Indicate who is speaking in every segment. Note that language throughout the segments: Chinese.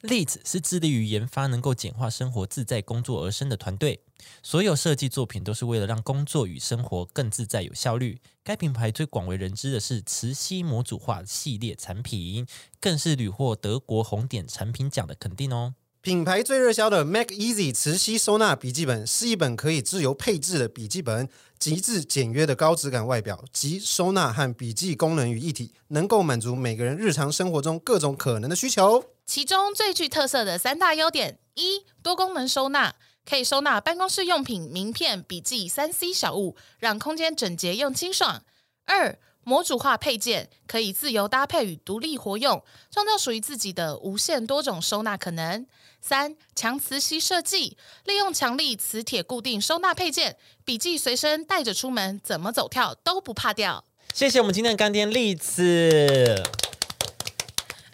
Speaker 1: Leeds 是致力于研发能够简化生活、自在工作而生的团队。所有设计作品都是为了让工作与生活更自在、有效率。该品牌最广为人知的是磁吸模组化系列产品，更是屡获德国红点产品奖的肯定哦。
Speaker 2: 品牌最热销的 Mac Easy 磁吸收纳笔记本是一本可以自由配置的笔记本，极致简约的高质感外表集收纳和笔记功能于一体，能够满足每个人日常生活中各种可能的需求。
Speaker 3: 其中最具特色的三大优点：一、多功能收纳，可以收纳办公室用品、名片、笔记、三 C 小物，让空间整洁又清爽；二、模组化配件，可以自由搭配与独立活用，创造属于自己的无限多种收纳可能；三、强磁吸设计，利用强力磁铁固定收纳配件，笔记随身带着出门，怎么走跳都不怕掉。
Speaker 1: 谢谢我们今天的干爹 Leeds。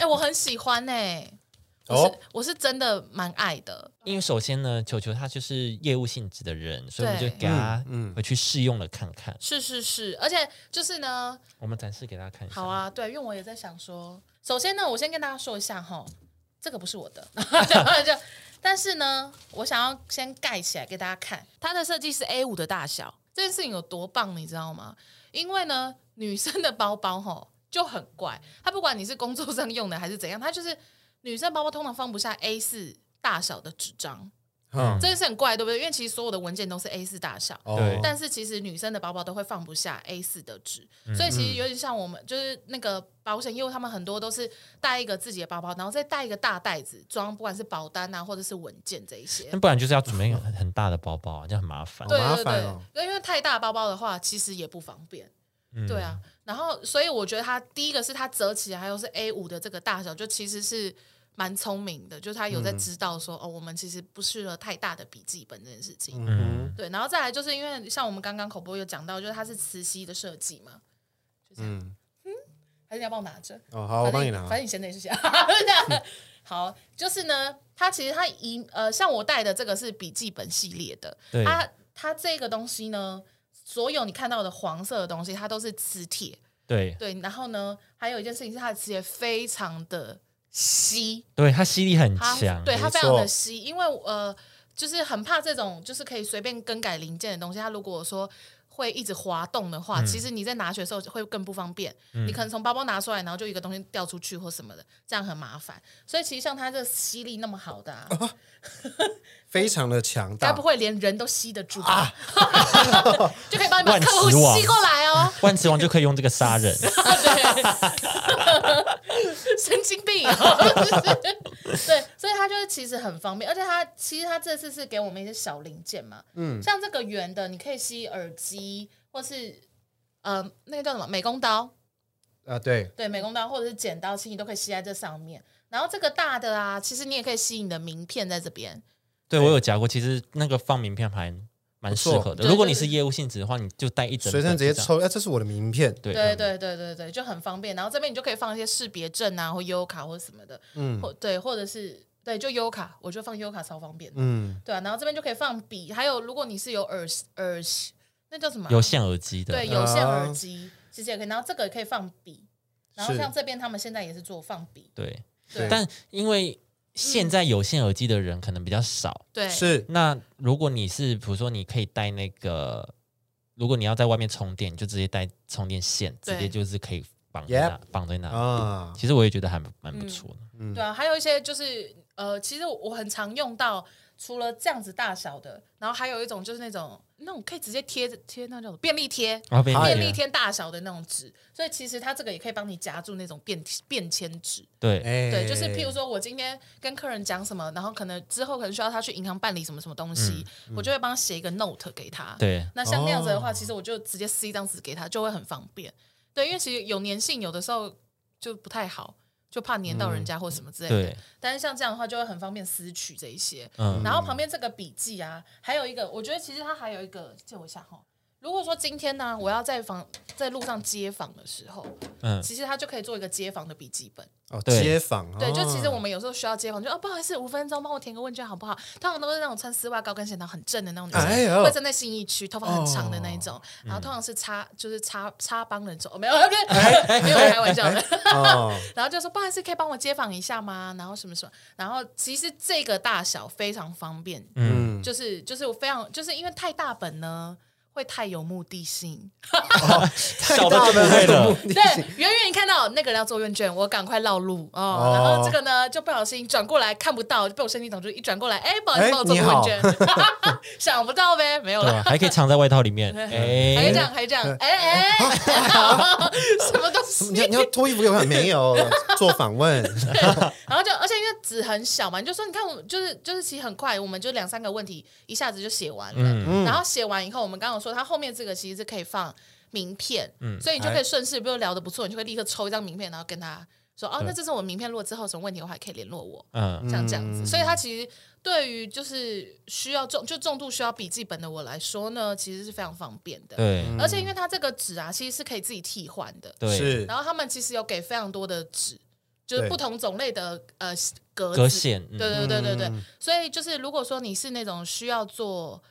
Speaker 3: 哎、我很喜欢哎、我是、
Speaker 2: 哦，
Speaker 3: 我是真的蛮爱的。
Speaker 1: 因为首先呢，球球他就是业务性质的人，所以我们就
Speaker 3: 对
Speaker 1: 给他
Speaker 2: 嗯嗯
Speaker 1: 回去试用了看看。
Speaker 3: 是是是，而且就是呢，
Speaker 1: 我们展示给大家看一下。
Speaker 3: 好，啊，对，因为我也在想说，首先呢，我先跟大家说一下哈，这个不是我的， 就但是呢，我想要先盖起来给大家看，它的设计是 A 五的大小，这件事情有多棒，你知道吗？因为呢，女生的包包哈就很怪，它不管你是工作上用的还是怎样，它就是女生包包通常放不下 A 四大小的纸张，
Speaker 2: 嗯，
Speaker 3: 这件事很怪，对不对？因为其实所有的文件都是 A 四大小，
Speaker 2: 哦
Speaker 1: 对
Speaker 3: 但是其实女生的包包都会放不下 A 四的纸，
Speaker 2: 嗯
Speaker 3: 所以其实有点像我们就是那个保险业务，他们很多都是带一个自己的包包，然后再带一个大袋子装，不管是保单啊或者是文件这一些
Speaker 1: 那。不然就是要准备很很大的包包啊，这样很麻烦。
Speaker 3: 对
Speaker 2: 哎麻
Speaker 3: 对
Speaker 2: 烦哦
Speaker 3: 对，因为太大包包的话，其实也不方便。
Speaker 2: 嗯
Speaker 3: 对啊，然后所以我觉得它第一个是它折起来，还有是 A 五的这个大小，就其实是蛮聪明的，就是他有在
Speaker 2: 嗯
Speaker 3: 知道说、哦，我们其实不适合太大的笔记本这件事情。
Speaker 2: 嗯
Speaker 3: 对，然后再来就是因为像我们刚刚口播有讲到，就是它是磁吸的设计嘛，
Speaker 2: 嗯，
Speaker 3: 还是你要帮我拿着？
Speaker 2: 哦，好，我
Speaker 3: 反正
Speaker 2: 帮你拿
Speaker 3: 反。正你闲着也是闲着。 好，就是呢，它其实它一呃，像我带的这个是笔记本系列的，
Speaker 1: 对
Speaker 3: 它它这个东西呢，所有你看到的黄色的东西，它都是磁铁。
Speaker 1: 对
Speaker 3: 对，然后呢，还有一件事情是它的磁铁非常的吸，
Speaker 1: 对，它吸力很
Speaker 3: 它
Speaker 1: 强。
Speaker 3: 对它
Speaker 2: 没
Speaker 3: 非常
Speaker 2: 错
Speaker 3: 的稀，因为呃，就是很怕这种就是可以随便更改零件的东西，它如果说会一直滑动的
Speaker 2: 嗯
Speaker 3: 话，其实你在拿取的时候会更不方便。你可能从包包拿出来，然后就一个东西掉出去或什么的，这样很麻烦。所以其实像它这吸力那么好 的、啊，
Speaker 2: 非常的强
Speaker 3: 该
Speaker 2: 大
Speaker 3: 不。会连人都吸得住吧？
Speaker 2: 啊
Speaker 3: 就可以帮你 把
Speaker 1: 万
Speaker 3: 客户
Speaker 1: 磁王
Speaker 3: 吸过来哦。
Speaker 1: 万磁王就可以用这个杀 人，
Speaker 3: 神经病、 哦，对，所以它就是其实很方便，而且它其实它这次是给我们一些小零件嘛，嗯，像这个圆的，你可以吸耳机，或是呃那个叫什么美工刀，
Speaker 2: 啊，对，
Speaker 3: 对，美工刀或者是剪刀，其实你都可以吸在这上面。然后这个大的啊，其实你也可以吸你的名片在这边，
Speaker 1: 对我有夹过，其实那个放名片还蛮适合的。
Speaker 3: 不错
Speaker 1: 如果你是业务性质的话，你就带一整
Speaker 2: 随身
Speaker 1: 本
Speaker 2: 直接
Speaker 1: 这样。
Speaker 2: 抽。哎，这是我的名片。
Speaker 1: 对
Speaker 3: 对对对对对，就很方便。然后这边你就可以放一些识别证啊，或优卡或什么的，
Speaker 2: 嗯
Speaker 3: 或对，或者是对，就优卡，我觉得放优卡超方便的。
Speaker 2: 嗯，
Speaker 3: 对啊，然后这边就可以放笔，还有如果你是有耳耳，那叫什么啊？
Speaker 1: 嗯有线耳机的，
Speaker 3: 对有线
Speaker 2: 哦
Speaker 3: 耳机，其实也可以。然后这个也可以放笔，然后
Speaker 2: 是
Speaker 3: 像这边他们现在也是做放笔，
Speaker 1: 对
Speaker 3: 对
Speaker 1: 但因为现在有线耳机的人可能比较少，
Speaker 3: 对，
Speaker 2: 是
Speaker 1: 那如果你是比如说你可以带那个，如果你要在外面充电，你就直接带充电线，直
Speaker 3: 对
Speaker 1: 接就是可以绑在那
Speaker 2: Yep
Speaker 1: 绑在那。
Speaker 2: 啊，
Speaker 1: 其实我也觉得还蛮蛮不错的。
Speaker 3: 对啊。还有一些就是呃，其实我很常用到，除了这样子大小的，然后还有一种就是那种那种可以直接贴贴那种便利贴。
Speaker 1: 然后便
Speaker 2: 哎
Speaker 3: 便
Speaker 2: 呀
Speaker 3: 利
Speaker 1: 利贴，
Speaker 3: 贴大小的那种纸，所以其实它这个也可以帮你夹住那种便便签纸。
Speaker 1: 对
Speaker 2: 哎，
Speaker 3: 对，就是譬如说我今天跟客人讲什么，然后可能之后可能需要他去银行办理什么什么东西，我就会帮他写一个 note 给他。，
Speaker 1: 嗯对哦
Speaker 3: 那像那样子的话，其实我就直接撕一张纸给他，就会很方便。对，因为其实有粘性，有的时候就不太好，就怕粘到人家或什么之类的。
Speaker 1: 嗯对，
Speaker 3: 但是像这样的话，就会很方便撕取这一些。
Speaker 1: 嗯
Speaker 3: 然后旁边这个笔记啊，还有一个，我觉得其实它还有一个，借我一下哈，如果说今天呢，我要在房在路上街访的时候，
Speaker 1: 嗯，
Speaker 3: 其实它就可以做一个街访的笔记本。
Speaker 2: 哦，
Speaker 1: 对
Speaker 2: 街访，
Speaker 3: 对，
Speaker 2: 哦
Speaker 3: 就其实我们有时候需要街访，就啊不好意思，五分钟帮我填个问卷好不好？通常都是那种穿丝袜高跟鞋，然后很正的那种女生，
Speaker 2: 哎呦哦嗯
Speaker 3: 会站在信义区，头发很长的那一种，然后通常是插就是插插帮人走，哦没有， 没
Speaker 2: 哎
Speaker 3: 有没有开玩笑的。
Speaker 2: 哦，
Speaker 3: 然后就说不好意思，可以帮我街访一下吗？然后什么什么，然后其实这个大小非常方便，
Speaker 2: 嗯，
Speaker 3: 就是就是我非常就是因为太大本呢。会太有目的性，
Speaker 1: 小的就不会了。
Speaker 3: 对，远远看到那个人要做问卷，我赶快绕路哦
Speaker 2: 哦
Speaker 3: 然后这个呢，就不小心转过来看不到，就被我身体挡住，一转过来，哎，不好意
Speaker 2: 哎
Speaker 3: 思，帮我做
Speaker 2: 你
Speaker 3: 个
Speaker 2: 好
Speaker 3: 问卷，想不到呗，没有
Speaker 1: 对
Speaker 3: 了
Speaker 1: 吧？。还可以藏在外套里面，
Speaker 3: 还可以
Speaker 1: 哎
Speaker 3: 这，样，还可以这样，哎哎，什么东西
Speaker 2: 你？要你要脱衣服给我看，没有做访问，
Speaker 3: 然后就，而且因为纸很小嘛，你就说你看我就是就是其实很快，我们就两三个问题一下子就写完了。
Speaker 1: 嗯
Speaker 3: 然后写完以后，我们刚刚有说它后面这个其实是可以放名片，
Speaker 1: 嗯
Speaker 3: 所以你就可以顺势，比如聊得不错，你就会立刻抽一张名片，然后跟他说哦，
Speaker 1: 对
Speaker 3: 那这是我名片，如果之后有什么问题的话，还可以联络我，
Speaker 1: 嗯，
Speaker 3: 像这样子。所以它其实对于就是需要重就重度需要笔记本的我来说呢，其实是非常方便的。
Speaker 1: 对
Speaker 3: 而且因为它这个纸啊，其实是可以自己替换的，
Speaker 1: 对，
Speaker 2: 是
Speaker 3: 然后他们其实有给非常多的纸，就是
Speaker 2: 对
Speaker 3: 不同种类的呃格子
Speaker 1: 隔线，嗯
Speaker 3: 对对对对对，所以就是如果说你是那种需要做。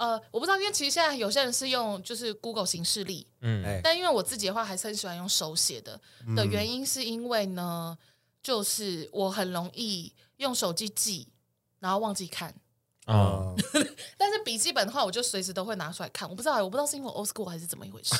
Speaker 3: 呃，我不知道，因为其实现在有些人是用就是 Google 形式力，
Speaker 1: 嗯，
Speaker 2: 哎，
Speaker 3: 但因为我自己的话还是很喜欢用手写的。的原因是因为呢，就是我很容易用手机记，然后忘记看。
Speaker 1: 哦，
Speaker 2: 哦，
Speaker 3: 但是笔记本的话，我就随时都会拿出来看。我不知道，我不知道是因为我 old school 还是怎么一回事。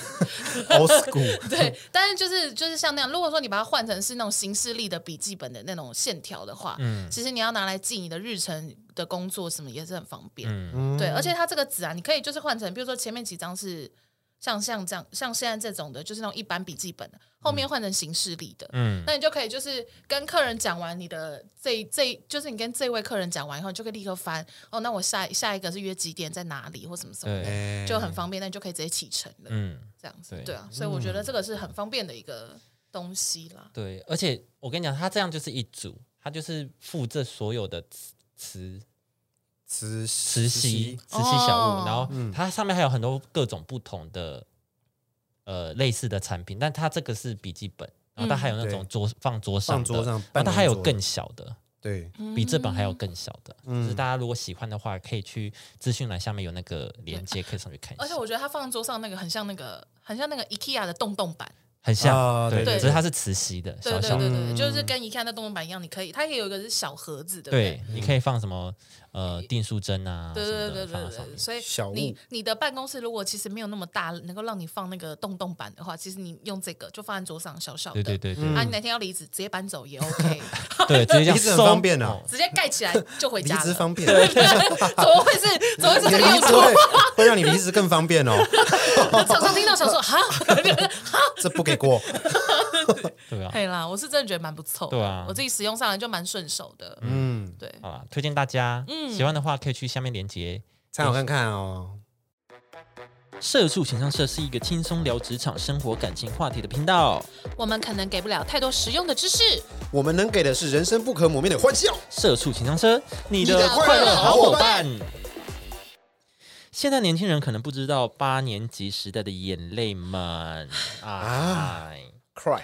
Speaker 2: old school，
Speaker 3: 对，但是就是就是像那样，如果说你把它换成是那种形式力的笔记本的那种线条的话，
Speaker 1: 嗯
Speaker 3: 其实你要拿来记你的日程的工作什么也是很方便。
Speaker 1: 嗯，
Speaker 2: 嗯
Speaker 3: 对，而且它这个纸啊，你可以就是换成，比如说前面几张是像像这样，像现在这种的，就是那种一般笔记本的，后面换成形式力的。
Speaker 1: 嗯，
Speaker 3: 那你就可以就是跟客人讲完你的这这，就是你跟这位客人讲完以后，你就可以立刻翻哦。那我下下一个是约几点，在哪里或什么什么的，
Speaker 1: 对，
Speaker 2: 哎
Speaker 3: 就很方便。那你就可以直接启程了。
Speaker 1: 嗯。
Speaker 3: 这样子
Speaker 1: 对，
Speaker 3: 对啊，所以我觉得这个是很方便的一个东西啦。
Speaker 1: 对，而且我跟你讲，他这样就是一组，他就是负这所有的词词
Speaker 2: 慈
Speaker 1: 词
Speaker 2: 慈
Speaker 1: 系
Speaker 2: 禧
Speaker 1: 词系小物，
Speaker 3: 哦
Speaker 1: 然后
Speaker 2: 嗯
Speaker 1: 它上面还有很多各种不同的呃类似的产品，但它这个是笔记本，然后它还有那种
Speaker 2: 嗯对
Speaker 1: 桌、放桌上
Speaker 2: 放
Speaker 1: 的，
Speaker 2: 桌上，
Speaker 1: 然
Speaker 2: 办
Speaker 1: 后它还有
Speaker 2: 桌
Speaker 1: 更小的，
Speaker 2: 对，
Speaker 1: 比这本还有更小的，
Speaker 2: 嗯
Speaker 1: 就是大家如果喜欢的话，可以去资讯栏下面有那个链接，可以上去看一
Speaker 3: 而
Speaker 1: 下
Speaker 3: 且，我觉得它放桌上那个很像那个，很像那个 IKEA 的洞洞板，
Speaker 1: 很像，
Speaker 2: 啊
Speaker 1: 对，
Speaker 2: 对
Speaker 3: 对
Speaker 1: 只是它是磁吸的，
Speaker 3: 对
Speaker 1: 小
Speaker 3: 对
Speaker 1: 小的。
Speaker 3: 对对，对
Speaker 2: 嗯
Speaker 3: 就是跟 IKEA 的洞洞板一样，你可以，它也有一个是小盒子，对不
Speaker 1: 对
Speaker 3: 对？，
Speaker 1: 你可以放什么呃订书针啊，
Speaker 3: 对对
Speaker 1: 什么
Speaker 3: 对
Speaker 1: 的
Speaker 3: 对
Speaker 1: 放在
Speaker 3: 对
Speaker 1: 上
Speaker 3: 对，
Speaker 1: 面。
Speaker 3: 所以
Speaker 2: 小物
Speaker 3: 你你的办公室如果其实没有那么大，能够让你放那个洞洞板的话，其实你用这个就放在桌上小小的。
Speaker 1: 对对对对
Speaker 3: 啊，你哪天要离职，直接搬走 也 OK，
Speaker 1: 对，直接这样
Speaker 2: 离嗯职很
Speaker 1: 收
Speaker 2: 方便啊
Speaker 1: 哦
Speaker 3: 直接盖起来就回
Speaker 2: 离
Speaker 3: 家了。
Speaker 2: 职方便，
Speaker 3: 怎么会是怎么会是
Speaker 2: 你的
Speaker 3: 这个
Speaker 2: 离
Speaker 3: 用
Speaker 2: 职
Speaker 3: 途？
Speaker 2: 会会让你离职更方便哦，
Speaker 3: 厂商听到想说哈，
Speaker 2: 这不给过，
Speaker 1: 对啊，
Speaker 3: 可以啦，我是真的觉得蛮不错的，
Speaker 1: 对啊
Speaker 3: 我自己使用上来就蛮顺手的，
Speaker 2: 嗯，
Speaker 3: 对。
Speaker 1: 好啦，推荐大家，
Speaker 3: 嗯
Speaker 1: 喜欢的话可以去下面连接。
Speaker 2: 参考看看哦，
Speaker 1: 社畜情商社是一个轻松聊职场、生活、感情话题的频道。
Speaker 3: 我们可能给不了太多实用的知识，
Speaker 2: 我们能给的是人生不可磨灭的欢笑。
Speaker 1: 社畜情商车，你
Speaker 2: 你
Speaker 1: 的
Speaker 2: 的
Speaker 1: 快
Speaker 2: 快
Speaker 1: 乐
Speaker 2: 乐
Speaker 1: 好
Speaker 2: 好
Speaker 1: 伙
Speaker 2: 伙
Speaker 1: 伴
Speaker 2: 伴。
Speaker 1: 现在年轻人可能不知道八年级时代的眼泪 们啊
Speaker 2: 啊，Cry，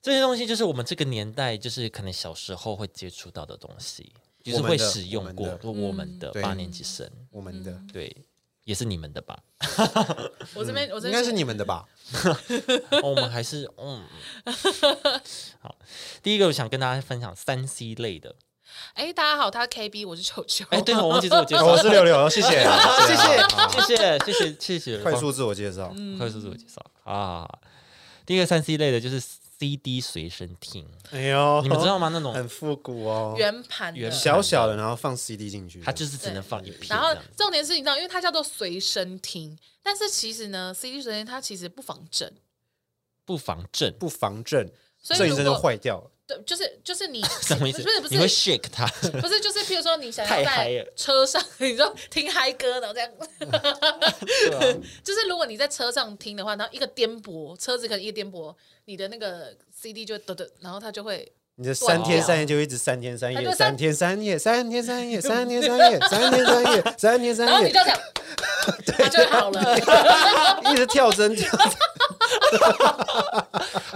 Speaker 1: 这些东西就是我们这个年代，就是可能小时候会接触到的东西，就是
Speaker 2: 我
Speaker 1: 会
Speaker 2: 们的
Speaker 1: 使用过，就
Speaker 2: 我
Speaker 1: 我们的
Speaker 2: 对
Speaker 1: 八年级生，
Speaker 2: 我们的
Speaker 1: 对，也是你们的吧？
Speaker 3: 我这边
Speaker 1: 嗯
Speaker 3: 我这
Speaker 2: 应
Speaker 3: 边
Speaker 2: 该是你们的吧？
Speaker 1: 哦我们还是 嗯，好。第一个我想跟大家分享三 C 类的，
Speaker 3: 哎，大家好，他是 KB，我是球球，
Speaker 1: 哎，对，我忘记自我介绍，
Speaker 2: 哦我是六六，谢谢，啊谢
Speaker 1: 谢
Speaker 2: 谢，
Speaker 1: 谢谢谢谢谢，
Speaker 2: 快速自我介绍，
Speaker 3: 嗯
Speaker 1: 快速自我介绍好好好好第一个三 C 类的就是 CD 随身听，
Speaker 2: 哎呦
Speaker 1: 你们知道吗？那种
Speaker 2: 很复古哦，
Speaker 3: 圆盘
Speaker 1: 圆
Speaker 3: 的。
Speaker 1: 盘
Speaker 2: 小小的，然后放 CD 进去，
Speaker 1: 它就是只能放一片这
Speaker 3: 然后
Speaker 1: 样，
Speaker 3: 重点是，你知道，因为它叫做随身听，但是其实呢，CD 随身听它其实不防震，
Speaker 1: 不防震，
Speaker 2: 不防震，
Speaker 3: 所以
Speaker 2: 震一
Speaker 3: 如
Speaker 2: 震
Speaker 3: 果
Speaker 2: 就坏掉了。
Speaker 3: 对，就是就是你
Speaker 1: 什么意思
Speaker 3: 不是不？
Speaker 1: 你会
Speaker 3: 是
Speaker 1: shake 它，
Speaker 3: 不是就是，譬如说你想
Speaker 1: 太
Speaker 3: 要
Speaker 1: 嗨
Speaker 3: 在
Speaker 1: 了
Speaker 3: 车上，你说听嗨歌，然 后这样，
Speaker 1: 啊
Speaker 3: 就是如果你在车上听的话，然后一个颠簸，车子可能一个颠�簸，你的那个 CD 就得得，然后它就会
Speaker 2: 你的三天三夜就一直三天三
Speaker 3: 啊它
Speaker 2: 夜，
Speaker 3: 就
Speaker 1: 哎
Speaker 2: 三天三夜，三天三夜，三天三夜，三天三夜，三天三夜，
Speaker 3: 然后你就这样，它就好了。
Speaker 1: 啊
Speaker 2: 一直跳针跳针，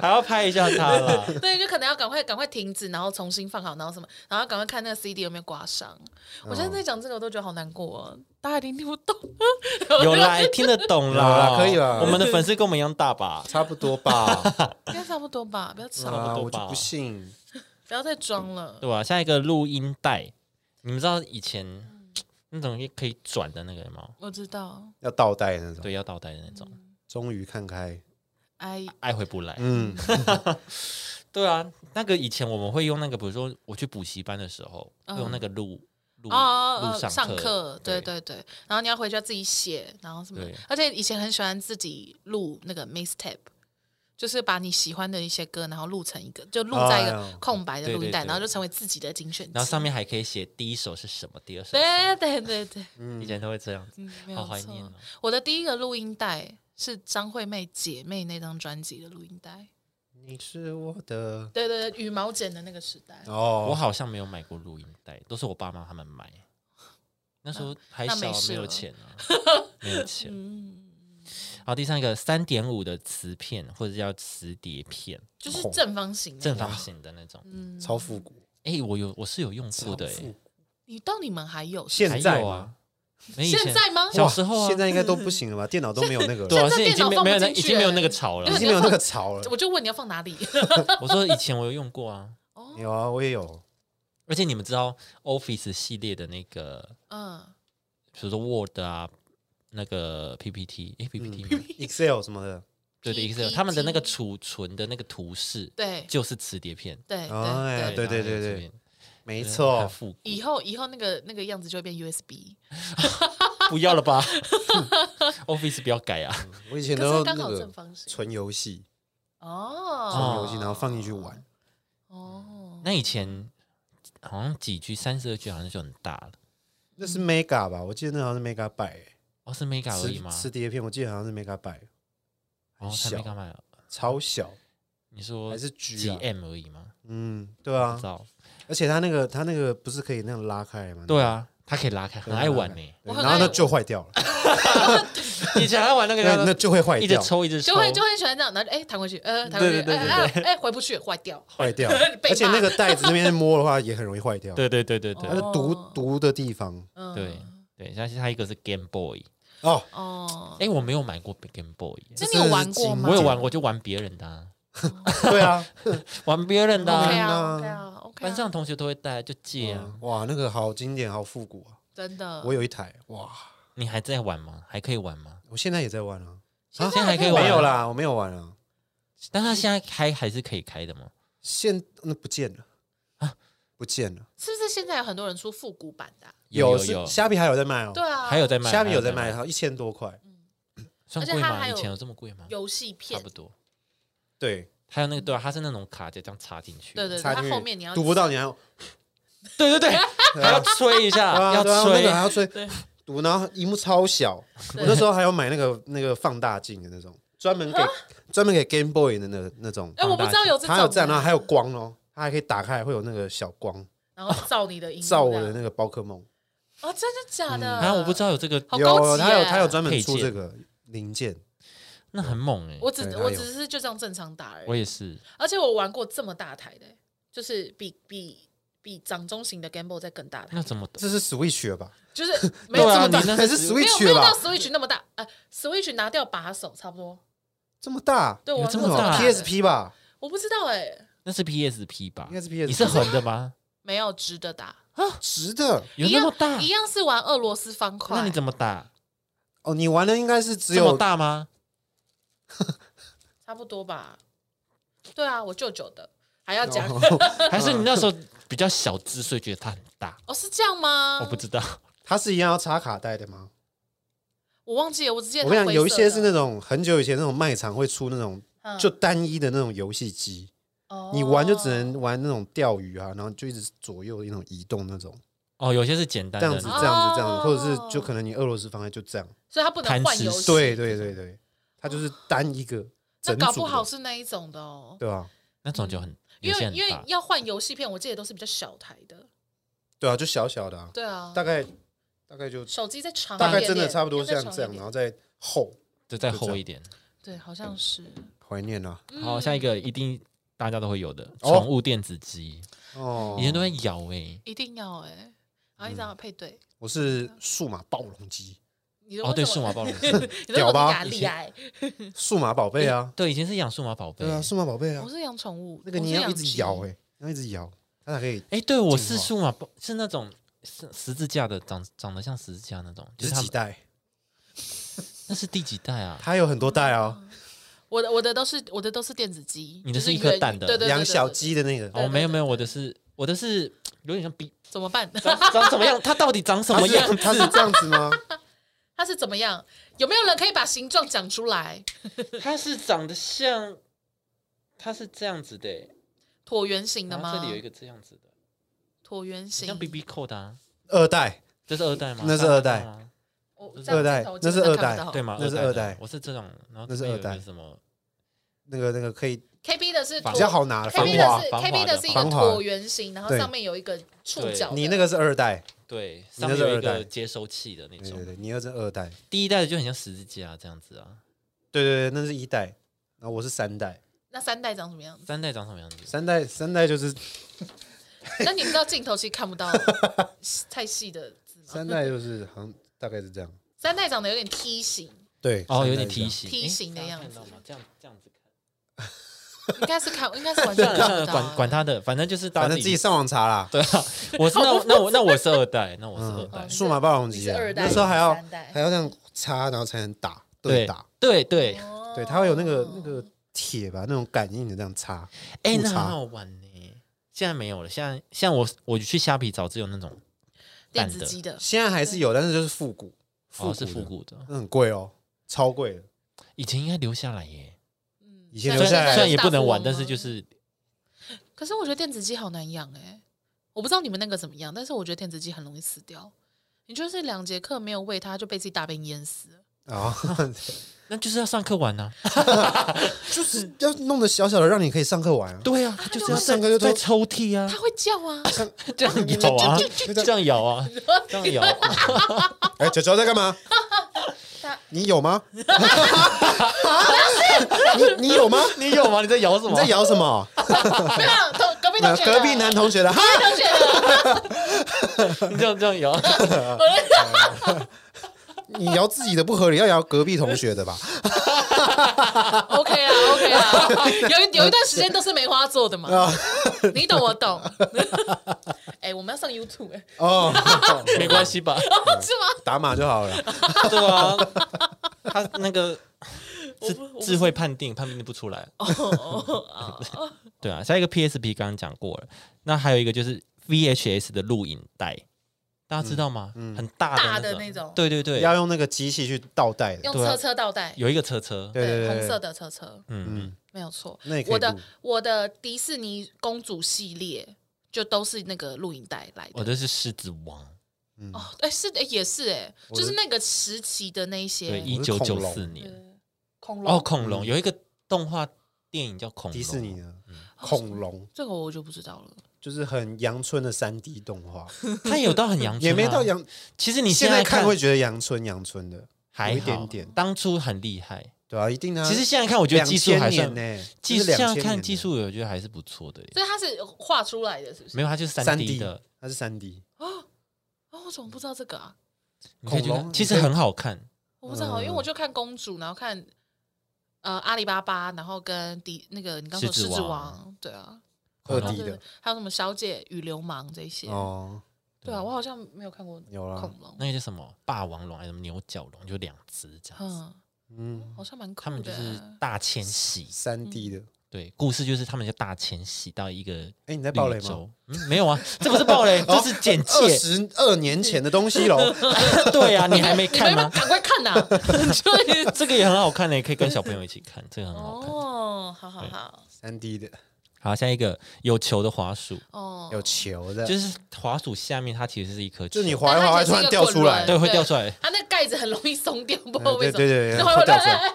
Speaker 1: 还要拍一下它 啦。
Speaker 3: 对，就可能要赶快赶快停止，然后重新放好，然后什么，然后赶快看那个 CD 有没有刮伤。我现在在讲这个，我都觉得好难过、哦，大家一定听不懂。
Speaker 1: 有啦，哎听得懂啦，
Speaker 2: 有啦可以啦
Speaker 1: 我们的粉丝跟我们一样大吧？
Speaker 2: 差不多吧？
Speaker 3: 应该差不多吧，不要吵了，
Speaker 2: 啊，
Speaker 1: 吧
Speaker 2: 我就不信。
Speaker 3: 不要再装了。
Speaker 1: 对吧、下一个录音带，你们知道以前那种可以转的那个吗？
Speaker 3: 我知道，
Speaker 2: 要倒带那种，
Speaker 1: 对，要倒带的那种，
Speaker 3: 嗯
Speaker 2: 终于看开。
Speaker 3: 哎，
Speaker 1: 爱回不来。
Speaker 2: 嗯，
Speaker 1: 对啊，那个以前我们会用那个，比如说我去补习班的时候，会用那个录录
Speaker 3: 嗯哦哦
Speaker 1: 录
Speaker 3: 哦，上
Speaker 1: 课
Speaker 3: 课，，对。对对，然后你要回去要自己写，然后什么
Speaker 1: 对，
Speaker 3: 而且以前很喜欢自己录那个 mixtape，就是把你喜欢的一些歌，然后录成一个，就录在一
Speaker 2: 哎
Speaker 3: 个
Speaker 2: 呦
Speaker 3: 空白的
Speaker 1: 对
Speaker 3: 录音
Speaker 1: 对
Speaker 3: 带，
Speaker 1: 对
Speaker 3: 然后就成为自己的精选
Speaker 1: 然后
Speaker 3: 集。
Speaker 1: 上面还可以写第一首是什么，第二首是什
Speaker 3: 对对对对，
Speaker 1: 么，以前都会这样子，
Speaker 3: 嗯，没有
Speaker 1: 好怀
Speaker 3: 错
Speaker 1: 念哦。
Speaker 3: 我的第一个录音带是张惠妹《姐妹》那张专辑的录音带，
Speaker 2: 你是我的
Speaker 3: 对对对，羽毛剪的那个时代。
Speaker 1: 我
Speaker 2: 哦，
Speaker 1: 好像没有买过录音带，都是我爸妈他们买。那时候还
Speaker 3: 那
Speaker 1: 小
Speaker 3: 没事，
Speaker 1: 没有
Speaker 3: 了
Speaker 1: 钱啊，没有钱。
Speaker 3: 嗯，
Speaker 1: 然后第三个三点五的磁片或者叫磁碟片，
Speaker 3: 就是正方形的，
Speaker 1: 正方形的那种。
Speaker 3: 嗯，
Speaker 2: 超复古，
Speaker 1: 哎，我有我是有用过的
Speaker 2: 超复
Speaker 1: 欸，
Speaker 2: 古
Speaker 3: 你到你们还有
Speaker 1: 还
Speaker 2: 现在
Speaker 1: 有
Speaker 2: 吗
Speaker 1: 啊，没以前
Speaker 3: 现在吗？
Speaker 1: 小时候啊
Speaker 2: 哇现在应该都不行了吧？电脑都没有那个
Speaker 1: 对
Speaker 2: 了，
Speaker 1: 啊，现在已
Speaker 3: 电
Speaker 1: 经
Speaker 3: 脑
Speaker 1: 没
Speaker 3: 放
Speaker 1: 没有
Speaker 3: 不
Speaker 1: 那
Speaker 3: 进
Speaker 1: 已
Speaker 3: 去
Speaker 1: 经没有
Speaker 3: 欸
Speaker 1: 那个潮了
Speaker 2: 已
Speaker 3: 对。
Speaker 2: 经没有那个潮了。
Speaker 3: 我就问你要放哪里？
Speaker 1: 我说以前我有用过啊，
Speaker 3: 哦，
Speaker 2: 有啊，我也有，
Speaker 1: 而且你们知道 Office 系列的那个，
Speaker 3: 嗯，
Speaker 1: 比如说 Word 啊，那个 PPT，哎
Speaker 2: 嗯
Speaker 1: PPT 吗
Speaker 2: Excel 什么的
Speaker 1: 对对
Speaker 3: PPT
Speaker 1: Excel，他们的那个储存的那个图示
Speaker 3: 对
Speaker 1: 就是磁碟片。
Speaker 3: 对
Speaker 2: 哎
Speaker 3: 对对，
Speaker 1: 然后那个
Speaker 2: 对对对
Speaker 1: 磁
Speaker 2: 对
Speaker 1: 片
Speaker 2: 没
Speaker 1: 真的
Speaker 2: 错
Speaker 1: 很，复古，
Speaker 3: 以后以后那个那个样子就会变 USB，
Speaker 1: 不要了吧？Office 不要改啊！
Speaker 2: 我以前
Speaker 3: 可
Speaker 2: 都
Speaker 3: 是刚
Speaker 2: 那
Speaker 3: 好
Speaker 2: 个
Speaker 3: 正方形
Speaker 2: 纯游戏，纯
Speaker 3: 哦，
Speaker 2: 游戏，然后放进去玩。
Speaker 3: 哦，
Speaker 1: 嗯那以前好像几 G，三十二 G 好像就很大了。
Speaker 2: 那是 Mega 吧？我记得那好像是 Mega 百、
Speaker 1: 哦，是 mega 而已
Speaker 2: 磁
Speaker 1: 吗？
Speaker 2: 磁碟片，我记得好像是 Mega 百，
Speaker 1: 哦，才
Speaker 2: 小
Speaker 1: mega 买了。
Speaker 2: 超小，
Speaker 1: 你说
Speaker 2: 还是 G
Speaker 1: 几
Speaker 2: 啊？
Speaker 1: M 而已吗？
Speaker 2: 嗯，对
Speaker 1: 不
Speaker 2: 啊
Speaker 1: 知，道。
Speaker 2: 而且它那个它那个不是可以那样拉开吗？
Speaker 1: 对啊，它可以拉开，很
Speaker 2: 对
Speaker 1: 爱
Speaker 2: 拉
Speaker 1: 玩
Speaker 2: 开
Speaker 1: 呢。
Speaker 2: 对，
Speaker 3: 我很
Speaker 2: 然后
Speaker 3: 爱
Speaker 2: 那就坏掉了，
Speaker 1: 以前还玩那个
Speaker 2: 那
Speaker 1: 叫
Speaker 2: 那
Speaker 1: 做
Speaker 2: 就会坏
Speaker 1: 啊一直
Speaker 2: 掉，
Speaker 1: 抽一直抽，
Speaker 3: 就会就会喜欢这样，然后哎弹回去，呃弹回去，
Speaker 1: 对对对
Speaker 3: 哎哎哎回不去坏掉，
Speaker 2: 坏掉
Speaker 3: 被，骂
Speaker 2: 而且那个袋子那边摸的话也很容易坏掉，
Speaker 1: 对对对对对
Speaker 2: 它是
Speaker 3: 哦
Speaker 2: 毒毒的地方
Speaker 3: 嗯
Speaker 1: 对对。像是它一个是 Game Boy，
Speaker 2: 哦，
Speaker 3: 哦，
Speaker 1: 哎，我没有买过 Game Boy，
Speaker 3: 这你有玩过吗？
Speaker 1: 我有玩过，就玩别人的啊，
Speaker 2: 对 啊，
Speaker 1: 玩别人的啊。
Speaker 3: ，OK
Speaker 2: 嗯
Speaker 3: 啊
Speaker 2: 啊
Speaker 3: OK 啊 OK，啊
Speaker 1: 班上同学都会带，就借啊。
Speaker 2: 嗯哇，那个好经典，好复古啊！
Speaker 3: 真的，
Speaker 2: 我有一台，哇，
Speaker 1: 你还在玩吗？还可以玩吗？
Speaker 2: 我现在也在玩啊，
Speaker 3: 现
Speaker 1: 现在还可以玩
Speaker 2: 没有啦，我没有玩啊，
Speaker 1: 但他现在开还是可以开的吗？
Speaker 2: 现那不见了
Speaker 1: 啊
Speaker 2: 不见了，
Speaker 3: 是不是现在有很多人出复古版的啊？
Speaker 1: 有
Speaker 2: 是
Speaker 1: 有，
Speaker 2: 虾皮还有在卖哦，
Speaker 3: 对嗯啊，
Speaker 1: 还有在卖，
Speaker 2: 虾皮有在
Speaker 1: 还
Speaker 2: 卖，它一千多块，
Speaker 1: 算
Speaker 3: 而且
Speaker 1: 贵
Speaker 3: 它
Speaker 1: 吗？
Speaker 3: 还
Speaker 1: 以
Speaker 3: 有
Speaker 1: 前有这么贵吗？
Speaker 3: 游戏
Speaker 1: 差
Speaker 3: 片
Speaker 1: 不，多。
Speaker 2: 对，
Speaker 1: 还有那个对啊，它是那种卡夹这样插进去，
Speaker 3: 对对，对
Speaker 2: 插
Speaker 3: 它
Speaker 2: 进去
Speaker 3: 后面你要
Speaker 2: 读不到你还要
Speaker 1: 对对对， 还要吹一下，
Speaker 2: 啊
Speaker 1: 要
Speaker 2: 对啊那
Speaker 1: 吹
Speaker 2: 个还要吹读，然后荧幕超小，我那时候还要买那个那个放大镜的那种，专门给专门给 Game Boy 的那那种，
Speaker 3: 啊哎，我不知道有这种
Speaker 2: 它有这样，然后
Speaker 3: 的，
Speaker 2: 还有光哦，它还可以打开，会有那个小光
Speaker 3: 然后照你的音，
Speaker 2: 照我的嗯那个宝可梦。
Speaker 3: 哦，真的假的？
Speaker 1: 啊，我不知，道有这个，
Speaker 3: 好高级
Speaker 2: 有，
Speaker 3: 耶
Speaker 2: 他有他有专门
Speaker 1: 配
Speaker 2: 出
Speaker 1: 件
Speaker 2: 这个零件，
Speaker 1: 那很猛哎，
Speaker 3: 我只
Speaker 2: 对
Speaker 3: 我
Speaker 2: 它有
Speaker 3: 只是就这样正常打而
Speaker 1: 我
Speaker 3: 已，
Speaker 1: 也是，
Speaker 3: 而且我玩过这么大台的，就是比比比掌中型的 Game Boy 再更大
Speaker 1: 那
Speaker 3: 台，
Speaker 1: 怎么懂？
Speaker 2: 这是 Switch 了吧？
Speaker 3: 就是 没
Speaker 1: 对
Speaker 3: 有
Speaker 1: 啊
Speaker 3: 这么大，
Speaker 1: 你那
Speaker 2: 还是
Speaker 1: 是
Speaker 3: 没有没
Speaker 2: Switch
Speaker 3: 有
Speaker 2: 了
Speaker 3: 到
Speaker 2: 吧？
Speaker 3: Switch 那么大，呃，Switch 拿掉把手差不多，
Speaker 2: 这么大，
Speaker 3: 对我
Speaker 1: 有
Speaker 3: 玩
Speaker 1: 这
Speaker 3: 过
Speaker 1: 么
Speaker 3: 这么
Speaker 1: 大
Speaker 3: 大的
Speaker 2: PSP 吧？
Speaker 3: 我不知道哎，
Speaker 1: 那是 PSP 吧？
Speaker 2: 应该是 PSP
Speaker 1: 你是横的 吗？
Speaker 3: 没有直的打，
Speaker 2: 直的
Speaker 1: 有
Speaker 3: 一
Speaker 1: 那
Speaker 3: 样
Speaker 1: 么大
Speaker 3: 一？样是玩俄罗斯方块，
Speaker 1: 那你怎么打？
Speaker 2: 哦，你玩的应该是只
Speaker 1: 这么
Speaker 2: 有
Speaker 1: 大 吗？
Speaker 3: 差不多吧？对啊，我舅舅的还
Speaker 2: 哦
Speaker 3: 要讲
Speaker 1: 还是你那时候比较小只，所以觉得它很大？
Speaker 3: 哦，是这样吗？
Speaker 1: 我不知道，
Speaker 2: 它是一样要插卡带的吗？
Speaker 3: 我忘记了，我只记得
Speaker 2: 我跟你
Speaker 3: 它
Speaker 2: 讲，
Speaker 3: 灰
Speaker 2: 有一
Speaker 3: 色
Speaker 2: 些是
Speaker 3: 的
Speaker 2: 那种很久以前那种卖场会出那种
Speaker 3: 嗯
Speaker 2: 就单一的那种游戏机，
Speaker 3: 哦
Speaker 2: 你玩就只能玩那种钓鱼啊，然后就一直左右那种移动那种，
Speaker 1: 哦，有些是简单
Speaker 2: 这样子
Speaker 1: 的，
Speaker 2: 这样子这样
Speaker 3: 哦
Speaker 2: 子，或者是就可能你俄罗斯方块就这样，
Speaker 3: 所以他不能换游
Speaker 1: 贪
Speaker 3: 戏，
Speaker 1: 吃
Speaker 2: 对对对对，它就是单一个
Speaker 3: 那
Speaker 2: 整
Speaker 3: 搞
Speaker 2: 组
Speaker 3: 不好
Speaker 2: 的，
Speaker 3: 是那一种的哦，
Speaker 2: 对啊吧？
Speaker 1: 那种就很，
Speaker 3: 因
Speaker 1: 有些
Speaker 3: 为
Speaker 1: 很
Speaker 3: 嗯因为
Speaker 1: 大。
Speaker 3: 要换游戏片，我记得都是比较小台的，
Speaker 2: 对啊，就小小的啊。
Speaker 3: 对啊，
Speaker 2: 大概大大概就
Speaker 3: 手机再长一
Speaker 2: 大
Speaker 3: 点
Speaker 2: 概
Speaker 3: 点，
Speaker 2: 真的差不多
Speaker 3: 要再
Speaker 2: 像
Speaker 3: 长一
Speaker 2: 这样，啊
Speaker 3: 点
Speaker 2: 然后再厚
Speaker 1: 就再
Speaker 2: 就这
Speaker 1: 厚
Speaker 2: 样
Speaker 1: 一点。
Speaker 3: 对，好像是。
Speaker 2: 怀念啊。
Speaker 3: 嗯
Speaker 1: 好，下一个一定大家都会有的
Speaker 2: 哦
Speaker 1: 宠物电子鸡，
Speaker 2: 哦
Speaker 1: 以，前都会咬哎、
Speaker 3: 一定要哎、欸，然后一定要配对。
Speaker 2: 我是数码暴龙机，
Speaker 3: 你的
Speaker 1: 哦，对，
Speaker 3: 为什
Speaker 1: 数
Speaker 3: 么
Speaker 1: 码暴龙。
Speaker 3: 你的
Speaker 2: 屌吧
Speaker 3: 我压
Speaker 1: 以
Speaker 3: 力
Speaker 1: 前
Speaker 3: 哎，
Speaker 2: 数码宝贝啊，
Speaker 1: 对，以前是养数码宝贝。
Speaker 2: 对啊，数码宝贝啊
Speaker 3: 嗯我，是养宠物，
Speaker 2: 那个
Speaker 3: 我
Speaker 2: 你
Speaker 3: 是
Speaker 2: 要
Speaker 3: 养
Speaker 2: 一直咬
Speaker 3: 鸡
Speaker 2: 哎，要一直咬，它才可以
Speaker 1: 哎、对，我是
Speaker 2: 进化
Speaker 1: 数码宝，是那种十十字架的，长长得像十字架那种，就
Speaker 2: 就是
Speaker 1: 它
Speaker 2: 几
Speaker 1: 们
Speaker 2: 代，
Speaker 1: 那是第几代啊？
Speaker 2: 它有很多代啊，
Speaker 3: 我的我的都是我的都是电子鸡，
Speaker 1: 你的
Speaker 3: 就是
Speaker 1: 一颗
Speaker 3: 个
Speaker 1: 蛋的
Speaker 3: 对对对对
Speaker 2: 养小
Speaker 3: 对
Speaker 2: 鸡的那个，
Speaker 1: 哦，没有没有，我的是我的是有点像比
Speaker 3: 怎么办？
Speaker 1: 长长怎么样？它到底长什
Speaker 2: 它
Speaker 1: 么
Speaker 2: 是
Speaker 1: 样？
Speaker 2: 它是这样子吗？
Speaker 3: 它是怎么样？有没有人可以把形状讲出
Speaker 1: 啊
Speaker 3: 来？
Speaker 1: 它是长得像，它是这样子的欸，
Speaker 3: 椭圆形的
Speaker 1: 然后
Speaker 3: 吗？
Speaker 1: 这里有一个这样子的，
Speaker 3: 椭圆形
Speaker 1: 像，B B 扣的、啊，
Speaker 2: 二代，
Speaker 1: 这是二代吗？
Speaker 2: 那是
Speaker 1: 大
Speaker 2: 二代
Speaker 1: 大吗是
Speaker 3: 我哦这样
Speaker 2: 二代
Speaker 3: 镜头
Speaker 2: 那是
Speaker 3: 基本
Speaker 2: 二
Speaker 3: 上看
Speaker 2: 代
Speaker 3: 不到
Speaker 1: 对吗？
Speaker 2: 那是
Speaker 1: 二
Speaker 2: 二
Speaker 1: 代
Speaker 2: 代
Speaker 1: 的，我是这种，然后
Speaker 2: 那
Speaker 1: 这
Speaker 2: 是
Speaker 1: 边有
Speaker 2: 二代
Speaker 1: 个什么？
Speaker 2: 那个那个可以
Speaker 3: KB 的是
Speaker 1: 反
Speaker 2: 比较
Speaker 3: 椭
Speaker 2: 好拿，繁
Speaker 3: KB
Speaker 2: 华
Speaker 3: 的是
Speaker 1: 繁华
Speaker 3: KB 的是一个
Speaker 2: 繁华
Speaker 3: 椭圆形，然后
Speaker 2: 对
Speaker 3: 上面有一个触角的。
Speaker 2: 你那个是二代，
Speaker 1: 对，
Speaker 2: 你
Speaker 1: 上
Speaker 2: 那
Speaker 1: 面
Speaker 2: 是
Speaker 1: 有一
Speaker 2: 二代
Speaker 1: 个接收器的那
Speaker 2: 对
Speaker 1: 种
Speaker 2: 对。对，你那是二代，
Speaker 1: 第一代的就很像十字架这样子啊。
Speaker 2: 对对对，那是一代，然后我是三代，
Speaker 3: 那三代长什么样 子？
Speaker 1: 三代长什么样子？
Speaker 2: 三代三代就是
Speaker 3: 那你知道镜头其实看不到 太细的字吗？
Speaker 2: 三代就是好像大概是这样，
Speaker 3: 三代长得有点梯形，
Speaker 2: 对，
Speaker 1: 哦，
Speaker 2: 三代
Speaker 1: 有点
Speaker 2: 是这样
Speaker 1: 梯形，
Speaker 3: 梯
Speaker 1: 诶
Speaker 3: 形的
Speaker 1: 大家
Speaker 3: 样
Speaker 1: 看
Speaker 3: 子
Speaker 1: 到吗？这样这样子看。
Speaker 3: 应该是看，应该是完全
Speaker 1: 算了
Speaker 3: 看
Speaker 1: 算了，
Speaker 3: 不到。
Speaker 1: 管管他的，反正就是大家
Speaker 2: 反正自己上网查啦。
Speaker 1: 对啊，我是 那那我那我是二代，那我是二代
Speaker 3: 嗯，
Speaker 2: 数码暴龙机啊
Speaker 3: 你是二，代
Speaker 2: 那时候还要
Speaker 3: 你是三代
Speaker 2: 还要这样插，然后才能打对
Speaker 1: 对
Speaker 2: 打，
Speaker 1: 对
Speaker 2: 哎
Speaker 1: 对，
Speaker 3: 哦
Speaker 2: 对，它会有那个那个铁吧，那种感应的这样插。
Speaker 1: 哎，那
Speaker 2: 复
Speaker 1: 很
Speaker 2: 查
Speaker 1: 好玩呢。现在没有了，现在现在我我去虾皮找只有那种
Speaker 3: 电子机的，
Speaker 2: 现在还是有，但是就是复古，复
Speaker 1: 哦
Speaker 2: 古
Speaker 1: 是
Speaker 2: 的
Speaker 1: 复，古的，
Speaker 2: 那很贵哦，超贵的。
Speaker 1: 以前应该留下来耶，
Speaker 3: 嗯
Speaker 2: 以前
Speaker 1: 虽然
Speaker 2: 留下来
Speaker 1: 虽然也不能玩，
Speaker 3: 大富翁吗
Speaker 1: 但
Speaker 2: 啊
Speaker 1: 是就是
Speaker 3: 可是我觉得电子鸡好难养哎、我不知道你们那个怎么样，但是我觉得电子鸡很容易死掉。你就是两节课没有喂它，就被自己大便淹死了。
Speaker 2: 啊，
Speaker 1: 那就是要上课玩啊 呐。
Speaker 2: 就是要弄得小小的，让你可以上课玩啊。
Speaker 1: 对啊，就是要
Speaker 2: 上课就
Speaker 1: 在
Speaker 2: 都
Speaker 1: 抽屉啊
Speaker 3: 它，会叫 啊，
Speaker 1: 这样咬啊，
Speaker 2: 就
Speaker 1: 这样咬 啊，这样咬啊。
Speaker 2: 哎，九九在干 嘛
Speaker 3: 他？
Speaker 2: 你有 吗？ 你你 有吗？
Speaker 1: 你有吗？你在咬什么？
Speaker 2: 你在咬什么？
Speaker 3: 没有同隔壁同学的，
Speaker 2: 隔壁男同学的，哈
Speaker 3: 同学的，
Speaker 1: 你这样这样 咬。
Speaker 2: 你摇自己的不合理，要摇隔壁同学的吧？
Speaker 3: OK 啦 OK 啦，有一有一段时间都是梅花做的
Speaker 2: 啊
Speaker 3: 嘛， 你懂我懂。 哎、我们要上 YouTube 哎、
Speaker 2: 哦，
Speaker 1: 没关系吧？
Speaker 3: 是吗？
Speaker 2: 打码就好了。
Speaker 1: 对啊，他那个
Speaker 3: 我不我不
Speaker 1: 是智慧判定，判定不出来。
Speaker 3: 哦哦哦哦，
Speaker 1: 对啊，下一个 PSP 刚刚讲过了，那还有一个就是 VHS 的录影带，大家知道吗？很大
Speaker 3: 大
Speaker 1: 的
Speaker 3: 的
Speaker 1: 种
Speaker 3: 那种
Speaker 1: 对对啊对，
Speaker 2: 嗯要用那个机器去倒带的，
Speaker 3: 用
Speaker 1: 对啊
Speaker 3: 车车倒带，
Speaker 1: 有一个车车，
Speaker 2: 对对对
Speaker 3: 红色
Speaker 2: 对，
Speaker 3: 的车车，
Speaker 1: 嗯，嗯
Speaker 3: 没有错
Speaker 2: 那也。可以
Speaker 3: 我的
Speaker 2: 录
Speaker 3: 我的迪士尼公主系列就都是那个录影带来
Speaker 1: 我
Speaker 3: 的。
Speaker 1: 这是狮子王，
Speaker 2: 嗯
Speaker 3: 哦，哎、是哎、也是哎、
Speaker 2: 我的
Speaker 3: 就是那个时期的那一些
Speaker 1: 对，一
Speaker 2: 我
Speaker 1: 九
Speaker 2: 是
Speaker 1: 九
Speaker 2: 恐龙嗯
Speaker 1: 四年。
Speaker 3: 呃恐龙
Speaker 1: 哦，恐龙有一个动画电影叫《恐龙》，
Speaker 2: 迪士尼的
Speaker 1: 嗯
Speaker 2: 恐龙
Speaker 3: 这个我就不知道了。
Speaker 2: 就是很阳春的三 D 动画，
Speaker 1: 它有到很阳春、啊，
Speaker 2: 也没到。阳，
Speaker 1: 其实你
Speaker 2: 现
Speaker 1: 在
Speaker 2: 在看会觉得阳春阳春的，
Speaker 1: 还
Speaker 2: 有
Speaker 1: 好
Speaker 2: 一点点
Speaker 1: 当初很厉害。
Speaker 2: 对啊，一定啊。
Speaker 1: 其实现在看，我觉得技术还算
Speaker 2: 2000年呢，
Speaker 1: 技术
Speaker 2: 这是
Speaker 1: 现
Speaker 2: 2000
Speaker 1: 在
Speaker 2: 年
Speaker 1: 看
Speaker 2: 的
Speaker 1: 技术，我觉得还是不错的耶。
Speaker 3: 所以它是画出来的，是不是？
Speaker 1: 没有，它就是三 D
Speaker 2: D
Speaker 1: 的，，
Speaker 2: 它是三 D，
Speaker 3: 哦，我怎么不知道这个啊？
Speaker 1: 你可以去看
Speaker 2: 恐龙
Speaker 1: 其实很好看。
Speaker 3: 我不知道，
Speaker 2: 嗯
Speaker 3: 因为我就看公主，然后看呃阿里巴巴，然后跟迪那个你刚说
Speaker 1: 狮子王
Speaker 3: 狮子王，对啊，
Speaker 2: 二
Speaker 3: 然后
Speaker 2: D
Speaker 3: 对
Speaker 2: 的
Speaker 3: 还有什么小姐与流氓这些，
Speaker 2: 哦，
Speaker 3: 对啊，我好像没有看过
Speaker 2: 有啦，
Speaker 3: 恐龙，
Speaker 1: 啊那个叫什么霸王龙还是什么牛角龙，就两只这样子。
Speaker 3: 嗯，
Speaker 2: 嗯，
Speaker 3: 好嗯像蛮酷的。
Speaker 1: 他们就是大迁徙，
Speaker 2: 三 D 的。
Speaker 1: 对，故事就是他们就大迁徙到一个
Speaker 2: 哎，你在暴雷
Speaker 1: 绿
Speaker 2: 吗？哦
Speaker 1: 洲。嗯，没有啊，这不是暴雷，这是简
Speaker 2: 二
Speaker 1: 介。
Speaker 2: 十二年前的东西 喽，
Speaker 1: 对啊，你还没
Speaker 3: 你们
Speaker 1: 看
Speaker 3: 要不要
Speaker 1: 吗？
Speaker 3: 赶快 看呐、就是
Speaker 1: 这个也很好看呢，可以跟小朋友一起看，这个很好看。
Speaker 3: 哦，好好好，
Speaker 2: 三 D 的
Speaker 1: 好，下一个有球的滑鼠，
Speaker 3: 哦，
Speaker 2: 有球的，
Speaker 1: 就是滑鼠下面它其实是一颗球，
Speaker 2: 就你滑一滑，
Speaker 3: 但它
Speaker 2: 它突然
Speaker 3: 其实是一个
Speaker 2: 掉出来
Speaker 3: 滚轮，
Speaker 1: 对会掉出来，
Speaker 3: 啊它那个盖子很容易松掉，不知道
Speaker 1: 嗯
Speaker 3: 为什么，
Speaker 2: 对对对
Speaker 3: 然 后
Speaker 2: 会掉出来
Speaker 3: 哎哎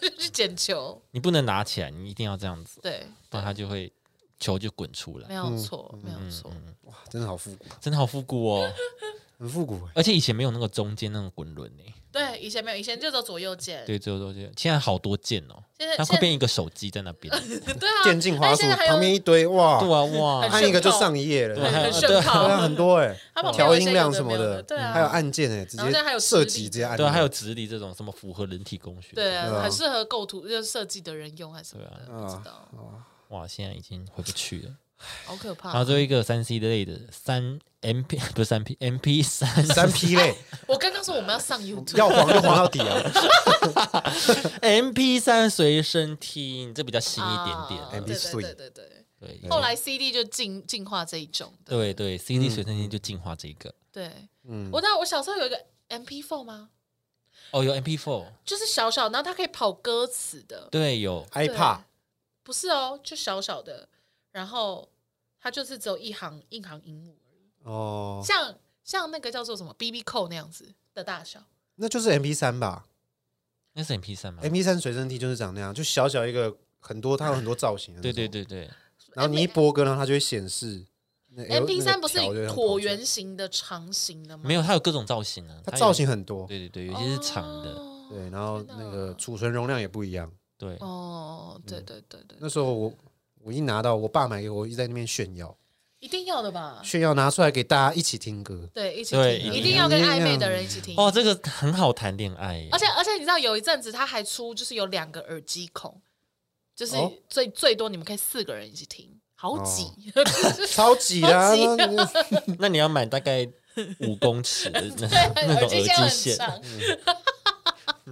Speaker 3: 哎 去捡球，
Speaker 1: 你不能拿起来，你一定要这样子，
Speaker 3: 对，
Speaker 1: 不然它就会球就滚出来嗯
Speaker 3: 没。有错，没有错，
Speaker 2: 哇，真的好复古。
Speaker 1: 真的好复古哦。
Speaker 2: 很复古、欸。
Speaker 1: 而且以前没有那个中间那种滚轮诶，
Speaker 3: 对，以前没有，以前就走左右键。
Speaker 1: 对，只有中间，现在好多键哦，
Speaker 3: 现在
Speaker 1: 它
Speaker 3: 现
Speaker 1: 会
Speaker 3: 在
Speaker 1: 变一个手机在那边。对
Speaker 3: 对啊，
Speaker 2: 电竞滑
Speaker 3: 哎
Speaker 2: 鼠
Speaker 3: 现在还
Speaker 2: 旁
Speaker 3: 有
Speaker 2: 边一堆哇，
Speaker 1: 啊，哇，
Speaker 3: 很
Speaker 2: 按一个就上一页了，
Speaker 1: 对还有
Speaker 3: 很
Speaker 1: 对
Speaker 3: 炫
Speaker 2: 对啊，
Speaker 3: 炮，
Speaker 2: 很多 哎
Speaker 3: 它旁，边
Speaker 2: 调
Speaker 3: 有一些
Speaker 2: 音量什
Speaker 3: 有的
Speaker 2: 么
Speaker 3: 没有的
Speaker 2: 的，
Speaker 3: 对啊
Speaker 2: 还有按键哎，直
Speaker 3: 然后现在还
Speaker 2: 接
Speaker 3: 有
Speaker 2: 射
Speaker 3: 直
Speaker 2: 击
Speaker 3: 立
Speaker 2: 直接按，
Speaker 1: 对啊，还有直立这种什么符合人体工学。
Speaker 3: 对
Speaker 2: 对
Speaker 3: 啊，
Speaker 2: 啊
Speaker 3: 很适合构图，就是设计的人用还是什么的，
Speaker 2: 对啊
Speaker 3: 不知道，
Speaker 1: 哇，现在已经回不去了。
Speaker 3: 好可
Speaker 1: 然后
Speaker 3: 怕。
Speaker 1: 最后一个三 C 类的三 MP 不是三 P，MP 三
Speaker 2: 三 P 类，
Speaker 3: 我刚刚说我们要上 YouTube，
Speaker 2: 要黄就黄到底 啊
Speaker 1: MP 三随身听，这比较新一点点
Speaker 3: 啊
Speaker 1: 了。
Speaker 3: 对
Speaker 2: MP3
Speaker 3: 对对对对。
Speaker 1: 对
Speaker 3: 后来 CD 就进进化这一种的，
Speaker 1: 对对，CD 随身听就进化这一个。
Speaker 3: 对。
Speaker 2: 嗯，
Speaker 3: 我那我小时候有一个 MP4 吗？
Speaker 1: 哦，有 MP4，
Speaker 3: 就是小小，然后它可以跑歌词的。
Speaker 1: 对，有
Speaker 3: 对
Speaker 2: iPad
Speaker 3: 不是哦，就小小的，然后它就是只有一行一行荧幕而已，
Speaker 2: 哦，
Speaker 3: 像像那个叫做什么 BB 扣那样子的大小。
Speaker 2: 那就是 MP 三吧
Speaker 1: 那是 MP 三吗？
Speaker 2: ，MP 三随身听就是长那样，就小小一个，很多它有很多造型，
Speaker 1: 对对，对对，
Speaker 2: 然后
Speaker 3: 哎
Speaker 2: 你一播歌呢，它就会显示那
Speaker 3: MP
Speaker 2: 那
Speaker 3: 三
Speaker 2: 个
Speaker 3: 不是
Speaker 2: 条就会很
Speaker 3: 椭
Speaker 2: 跑出来
Speaker 3: 圆形的、长形的吗？
Speaker 1: 没有，它有各种造型啊，
Speaker 2: 它
Speaker 1: 有
Speaker 2: 造型很多，
Speaker 1: 对对对，有些是长的，
Speaker 3: 哦
Speaker 2: 对，然后
Speaker 3: 天哪
Speaker 2: 那个嗯储存容量也不一样。
Speaker 1: 对，
Speaker 3: 哦，对对对对，
Speaker 2: 那时候我我一拿到，我爸买给我，一直在那边炫耀，
Speaker 3: 一定要的吧？
Speaker 2: 炫耀拿出来给大家一起听歌。
Speaker 3: 对，一起
Speaker 1: 对
Speaker 3: 听，
Speaker 1: 一
Speaker 3: 一
Speaker 1: 定
Speaker 3: 定
Speaker 2: 要
Speaker 3: 要跟暧昧的人一起听。
Speaker 1: 哦，这个很好谈恋爱耶，
Speaker 3: 而且而且你知道有一阵子他还出，就是有两个耳机孔，就是
Speaker 2: 哦
Speaker 3: 最、最多你们可以四个人一起听，好挤。
Speaker 2: 哦超级啦、
Speaker 3: 超级
Speaker 2: 那那
Speaker 1: 那你要买大概五公尺 的那
Speaker 3: 对，
Speaker 1: 那
Speaker 3: 耳
Speaker 1: 种
Speaker 3: 机
Speaker 1: 耳
Speaker 3: 线
Speaker 1: 机
Speaker 3: 很
Speaker 1: 线，
Speaker 3: 长，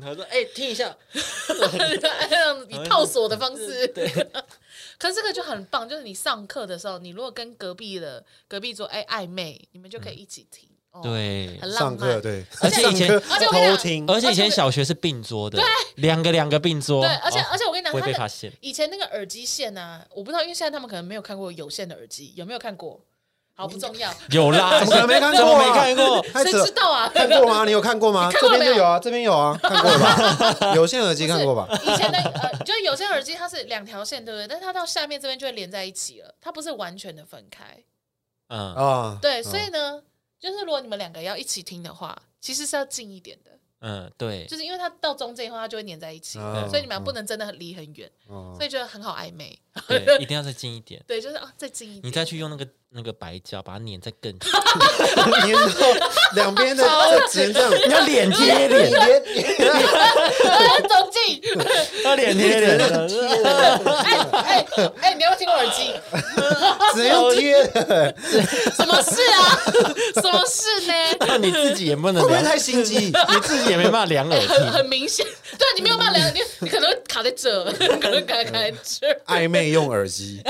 Speaker 1: 他说：“哎，听一下，
Speaker 3: 以套索的方式。对， 可是这个就很棒，就是你上课的时候，你如果跟隔壁的隔壁桌哎暧昧，你们就可以一起听。哦，
Speaker 1: 嗯对，
Speaker 3: 很浪
Speaker 2: 上课
Speaker 3: 漫。
Speaker 2: 对，
Speaker 1: 而且以前
Speaker 2: 上
Speaker 3: 而
Speaker 2: 课
Speaker 3: 且我跟你
Speaker 2: 偷
Speaker 3: 讲
Speaker 2: 听，
Speaker 1: 而且以前小学是并桌的，两个两个并桌，
Speaker 3: 对，而且、
Speaker 1: 哦
Speaker 3: 而且我跟你讲，
Speaker 1: 不会被
Speaker 3: 他
Speaker 1: 发
Speaker 3: 的
Speaker 1: 现。
Speaker 3: 以前那个耳机线呢、啊，我不知道，因为现在他们可能没有看过有线的耳机，有没有看过？好，不 重要，
Speaker 1: 有啦，
Speaker 2: 怎么可能没看过啊
Speaker 1: 怎么没看过？
Speaker 2: 太
Speaker 3: 谁
Speaker 2: 扯了
Speaker 3: 知道啊？
Speaker 2: 看 过吗？你有看过吗？
Speaker 3: 看
Speaker 2: 这
Speaker 3: 过
Speaker 2: 边就
Speaker 3: 没有
Speaker 2: 有啊，这边有啊，看过了 吧？有线耳机看过吧？
Speaker 3: 以前的呃，就有些耳机它是两条线，对不对？但它到下面这边就会连在一起了，它不是完全的分开。
Speaker 1: 嗯
Speaker 2: 啊，
Speaker 3: 对，
Speaker 2: 嗯
Speaker 3: 所以呢，就是如果你们两个要一起听的话，其实是要近一点的，
Speaker 1: 嗯，对，
Speaker 3: 就是因为它到中间以后它就会粘在一起，
Speaker 2: 哦
Speaker 3: 所以你们俩不能真的很离很远，
Speaker 2: 哦
Speaker 3: 所以就很好暧
Speaker 1: 嗯
Speaker 3: 昧。
Speaker 1: 对，一定要再近一点，
Speaker 3: 对，就是啊，再近一点，
Speaker 1: 你再 去用那个那个白胶把它粘再 更紧，
Speaker 2: 啊你两边的这只能这样，
Speaker 1: 要脸贴
Speaker 2: 你， 连
Speaker 3: 走近，
Speaker 1: 要脸贴脸啊 的，
Speaker 3: 哎哎哎，你有没有听过耳 机？
Speaker 2: 只能贴，
Speaker 3: 什么事啊？什么事 呢？
Speaker 1: 那你自己也不能
Speaker 2: 会不会
Speaker 1: 量，
Speaker 2: 太心 机？
Speaker 1: 你自己也没办法量耳
Speaker 3: 很
Speaker 1: 听。
Speaker 3: 很明显，对啊你没有办法聊，你你可能会卡在这， 可能卡在这。
Speaker 2: 暧昧用耳机，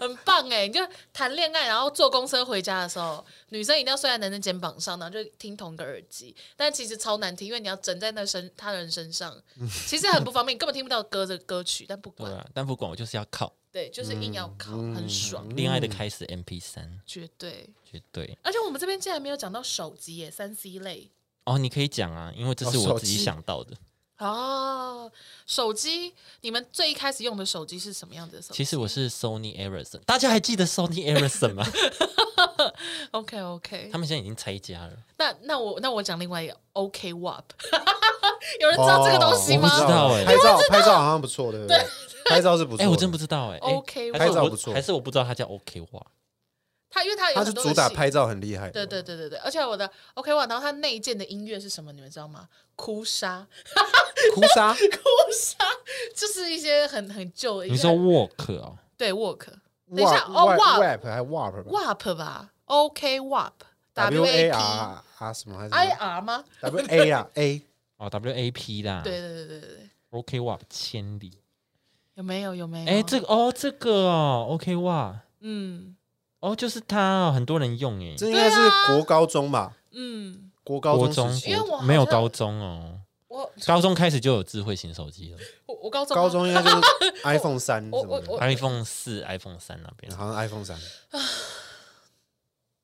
Speaker 3: 很棒哎！你就谈恋爱，然后坐公车回家的时候，女生一定要睡在男生肩膀上，然后就听同一个耳机，但其实超难听，因为你要枕在那身他人身上，
Speaker 1: 嗯
Speaker 3: 其实很不方便，根本听不到歌的歌曲，但不
Speaker 1: 对
Speaker 3: 管，
Speaker 1: 啊，但不管我就是要靠
Speaker 3: 对，就是硬要靠，
Speaker 1: 嗯
Speaker 3: 很爽，
Speaker 2: 嗯
Speaker 1: 恋爱的开始，MP 三
Speaker 3: 绝对。
Speaker 1: 绝对。
Speaker 3: 而且我们这边竟然没有讲到手机耶，三 C 类
Speaker 1: 哦，你可以讲啊，因为这是
Speaker 2: 哦手
Speaker 1: 我自己
Speaker 2: 机
Speaker 1: 想到的。
Speaker 3: 哦，手机，你们最一开始用的手机是什么样的手
Speaker 1: 其
Speaker 3: 机
Speaker 1: 实我是 Sony Ericsson，大家还记得 Sony Ericsson 吗？
Speaker 3: ？OK OK，
Speaker 1: 他们现在已经拆家了。
Speaker 3: 那那我那我讲另外一个 OK WAP，有 人知道这个东西
Speaker 1: 哦
Speaker 2: 哦
Speaker 1: 我不
Speaker 3: 吗？
Speaker 1: 知道欸
Speaker 2: 拍照拍照好像不错，对不对？拍照是不错，
Speaker 1: 哎，我真不。知道哎。哎
Speaker 3: OK
Speaker 1: 还是
Speaker 2: 拍
Speaker 1: 我
Speaker 2: 照不错
Speaker 1: 还是我不知道它叫 OK 哇？
Speaker 3: 它因为它有
Speaker 2: 他
Speaker 3: 很
Speaker 2: 是
Speaker 3: 多
Speaker 2: 主
Speaker 3: 的
Speaker 2: 打
Speaker 3: 系，
Speaker 2: 拍照很厉害，
Speaker 3: 对对对对对，而且我的 OK One，然后它内建的音乐是什么？你们知道吗？哭 沙，
Speaker 2: 哭砂
Speaker 3: 哭沙，就是一些很很旧的一些。
Speaker 1: 你说 Walk 哦？
Speaker 3: 对 Walk，等一下哦 WAP
Speaker 2: ，WAP 还 WAP 吧
Speaker 3: WAP 吧，OK WAP
Speaker 2: ，W A
Speaker 3: P 哎
Speaker 2: R 啊什么还是
Speaker 3: I
Speaker 2: 什么
Speaker 3: R 吗？
Speaker 2: W A 啊 A
Speaker 1: 哦，WAP 啦。
Speaker 3: 对对对对对对，
Speaker 1: ，OK 哇，千里。
Speaker 3: 有没有有没有？
Speaker 1: 哎，这个哦，这个哦，OK 哇，
Speaker 3: 嗯
Speaker 1: 哦，就是它哦，很多人用哎。
Speaker 2: 这应该是
Speaker 3: 对啊
Speaker 2: 国高中吧？
Speaker 3: 嗯，
Speaker 1: 国
Speaker 2: 国高中
Speaker 1: 中
Speaker 2: 时期
Speaker 3: 因为我好
Speaker 1: 没有
Speaker 3: 像
Speaker 1: 高中哦，
Speaker 3: 我
Speaker 1: 高中开始就有智慧型手机了
Speaker 3: 我我高中啊
Speaker 2: 高中应该就是 iPhone 三什
Speaker 3: 我
Speaker 2: 么
Speaker 3: 我
Speaker 2: 的，
Speaker 1: ，iPhone 四、iPhone 三那 边。
Speaker 2: 好像 iPhone 三。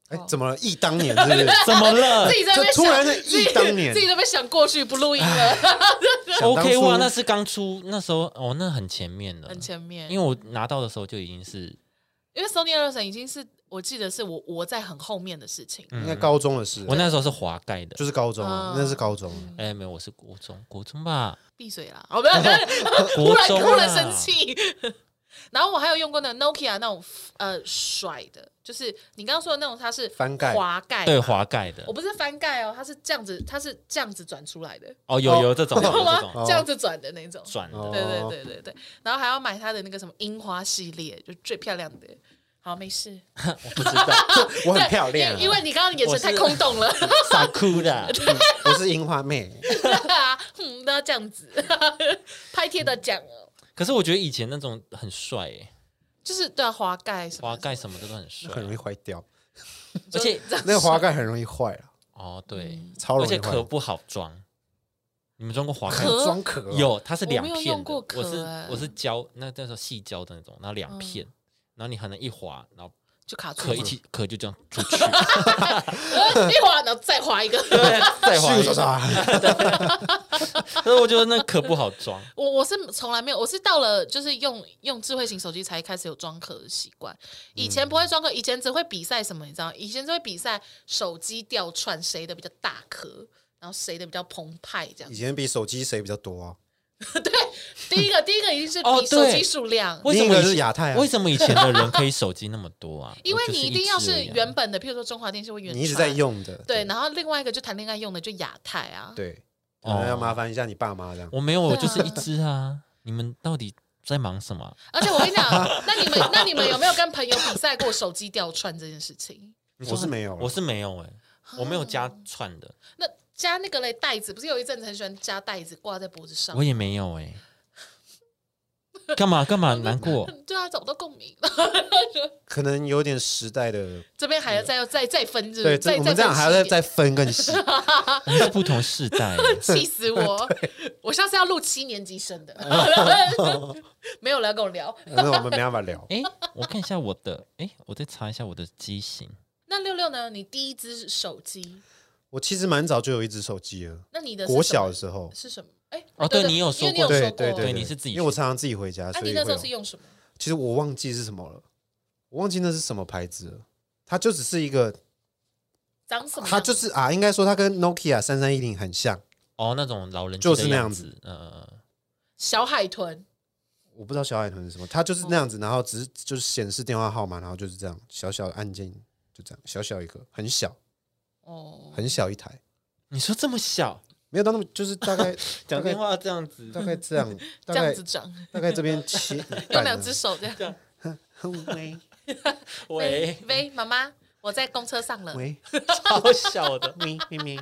Speaker 2: 哎
Speaker 3: 哦，
Speaker 2: 怎么了？忆当年是不 是？
Speaker 1: 怎么了
Speaker 3: 自己在那边
Speaker 2: 这突然
Speaker 3: 想
Speaker 2: 的忆当年
Speaker 3: 自己在那边想过去不录音了，
Speaker 2: 想当
Speaker 1: ？OK
Speaker 2: 初
Speaker 1: 哇，那是刚出那时候哦，那很前面了，
Speaker 3: 很前面，
Speaker 1: 因为我拿到的时候就已经是
Speaker 3: 因为 Sony Ericsson 已经是我记得是我我在很后面的事
Speaker 1: 嗯
Speaker 3: 情，
Speaker 2: 应该高中的事，
Speaker 1: 我那时候是滑盖的，
Speaker 2: 就是高中，
Speaker 3: 嗯
Speaker 2: 那是高中。
Speaker 1: 哎，没有，我是国中，国中 吧，
Speaker 3: 闭嘴啦！哦，不要，不要
Speaker 1: 国
Speaker 3: 突然
Speaker 1: 中
Speaker 3: 突然
Speaker 1: 啊
Speaker 3: 生气。 然后我还有用过那 Nokia 那种呃甩的，就是你刚刚说的那种，它是
Speaker 2: 翻盖
Speaker 3: 滑盖，
Speaker 1: 对，滑盖的
Speaker 3: 我，不是翻盖哦，它是这样子，它是这样子转出来的，
Speaker 1: 哦，有有这种，有
Speaker 3: 懂
Speaker 1: 这
Speaker 3: 吗？
Speaker 1: 种
Speaker 3: 这样子转的那种，
Speaker 1: 转的
Speaker 2: 哦
Speaker 3: 对对对对对。然后还要买它的那个什么樱花系列，就最漂亮的。好，没事，
Speaker 1: 不知道，
Speaker 2: 我很
Speaker 3: 对
Speaker 2: 漂亮啊，
Speaker 3: 因因为你刚刚眼神
Speaker 1: 我是
Speaker 3: 太空洞了，
Speaker 1: 傻哭的，
Speaker 2: 我是樱花妹，
Speaker 3: 嗯，都要这样子 拍贴的奖哦，
Speaker 1: 可是我觉得以前那种很帅哎，
Speaker 3: 就是对啊，滑盖什么
Speaker 1: 滑盖什么的都很帅，啊
Speaker 2: 很容易坏掉。
Speaker 1: 而且
Speaker 2: 那个滑盖很容易坏啊，
Speaker 1: 哦对，
Speaker 2: 超
Speaker 1: 而
Speaker 2: 容易
Speaker 1: 且
Speaker 2: 坏
Speaker 1: 壳。不好装，你们装过滑盖
Speaker 3: 壳
Speaker 1: 吗？
Speaker 2: 装壳哦，
Speaker 1: 有，它是
Speaker 3: 我
Speaker 1: 两
Speaker 3: 没有
Speaker 1: 片
Speaker 3: 用
Speaker 1: 的
Speaker 3: 过壳
Speaker 1: 我是
Speaker 3: 欸嗯
Speaker 1: 我是胶，那那时候细胶的那种，然后两片，然后你可能一滑，然后
Speaker 3: 就卡住
Speaker 1: 壳
Speaker 3: 了，
Speaker 1: 一起壳就这样出去，
Speaker 3: 呃 一滑，然后再滑一个。
Speaker 1: 再滑一
Speaker 2: 咻
Speaker 1: 下
Speaker 2: 刷。刷，
Speaker 1: 所以我觉得那壳不好装，
Speaker 3: 我我是从来没有，我是到了就是用用智慧型手机才开始有装壳的习惯。以前不会装壳，以前只会比赛什么，你知道吗？以前只会比赛手机吊串谁的比较大壳，然后谁的比较澎湃这
Speaker 2: 以。
Speaker 3: 样
Speaker 2: 前比手机谁比较多啊？
Speaker 3: 第一个第一个一定是
Speaker 1: 哦
Speaker 3: 比手
Speaker 1: 对
Speaker 3: 机数量，
Speaker 1: 为什
Speaker 2: 另一
Speaker 1: 么
Speaker 2: 个
Speaker 1: 以
Speaker 2: 是
Speaker 1: 前
Speaker 2: 亚太啊
Speaker 1: 为？什么以前的人可以手机那么多啊？
Speaker 3: 因为
Speaker 1: 我就
Speaker 3: 你
Speaker 1: 是
Speaker 3: 一定要
Speaker 1: 只而
Speaker 3: 是
Speaker 1: 已啊
Speaker 3: 原本的，譬如说中华电信或原
Speaker 2: 你一直在
Speaker 3: 传
Speaker 2: 用的，
Speaker 3: 对，然后另外一个就谈恋爱用的就亚太啊，
Speaker 2: 对，
Speaker 1: 哦
Speaker 2: 可能要麻烦一下你爸妈这样。
Speaker 1: 我没有，
Speaker 3: 对啊
Speaker 1: 我就是一只啊。你们到底在忙什么啊？
Speaker 3: 而且我跟你讲，那你们那你们有没有跟朋友比赛过手机吊串这件事情？
Speaker 2: 我是没有啊，
Speaker 1: 我是没有哎、我
Speaker 3: 啊
Speaker 1: 没有加串的，
Speaker 3: 那加那个嘞带子，不是有一阵子很喜欢加带子挂在脖子上
Speaker 1: 我？也没有哎、干嘛干嘛难过？
Speaker 3: 对啊，找不到共鸣。
Speaker 2: 可能有点时代的，
Speaker 3: 这边还要再要再再分，是不
Speaker 2: 对，
Speaker 3: 是
Speaker 2: 这
Speaker 3: 再
Speaker 2: 我们这样还要再
Speaker 3: 再
Speaker 2: 再分更细。
Speaker 1: 我们是不同世代欸、
Speaker 3: 分 细一点气死我！我下次要录七年级生的，没有人要跟我聊。
Speaker 2: 那我们没办法聊。
Speaker 1: 哎、我看一下我的，哎、我再查一下我的机型。
Speaker 3: 那六六呢？你第一只手机，
Speaker 2: 我其实蛮早就有一只手机了，
Speaker 3: 那你的是
Speaker 2: 国
Speaker 3: 什
Speaker 2: 小
Speaker 3: 么
Speaker 2: 的时候，
Speaker 3: 是什么？哎，
Speaker 1: 哦对你有说
Speaker 3: 因为你有
Speaker 1: 过
Speaker 2: 对
Speaker 3: 说
Speaker 2: 对
Speaker 1: 对
Speaker 3: 过。
Speaker 1: 你是自己
Speaker 2: 因为我常常自己回家，
Speaker 3: 那
Speaker 2: 所
Speaker 3: 啊你
Speaker 2: 以
Speaker 3: 那时
Speaker 2: 会
Speaker 3: 候是
Speaker 2: 有。
Speaker 3: 用什么？
Speaker 2: 其实我忘记是什么了，我忘记那是什么牌子了。它就只是一个，
Speaker 3: 长什么样子？
Speaker 2: 它就是啊，应该说它跟 Nokia 三三一零很像，
Speaker 1: 哦，那种老人
Speaker 2: 就是那
Speaker 1: 样
Speaker 2: 样
Speaker 1: 子，呃，
Speaker 3: 小海豚，
Speaker 2: 我不知道小海豚是什么，它就是
Speaker 1: 哦
Speaker 2: 那样子，然后只是就是显示电话号码，然后就是这样小小的按键，就这样小小一个，很小
Speaker 3: 哦，
Speaker 2: 很小一台，
Speaker 1: 你说这么小
Speaker 2: 没有到那么就是大 概
Speaker 1: 讲
Speaker 2: 大概
Speaker 1: 电话这样子
Speaker 2: 大，概 这样，
Speaker 3: 这
Speaker 2: 大
Speaker 3: 样
Speaker 2: 概
Speaker 3: 子长，
Speaker 2: 大概这边切啊
Speaker 3: 用两只手这样。
Speaker 2: 喂
Speaker 1: 喂，
Speaker 3: 喂，妈妈，我在公车上了。
Speaker 1: 嗯
Speaker 2: 喂
Speaker 1: 超小的，
Speaker 2: 咪咪咪，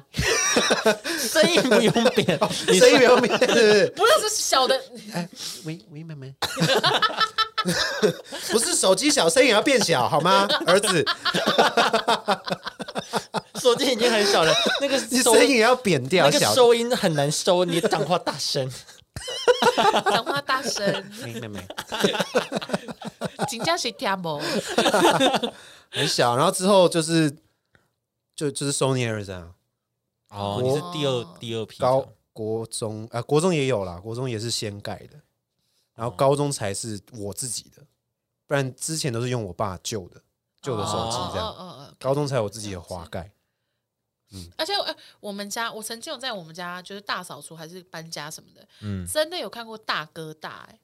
Speaker 1: 声音不用变，你
Speaker 2: 声音没有 变，是不是？
Speaker 3: 不是是小的，
Speaker 2: 哎，喂喂，妹妹， 不是手机小，声音也要变小好吗，儿子？
Speaker 1: 手机已经很小了，那个
Speaker 2: 你
Speaker 1: 收
Speaker 2: 声音也要扁掉
Speaker 1: 那个
Speaker 2: 小。
Speaker 1: 收音很难收，你讲话大声，
Speaker 3: 讲话 大声，
Speaker 2: 喂妹妹
Speaker 3: 请叫谁听不？
Speaker 2: 很小，然后之后就是就就是 Sony 啊 a r i z o
Speaker 1: 哦，
Speaker 2: 我
Speaker 1: 你是第二第二批的
Speaker 2: 高国中啊、呃国中也有啦，国中也是先盖的，然
Speaker 1: 哦
Speaker 2: 后高中才是我自己的，不然之前都是用我爸旧的旧的手机这样，
Speaker 3: 哦哦哦哦
Speaker 2: 高中才有我自己的滑盖。
Speaker 3: 而且，呃我们家我曾经有在我们家就是大扫除还是搬家什么的，
Speaker 1: 嗯，
Speaker 3: 真的有看过大哥大、欸，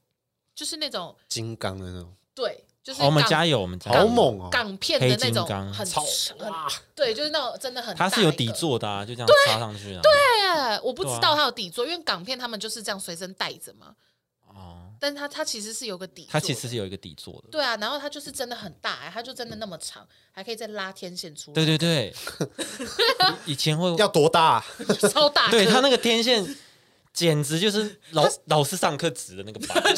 Speaker 3: 就是那种
Speaker 2: 金刚的那种，
Speaker 3: 对，就是
Speaker 1: 哦我们
Speaker 3: 港
Speaker 1: 家有，我们家
Speaker 2: 好
Speaker 1: 有
Speaker 2: 猛哦！
Speaker 3: 港片的
Speaker 1: 黑
Speaker 3: 那
Speaker 1: 金
Speaker 3: 种
Speaker 1: 刚
Speaker 3: 很
Speaker 1: 超
Speaker 3: 很对，就是那种真的很
Speaker 1: 它
Speaker 3: 大
Speaker 1: 是有
Speaker 3: 一个
Speaker 1: 底。座的，啊，就这样插上去的，对，
Speaker 3: 对，我不知
Speaker 1: 对啊
Speaker 3: 道它有底座，因为港片他们就是这样随身带着嘛，
Speaker 1: 哦，
Speaker 3: 但它它其实是有个底座的，
Speaker 1: 它其实是有一个底座的，
Speaker 3: 对啊，然后它就是真的很大、欸，它就真的那么长，还可以再拉天线出来，
Speaker 1: 对对对，以以前会
Speaker 2: 要多大、
Speaker 3: 超大颗，
Speaker 1: 对他那个天线，简直就是老老师上课指的那个 板，那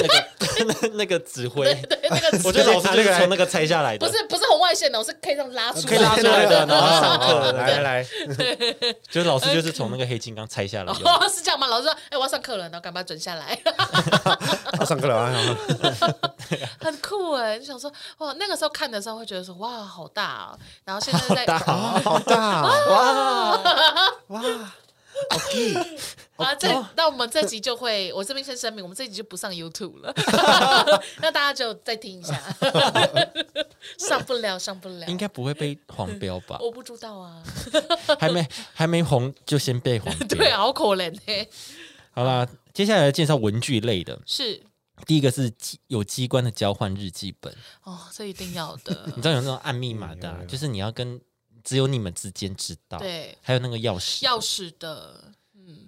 Speaker 1: 个 那个指挥，
Speaker 3: 对那个
Speaker 1: 我觉得老师
Speaker 2: 拿
Speaker 1: 就
Speaker 2: 那
Speaker 1: 是
Speaker 2: 个来
Speaker 1: 从那个拆下来的，
Speaker 3: 不是不是红外线的，我是可以这样拉出来的，
Speaker 1: 可以拉出来的然后上课
Speaker 2: 哦来来来，
Speaker 1: 就是老师就是从那个黑金刚拆下来用。
Speaker 3: 呃哦，是这样吗？老师说，哎、我要上课了，然后赶快准下来，
Speaker 2: 要上课了啊！
Speaker 3: 很酷哎！就想说，哇，那个时候看的时候会觉得说，哇，好大啊！然后现在在
Speaker 2: 啊，好大哇哇！
Speaker 1: 哦
Speaker 3: 啊，这那我们这集就会，我这边 先声明，我们这集就不上 YouTube 了，那大家就再听一下。上不了，上不了。
Speaker 1: 应该不会被黄标吧？
Speaker 3: 我不知道 啊。
Speaker 1: 还没还没红就先被黄标。
Speaker 3: 对啊，好可怜呢、
Speaker 1: 好啦，接下来介绍文具类的，
Speaker 3: 是
Speaker 1: 第一个是机有机关的交换日记本，
Speaker 3: 哦，这一定要
Speaker 1: 你
Speaker 3: 的。
Speaker 1: 知道有那种按密码的啊、
Speaker 2: 嗯有有有
Speaker 1: 就是你要跟只有你们之间知道。，
Speaker 3: 对，
Speaker 1: 还有那个钥匙，
Speaker 3: 钥匙的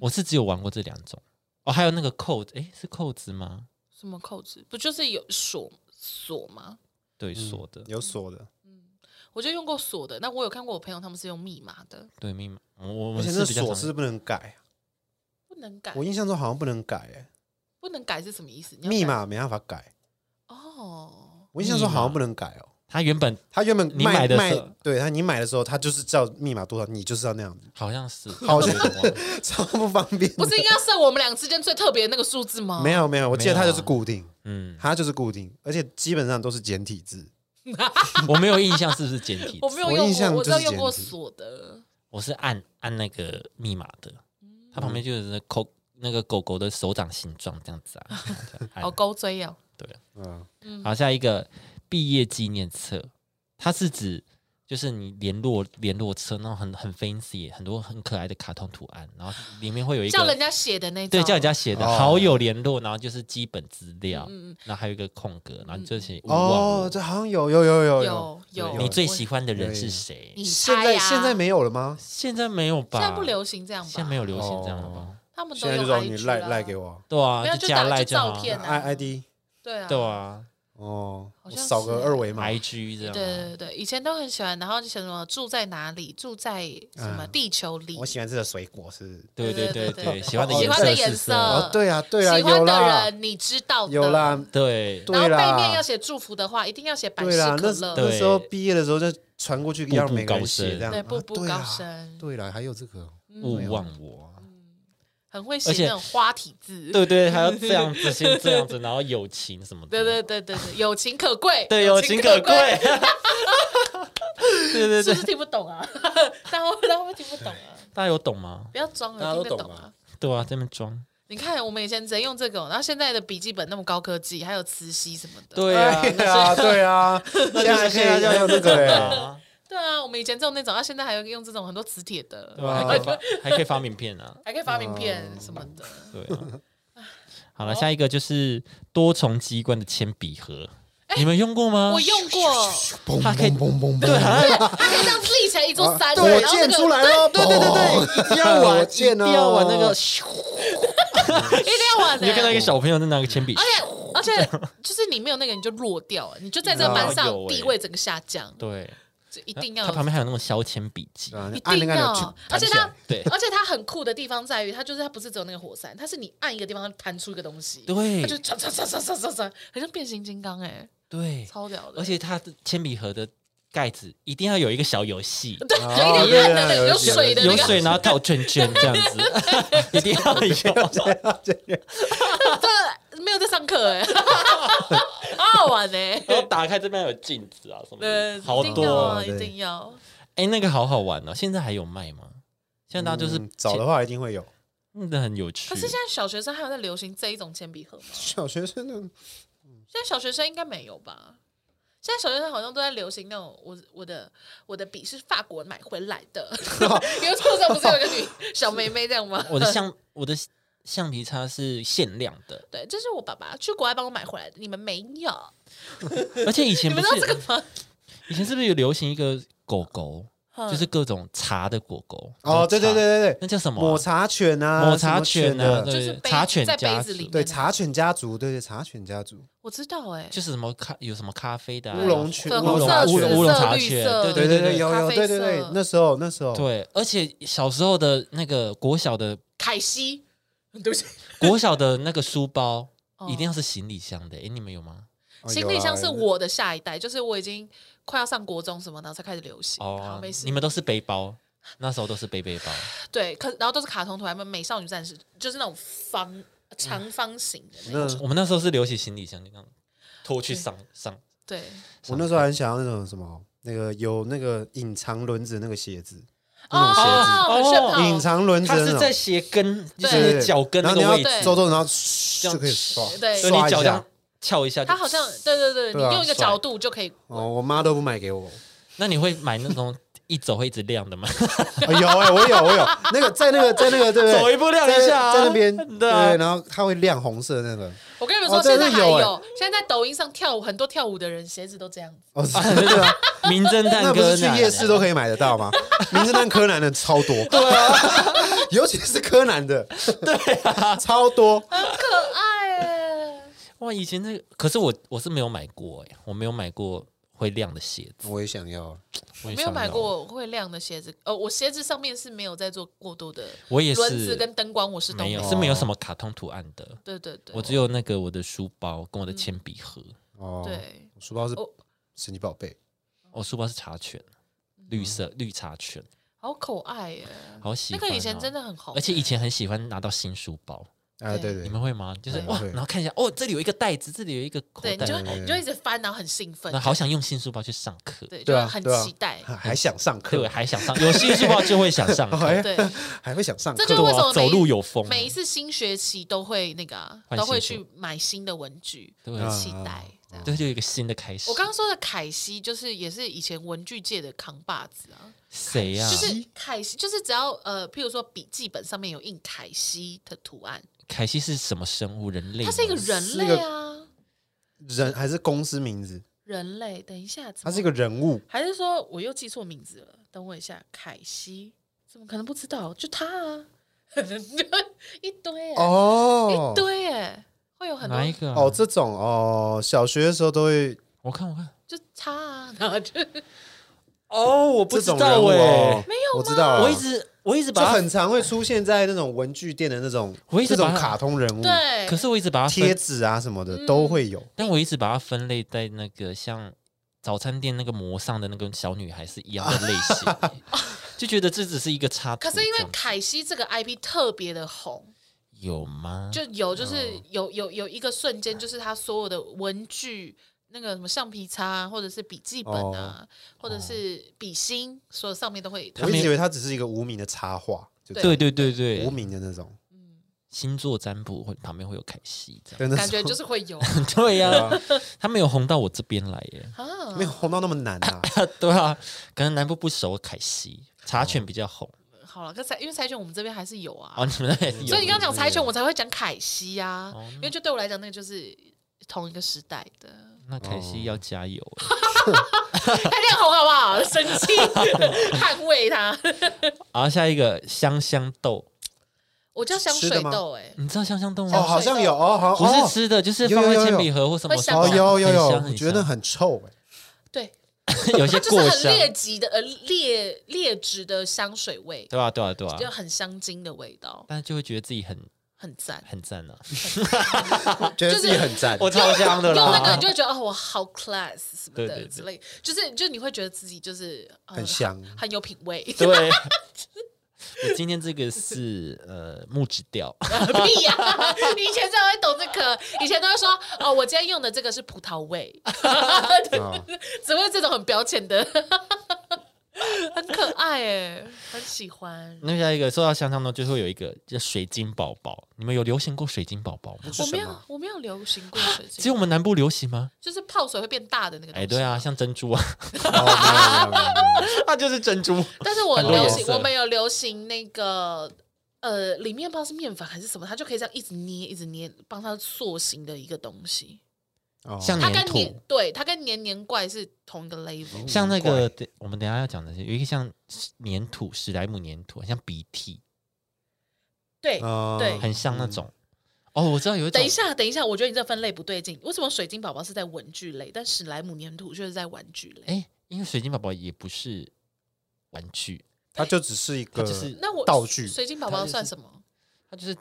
Speaker 1: 我是只有玩过这两种。哦，还有那个扣子，诶，是扣子吗？
Speaker 3: 什么扣子，不就是有锁锁吗？
Speaker 2: 嗯
Speaker 1: 对，锁的，
Speaker 2: 有锁的，
Speaker 3: 我就用过锁的，那我有看过我朋友他们是用密码的，
Speaker 1: 对密码。我我
Speaker 2: 而
Speaker 1: 们
Speaker 2: 且
Speaker 1: 是
Speaker 2: 那
Speaker 1: 比较
Speaker 2: 锁
Speaker 1: 常
Speaker 2: 是不能改，
Speaker 3: 不能改
Speaker 2: 我，印象中好像不能改，哎，
Speaker 3: 不能改是什么意思？你要改
Speaker 2: 密码没办法改，
Speaker 3: 哦，
Speaker 2: 我印象中好像不能改哦。
Speaker 1: 它原本
Speaker 2: 他原本
Speaker 1: 你
Speaker 2: 卖
Speaker 1: 买的
Speaker 2: 卖
Speaker 1: 时候，
Speaker 2: 对他你买的时候，他就是照密码多少，你 就是要那样子，
Speaker 1: 好像是，
Speaker 2: 好像
Speaker 1: 我有点忘了
Speaker 2: 超不方便。
Speaker 3: 不是应该哦要设我们俩之间最特别的那个数字吗？
Speaker 2: 没有没有，我记得
Speaker 1: 没有
Speaker 2: 它
Speaker 1: 啊
Speaker 2: 就是固定，
Speaker 1: 嗯，
Speaker 2: 它就是固定，而且基本上都是简体字。
Speaker 1: 我没有印象是不是简体
Speaker 3: 我
Speaker 1: 字，
Speaker 3: 没有
Speaker 2: 我
Speaker 3: 用
Speaker 2: 印象
Speaker 3: 过，我
Speaker 2: 就
Speaker 3: 知道
Speaker 2: 是
Speaker 3: 用
Speaker 2: 剪
Speaker 3: 过
Speaker 2: 纸
Speaker 3: 锁的，
Speaker 1: 我是按按那个密码的，
Speaker 2: 嗯
Speaker 1: 它旁边就是扣那个狗狗的手掌形状这样子啊，这
Speaker 2: 哎
Speaker 1: 样按
Speaker 3: 好勾追哦。
Speaker 1: 对。
Speaker 2: 嗯，
Speaker 1: 好，下一个毕业纪念册，它是指就是你联络联络册，那种很很 fancy，很多很可爱的卡通图案，然后里面会有一
Speaker 3: 叫人
Speaker 1: 个
Speaker 3: 家写的那种，
Speaker 1: 对叫人家写的
Speaker 2: 哦
Speaker 1: 好友联络，然后就是基本资料，
Speaker 2: 嗯
Speaker 1: 然后还有一个空格，然后你就写勿忘
Speaker 2: 哦
Speaker 1: 我，
Speaker 2: 这好像有有有有
Speaker 3: 有有
Speaker 1: 你最
Speaker 3: 我
Speaker 1: 喜欢的人是
Speaker 2: 有
Speaker 1: 谁？
Speaker 3: 你
Speaker 2: 现
Speaker 3: 猜
Speaker 2: 在
Speaker 3: 呀？
Speaker 2: 现在没有了吗？
Speaker 1: 现在没有吧？
Speaker 3: 现在不流行这样吧？
Speaker 1: 现在没有流行这样了吧？
Speaker 2: 哦
Speaker 3: 他们都
Speaker 2: 现在就
Speaker 3: 用
Speaker 2: 让你
Speaker 3: IG
Speaker 2: 赖
Speaker 3: 啦
Speaker 2: 赖给，我
Speaker 1: 对
Speaker 3: 没有
Speaker 1: 啊，
Speaker 3: 就
Speaker 1: 加
Speaker 3: 打
Speaker 1: 赖
Speaker 3: 就
Speaker 1: 就好
Speaker 3: 照片
Speaker 1: 了。
Speaker 3: 啊
Speaker 2: ，I I D
Speaker 3: 对啊，
Speaker 1: 对啊
Speaker 2: 哦，我
Speaker 3: 好像
Speaker 2: 扫个
Speaker 3: 是
Speaker 2: 二维码，
Speaker 1: ，IG 这样啊。
Speaker 3: 对对对对，以前都很喜欢，然后就写什么住在哪里，住在什么
Speaker 2: 嗯
Speaker 3: 地球里，
Speaker 2: 我喜欢吃的水果是
Speaker 1: 对对对
Speaker 3: 对对
Speaker 1: 对，
Speaker 3: 对
Speaker 1: 喜欢的
Speaker 2: 喜
Speaker 1: 颜
Speaker 2: 欢
Speaker 1: 色
Speaker 2: 的
Speaker 1: 是
Speaker 3: 颜
Speaker 1: 什
Speaker 3: 色
Speaker 1: 么
Speaker 2: 哦，对啊对啊，
Speaker 3: 呃喜欢
Speaker 2: 有
Speaker 3: 的
Speaker 2: 啦
Speaker 3: 人你知道的，
Speaker 2: 有啦，
Speaker 1: 对，
Speaker 2: 对
Speaker 3: 然后背面
Speaker 2: 啦
Speaker 3: 要，写祝福的话，一定要写呃百
Speaker 2: 对
Speaker 3: 事
Speaker 2: 啦，那
Speaker 3: 可乐，
Speaker 1: 对
Speaker 2: 那时候毕业的时候就传过去，
Speaker 1: 步
Speaker 2: 让
Speaker 1: 步
Speaker 2: 每个人
Speaker 1: 高
Speaker 2: 写
Speaker 1: 升
Speaker 2: 这样，
Speaker 3: 对
Speaker 2: 啊
Speaker 3: 步步
Speaker 2: 对啊
Speaker 3: 高升
Speaker 2: 对啦，还有这个
Speaker 1: 勿忘我。
Speaker 3: 很会写
Speaker 1: 而且
Speaker 3: 那种花体字，
Speaker 1: 对对，还要这样子，先这样子，然后友情什么的。
Speaker 3: 对对对对对，友情可贵，
Speaker 1: 对，友情可贵。对对
Speaker 3: 是
Speaker 1: 对
Speaker 3: 不，是听不懂啊？大家会大家会听不懂啊？
Speaker 1: 大家有懂吗？
Speaker 3: 不要装
Speaker 2: 大家
Speaker 3: 了，
Speaker 2: 都
Speaker 3: 听得
Speaker 2: 懂
Speaker 3: 懂啊
Speaker 2: 吧？
Speaker 1: 对啊，这边装。
Speaker 3: 你看，我们以前只能用这个哦，然后现在的笔记本那么高科技，还有磁吸什么的。
Speaker 1: 对 啊，
Speaker 2: 对啊，对啊，
Speaker 1: 现
Speaker 2: 现在
Speaker 1: 在
Speaker 2: 现在
Speaker 1: 要
Speaker 2: 有这个哎，
Speaker 1: 啊，
Speaker 3: 对啊，我们以前只有那种，啊，现在还有用这种很多磁铁的，
Speaker 1: 对啊，还可以发还可以发名片啊。
Speaker 3: 还可以发名片什么的。
Speaker 1: 对啊。 好了，下一个就是多重机关的铅笔盒，你们用过吗？
Speaker 3: 哎我用过，啊
Speaker 2: 嘣
Speaker 1: 它可以
Speaker 2: 嘣嘣嘣嘣，
Speaker 1: 对，好像
Speaker 3: 它可以这样子立起来一
Speaker 2: 啊
Speaker 3: 座山，
Speaker 2: 火
Speaker 3: 然后那
Speaker 2: 箭
Speaker 3: 个
Speaker 2: 出来了，对对对对，一定要玩，
Speaker 1: 一定要玩那个，
Speaker 3: 对一定要 玩
Speaker 1: 你就看到一
Speaker 3: 的。
Speaker 1: 个小朋友在拿个铅
Speaker 3: 哎
Speaker 1: 笔，
Speaker 3: 而且就是你没有那个，你就落掉了，你就在这个班上
Speaker 1: 有欸
Speaker 3: 地位整个下降，
Speaker 1: 对，
Speaker 3: 就一定要
Speaker 1: 它。旁边还有那种削铅笔机
Speaker 2: 对，啊
Speaker 3: 一
Speaker 2: 按那
Speaker 3: 定
Speaker 2: 个按钮
Speaker 3: 要
Speaker 2: 去，
Speaker 3: 而且
Speaker 2: 弹起来
Speaker 3: 它，
Speaker 1: 对
Speaker 3: 而且它很酷的地方在于，它就是它不是只有那个火山，它是你按一个地方它弹出一个东西，它就
Speaker 1: 对
Speaker 3: 唰唰唰唰唰唰唰，很像变形金刚哎，
Speaker 1: 对，
Speaker 3: 超屌的。
Speaker 1: 而且它的铅笔盒的盖子一定要有一个小游 戏，
Speaker 3: 对，
Speaker 2: 哦
Speaker 3: 有一点暗的，
Speaker 2: 对
Speaker 3: 有
Speaker 2: 有
Speaker 3: 水的
Speaker 1: 有
Speaker 3: 那个，
Speaker 1: 水然 后套圈圈这样子， 一定要有。
Speaker 3: 这没有在上课哎，好好玩哎。
Speaker 1: 然后打开这边有镜子啊什么
Speaker 3: 对，
Speaker 1: 的，好
Speaker 3: 一定要
Speaker 1: 多。
Speaker 3: 啊
Speaker 2: 对
Speaker 3: 一定要。
Speaker 1: 哎，那个好好玩哦，现在还有卖吗？现在大家就是
Speaker 2: 嗯找的话一定会有。
Speaker 1: 真的很有趣
Speaker 3: 可是。现在小学生还有在流行这一种铅笔盒吗？
Speaker 2: 小学生的
Speaker 3: 现在小学生应该没有吧？现在小学生好像都在流行那种，我我的我的笔是法国买回来 的，因为桌上不是有一个女小妹妹这样吗？
Speaker 1: 我的橡我的橡皮擦是限量的，
Speaker 3: 对，这是我爸爸去国外帮我买回来的，你们没有？
Speaker 1: 而且以
Speaker 3: 你
Speaker 1: 前不
Speaker 3: 们知道这个
Speaker 1: 是
Speaker 3: 吗？
Speaker 1: 以前是不是有流行一个狗狗，
Speaker 3: 嗯
Speaker 1: 就是各种茶的果狗？
Speaker 2: 哦，对对
Speaker 1: 茶，
Speaker 2: 对对对，
Speaker 1: 那叫什么啊？
Speaker 2: 抹茶犬啊，
Speaker 1: 抹茶
Speaker 2: 犬
Speaker 1: 犬啊，
Speaker 2: 的，
Speaker 3: 就
Speaker 1: 对，
Speaker 3: 是杯
Speaker 1: 茶犬
Speaker 3: 在
Speaker 1: 家
Speaker 3: 杯子
Speaker 1: 族
Speaker 3: 里面
Speaker 2: 对茶犬家族，对对茶犬家族，
Speaker 3: 我知道哎、
Speaker 1: 就是什么咖有什么咖啡的啊
Speaker 2: 乌龙犬
Speaker 1: 乌
Speaker 3: 粉
Speaker 1: 龙乌
Speaker 3: 红色、
Speaker 1: 龙
Speaker 3: 紫色、
Speaker 1: 乌龙茶
Speaker 3: 绿
Speaker 1: 犬
Speaker 3: 色，
Speaker 1: 对
Speaker 2: 对
Speaker 1: 对
Speaker 2: 对，有
Speaker 3: 咖
Speaker 2: 有
Speaker 3: 啡
Speaker 2: 对对对
Speaker 3: 色，
Speaker 2: 那时候那时候，
Speaker 1: 对，而且小时候的那个国小的
Speaker 3: 凯西，对不起，
Speaker 1: 国小的那个书包
Speaker 3: 哦
Speaker 1: 一定要是行李箱的，诶，你们有吗？
Speaker 2: 哦
Speaker 3: 行李箱是我的下一代，就是我已经快要上国中什么，然后才开始流行。好
Speaker 1: 哦
Speaker 3: 没，事
Speaker 1: 你。们都是背包，那时候都是背背包，
Speaker 3: 对，可然后都是卡通图案，美少女战士就是那种方长方形的那
Speaker 2: 有
Speaker 3: 种。
Speaker 2: 啦那
Speaker 1: 我们那时候是流行行李箱，就那样拖去上上。
Speaker 3: 对，
Speaker 2: 我那时候很想要那种什么，那个有那个隐藏轮子那个鞋子，那种鞋
Speaker 3: 哦，
Speaker 2: 子
Speaker 3: 很炫
Speaker 1: 哦
Speaker 3: 炮
Speaker 2: 隐藏轮子
Speaker 1: 它
Speaker 2: 的
Speaker 1: 是
Speaker 2: 那
Speaker 1: 在
Speaker 2: 种，
Speaker 1: 鞋跟，就
Speaker 3: 对
Speaker 1: 是脚跟
Speaker 2: 然
Speaker 1: 那
Speaker 2: 后你
Speaker 1: 个位
Speaker 2: 要
Speaker 1: 置，
Speaker 3: 对
Speaker 2: 走走，然后就可以刷
Speaker 3: 对
Speaker 1: 所以你
Speaker 2: 刷一
Speaker 1: 脚这样
Speaker 2: 下，
Speaker 1: 翘一下就。
Speaker 3: 它好像对对对，
Speaker 2: 对啊
Speaker 3: 你用一个角度就可以。
Speaker 2: 哦，我妈都不买给我。
Speaker 1: 那你会买那种一走会一直亮 的吗？
Speaker 2: 啊有哎、我有我有那个在那个在那个对不对？
Speaker 1: 走一步亮一
Speaker 2: 在
Speaker 1: 下啊
Speaker 2: 在那边
Speaker 1: 对啊
Speaker 2: 然后它会亮红色的那个。
Speaker 3: 我跟你们
Speaker 2: 哦
Speaker 3: 说，
Speaker 2: 真
Speaker 3: 现
Speaker 2: 的
Speaker 3: 在还
Speaker 2: 有哎
Speaker 3: 有，现在在抖音上跳舞，很多跳舞的人鞋子都这样子。
Speaker 2: 哦，是
Speaker 1: 对啊，名侦探
Speaker 2: 那不
Speaker 1: 柯
Speaker 2: 是去
Speaker 1: 南，
Speaker 2: 夜市都可以买得到吗？名侦探柯南的超多， 对啊， 尤其是柯南的，对啊，超多。
Speaker 3: 可爱欸，
Speaker 2: 啊
Speaker 1: 哇，以前那个，可是我我是没有买过哎、我没有买过会亮的鞋子，
Speaker 2: 我也想要，
Speaker 1: 我也
Speaker 3: 没有
Speaker 1: 想
Speaker 3: 买
Speaker 1: 要，
Speaker 3: 过会亮的鞋子。呃，我鞋子上面是没有在做过多的
Speaker 1: 我也
Speaker 3: 轮子
Speaker 1: 是
Speaker 3: 跟灯光，我是都
Speaker 1: 没
Speaker 3: 没
Speaker 1: 有
Speaker 3: 有。
Speaker 1: 是没有什么卡通图案的，
Speaker 3: 对对对，嗯
Speaker 1: 我只有那个我的书包跟我的铅笔盒，
Speaker 2: 哦，，
Speaker 3: 对
Speaker 2: 书包是
Speaker 3: 哦
Speaker 2: 神奇宝贝，
Speaker 1: 我哦书包是茶犬，绿色绿茶犬，
Speaker 3: 好可爱耶。
Speaker 1: 好喜
Speaker 3: 那
Speaker 1: 欢、啊哦
Speaker 3: 个以前真。的很好，
Speaker 1: 而且以前很喜欢拿到新书包，
Speaker 2: 啊，对
Speaker 3: 对
Speaker 2: 对
Speaker 1: 你，们会吗？就是
Speaker 2: 对
Speaker 1: 哇，
Speaker 2: 会
Speaker 1: 然后看一下，哦，这里有一个袋子，这里有一个口
Speaker 3: 对，你
Speaker 1: 袋
Speaker 3: 就，
Speaker 2: 对
Speaker 3: 你就一直翻，然后很兴奋
Speaker 1: 那，好想用新书包去上课。
Speaker 3: 对，
Speaker 2: 对
Speaker 3: 就
Speaker 2: 啊，
Speaker 3: 很
Speaker 2: 对啊
Speaker 3: 期待。
Speaker 2: 还还想上
Speaker 1: 对，我
Speaker 2: 课，哦哎
Speaker 1: 还想上，有新书包就会想 上课。
Speaker 2: 还
Speaker 3: 对，
Speaker 2: 还会想上
Speaker 3: 这
Speaker 2: 课，
Speaker 3: 就是为什么每
Speaker 1: 走路有风啊
Speaker 3: 每一次新学期都会那个啊、
Speaker 1: 换
Speaker 3: 都会
Speaker 1: 新
Speaker 3: 去买新的文具，
Speaker 1: 对
Speaker 3: 很期
Speaker 2: 啊
Speaker 3: 待。这样
Speaker 1: 对，就有一个新的开始。
Speaker 3: 嗯我刚刚说的凯西，就是也是以前文具界的扛把子啊，
Speaker 1: 谁呀、
Speaker 3: 就是凯西，就是只要呃，譬如说笔记本上面有印凯西的图案，
Speaker 1: 凯西是什么生物？人类吗？
Speaker 3: 它是一个人
Speaker 2: 是
Speaker 3: 类啊，
Speaker 2: 人还是公司名字，
Speaker 3: 人类。等一下，怎
Speaker 2: 他
Speaker 3: 么
Speaker 2: 是一个人物，
Speaker 3: 还是说我又记错名字了？等我一下，凯西，怎么可能不知道？就他啊， 一堆、欸、
Speaker 2: 哦
Speaker 3: 一，堆哎、会有很多
Speaker 1: 哪一个、啊？
Speaker 2: 哦，这种哦，小学的时候都会
Speaker 1: 我看我看。
Speaker 3: 就他啊，然后就
Speaker 1: 哦，我
Speaker 2: 这种人物哦，没有，我知道了，
Speaker 1: 我一直我一直
Speaker 2: 就
Speaker 1: 把它，
Speaker 2: 很常会出现在那种文具店的那种，
Speaker 1: 我一直
Speaker 2: 这种
Speaker 1: 把它
Speaker 2: 卡通人物，
Speaker 3: 对，
Speaker 1: 嗯可是我一直把它
Speaker 2: 贴
Speaker 1: 分，
Speaker 2: 纸啊什么的都会有。
Speaker 1: 但我一直把它分类在那个像早餐店那个膜上的那个小女孩是一样的类型
Speaker 2: 啊
Speaker 1: 欸，就觉得这只是一个插图
Speaker 3: 可
Speaker 1: 这
Speaker 3: 是因
Speaker 1: 样子。
Speaker 3: 为凯西这个 IP 特别的红，
Speaker 1: 有吗？
Speaker 3: 就有就是有有有一个瞬间，就是他所有的文具。那个什么橡皮擦啊，或者是笔记本啊，或者是笔芯，所有上面都会。
Speaker 1: 他
Speaker 2: 我
Speaker 1: 们
Speaker 2: 一直以为它只是一个无名的插画，就这
Speaker 1: 对
Speaker 2: 样
Speaker 1: 对对
Speaker 2: 无
Speaker 1: 对，
Speaker 2: 名的那种，
Speaker 1: 星座占卜会旁边会有凯西这样。
Speaker 2: 对那
Speaker 3: 感觉
Speaker 2: 种
Speaker 3: 就是会有
Speaker 1: 对呀、
Speaker 2: 啊
Speaker 1: 他没有红到我这边来耶。
Speaker 3: 啊，
Speaker 2: 没有红到那么难啊。
Speaker 1: 对啊，可能南部不熟凯西，茶犬比较红
Speaker 3: 好了，跟柴因为柴犬我们这边还是有啊，
Speaker 1: 哦，你们那边也是有。
Speaker 3: 所以你刚刚讲柴
Speaker 2: 对
Speaker 3: 犬，我才会讲凯西啊，因为就对我来讲，那个就是同一个时代的。
Speaker 1: 那凯西要加油欸。
Speaker 3: 哦他哎亮红好不好？ 生气，捍卫他。
Speaker 1: 好，下一个香香豆，
Speaker 3: 我叫香水豆哎、
Speaker 1: 你知道香香豆
Speaker 2: 哦，
Speaker 1: 吗？
Speaker 2: 好像有哦，好
Speaker 1: 不是
Speaker 2: 哦
Speaker 1: 吃的，就是放在
Speaker 2: 有有有
Speaker 1: 铅笔盒或什么
Speaker 3: 会香
Speaker 1: 上
Speaker 2: 哦，
Speaker 1: 面。
Speaker 2: 有有有，
Speaker 1: 很香
Speaker 2: 我觉得很臭哎。
Speaker 3: 对，
Speaker 1: 很香有些
Speaker 3: 它就是
Speaker 1: 过
Speaker 3: 很
Speaker 1: 香，
Speaker 3: 劣质的呃劣劣质的香水味，
Speaker 1: 对吧？对啊，对啊
Speaker 3: 就，很香精的味道，
Speaker 1: 但是就会觉得自己很
Speaker 3: 很赞。
Speaker 1: 很赞 啊，
Speaker 2: 觉得自己很赞。
Speaker 1: 超香的
Speaker 3: 用那个你就会觉得哦，我好 class 什么
Speaker 1: 对对
Speaker 3: 的
Speaker 1: 对
Speaker 3: 之类，就是就你会觉得自己就是、呃
Speaker 2: 很香
Speaker 3: 很很有品味。
Speaker 1: 对。 我今天这个是呃木质调，
Speaker 3: 屁呀、以前才会懂这个，以前都会说哦，我今天用的这个是葡萄味，
Speaker 2: 啊
Speaker 3: 只会这种很表浅的， 很可爱哎，很喜欢。
Speaker 1: 那下一个说到香香豆，就会有一个叫水晶宝宝。你们有流行过水晶宝宝吗？
Speaker 2: 是
Speaker 3: 我
Speaker 2: 什
Speaker 3: 没有
Speaker 2: 么？，
Speaker 3: 我没有流行过水
Speaker 1: 啊只
Speaker 3: 晶，
Speaker 1: 有我们南部流行吗？
Speaker 3: 就是泡水会变大的那个东
Speaker 1: 哎、
Speaker 3: 西。
Speaker 1: 对啊，像珍珠啊，
Speaker 2: 哦没有没有没有没有
Speaker 1: 它就是珍珠。
Speaker 3: 但是我
Speaker 1: 很多
Speaker 3: 流
Speaker 1: 颜
Speaker 3: 行，
Speaker 1: 色
Speaker 3: 我们有流行那个呃，里面不知道是面粉还是什么，它就可以这样一直捏，一直捏，帮它塑形的一个东西。
Speaker 2: 哦
Speaker 1: 像
Speaker 3: 它跟
Speaker 1: 粘土
Speaker 3: 黏，对，它跟黏黏怪是同一个 level。
Speaker 1: 像那个，对我们等一下要讲的是有一个像粘土，史莱姆粘土，很像鼻涕，
Speaker 3: 对，
Speaker 2: 哦
Speaker 3: 对
Speaker 1: 很像那种。哦，我知道有一种
Speaker 3: 嗯等一，下，等一下，我觉得你这分类不对劲。为什么水晶宝宝是在文具类，但史莱姆粘土却是在玩具类？
Speaker 1: 哎，因为水晶宝宝也不是玩具，
Speaker 2: 它就只是一
Speaker 1: 它
Speaker 2: 个，
Speaker 1: 就是
Speaker 3: 那我
Speaker 2: 道具
Speaker 3: 水晶宝宝算什么？
Speaker 1: 它就是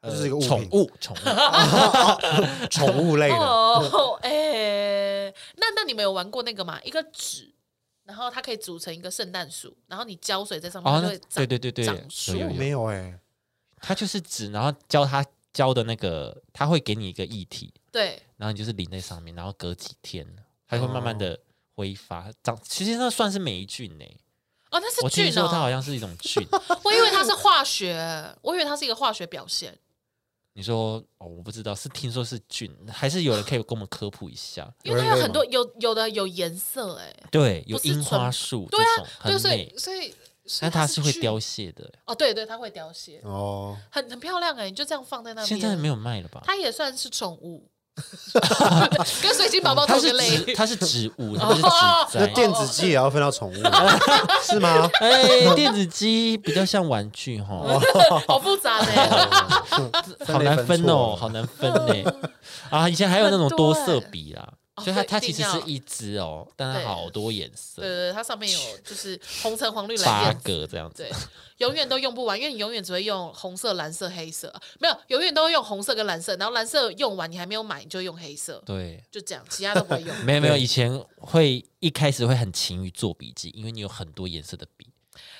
Speaker 2: 它就是一个物
Speaker 1: 呃
Speaker 2: 品
Speaker 1: 宠物，宠 物。
Speaker 2: 宠物类的，
Speaker 3: 哦，哎、那那你们有玩过那个吗？一个纸，然后它可以组成一个圣诞树，然后你浇水在上面，
Speaker 1: 哦
Speaker 3: 它就会
Speaker 1: 那
Speaker 3: 长。
Speaker 1: 对对对对
Speaker 3: 长树
Speaker 1: 有有有
Speaker 2: 没有哎，
Speaker 1: 它就是纸，然后教它教的那个，它会给你一个液体，
Speaker 3: 对
Speaker 1: 然后你就是淋在上面，然后隔几天它会慢慢的挥发长。其实那算是霉菌呢、
Speaker 3: 哦，那是
Speaker 1: 我听
Speaker 3: 菌
Speaker 1: 说它
Speaker 3: 哦
Speaker 1: 好。像是一种菌，
Speaker 3: 我以为它是化学，我以为它是一
Speaker 1: 你说哦，我不知道，是听说是菌，还是有人可以给我们科普一下？
Speaker 3: 因为
Speaker 2: 有人
Speaker 3: 它有
Speaker 2: 类
Speaker 3: 很
Speaker 2: 吗
Speaker 3: 多有有的有颜色哎、
Speaker 1: 对，有
Speaker 3: 不是
Speaker 1: 樱花
Speaker 3: 纯
Speaker 1: 树这
Speaker 3: 对
Speaker 1: 种
Speaker 3: 啊，对，
Speaker 1: 很
Speaker 3: 所以
Speaker 1: 美，
Speaker 3: 所以所以
Speaker 1: 但它是会
Speaker 3: 巨
Speaker 1: 凋谢的。
Speaker 3: 哦，对对，它会凋谢，
Speaker 2: 哦，
Speaker 3: 很很漂亮哎、你就这样放在那边。
Speaker 1: 现在没
Speaker 3: 有，
Speaker 1: 有卖了吧？
Speaker 3: 它也算是 宠物，跟水晶宝宝
Speaker 1: 它
Speaker 3: 同
Speaker 1: 是
Speaker 3: 个类。
Speaker 1: 植，它是植物，它不是
Speaker 3: 哦
Speaker 1: 植
Speaker 2: 那
Speaker 1: 栽。
Speaker 2: 电子鸡也要分到宠物
Speaker 1: 哦
Speaker 2: 是吗？
Speaker 1: 哎，电子鸡比较像玩具
Speaker 3: 哦
Speaker 1: 哈，
Speaker 3: 好复杂 呢。
Speaker 1: 好难分哦，
Speaker 2: 好
Speaker 1: 好难分 呢。啊，以前还有那种
Speaker 3: 很
Speaker 1: 多
Speaker 3: 多
Speaker 1: 色
Speaker 3: 哎
Speaker 1: 笔啦，
Speaker 3: 哦
Speaker 1: 就它
Speaker 3: 对
Speaker 1: 它
Speaker 3: 一
Speaker 1: 其
Speaker 3: 定
Speaker 1: 实是
Speaker 3: 要
Speaker 1: 一只哦，但它
Speaker 3: 对
Speaker 1: 好多颜
Speaker 3: 对
Speaker 1: 色，
Speaker 3: 对，对它上面有就是红橙黄绿蓝
Speaker 1: 八
Speaker 3: 靛紫，
Speaker 1: 个这样子。
Speaker 3: 对，永远都用不完，因为你永远只会用红色、蓝色、黑色，没有，永远都会用红色跟蓝色，然后蓝色用完你还没有买，你就用黑色，
Speaker 1: 对，
Speaker 3: 就这样，其他都不会用。
Speaker 1: 没有没有，以前会一开始会很勤于做笔记，因为你有很多颜色的笔，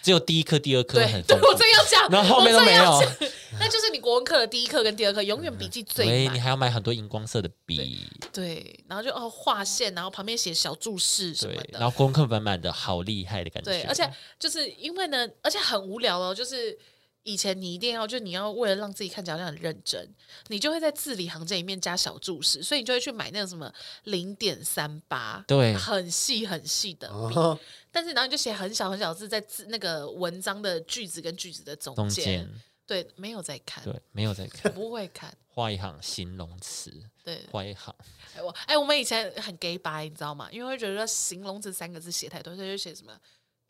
Speaker 1: 只有第一课、第二课
Speaker 3: 对
Speaker 1: 会很，丰
Speaker 3: 对
Speaker 1: 富
Speaker 3: 我，正要讲，
Speaker 1: 然后后面都
Speaker 3: 我正要
Speaker 1: 没有
Speaker 3: 讲， 那就是你国文课的第一课跟第二课，永远笔记最
Speaker 1: 对，你
Speaker 3: 满。
Speaker 1: 还要买很多荧光色的笔，
Speaker 3: 对，然后就哦划线，然后旁边写小注释什
Speaker 1: 对
Speaker 3: 么，
Speaker 1: 然
Speaker 3: 的。
Speaker 1: 后功课满满的，好厉害的感觉。
Speaker 3: 对，而且就是因为呢，而且很无聊哦，就是。以前你一定要，就你要为了让自己看起来好像很认真，你就会在字里行间里面加小注释，所以你就会去买那种什么零点三八，
Speaker 1: 对
Speaker 3: 很细很细的笔，
Speaker 2: 哦，
Speaker 3: 但是然后你就写很小很小的字在字那个文章的句子跟句子的中
Speaker 1: 中
Speaker 3: 间，
Speaker 1: 间
Speaker 3: 对，没有在看，
Speaker 1: 对没有在看，
Speaker 3: 不会看，
Speaker 1: 画一行形容词，
Speaker 3: 对，
Speaker 1: 画一行
Speaker 3: 哎我哎、我们以前很 gay 白，你知道吗？因为会觉得形容词三个字写太多，所以就写什么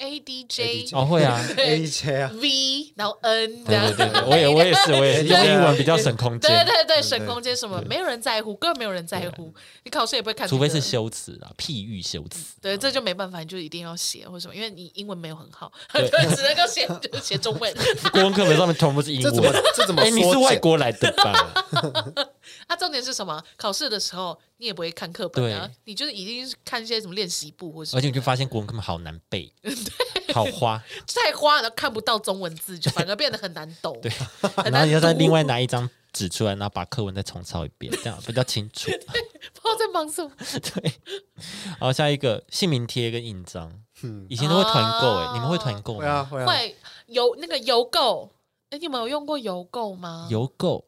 Speaker 3: A D J
Speaker 2: ADJ
Speaker 1: 哦会啊，
Speaker 2: A J 啊，
Speaker 3: V，然后 N 这
Speaker 1: 对
Speaker 3: 样
Speaker 1: 对。对，对我也我也是我嗯也是
Speaker 2: 对
Speaker 1: 用英文比较省空
Speaker 3: 啊对
Speaker 1: 间，
Speaker 3: 对对，
Speaker 2: 对
Speaker 3: 省空间什么，没有人在乎，根本没有人在乎。你考试也不会看
Speaker 1: 啊
Speaker 3: 这
Speaker 1: 除
Speaker 3: 个，
Speaker 1: 非是修辞啦，譬喻修辞，
Speaker 3: 对，这就没办法，你就一定要写或什么，因为你英文没有很好， 对，只能够写就是写中文。
Speaker 1: 国文课本上面全部是英
Speaker 2: 这怎么
Speaker 1: 文。
Speaker 2: 这怎么
Speaker 1: 哎，
Speaker 2: 缩
Speaker 1: 你是外
Speaker 2: 减
Speaker 1: 国来的吧？
Speaker 3: 啊，重点是什么？考试的时候你也不会看课本啊
Speaker 1: 对，
Speaker 3: 你就是一定是看一些什么练习簿或者
Speaker 1: 而且你就发现国文根本好难背，好花，
Speaker 3: 太花了，看不到中文字，就反而变得很难懂。对，很
Speaker 1: 啊然后
Speaker 3: 难
Speaker 1: 你要再
Speaker 3: 读
Speaker 1: 另外拿一张纸出来，然后把课文再重抄一遍，这样比较清楚。
Speaker 3: 不知道在忙什么。
Speaker 1: 好，下一个姓名贴跟印章，以前都会团购哎，
Speaker 3: 哦
Speaker 1: 你们会团购
Speaker 2: 嗯会啊
Speaker 1: 吗？
Speaker 2: 会啊，
Speaker 3: 会邮那个邮购，哎，你们有用过邮购吗？，
Speaker 1: 邮购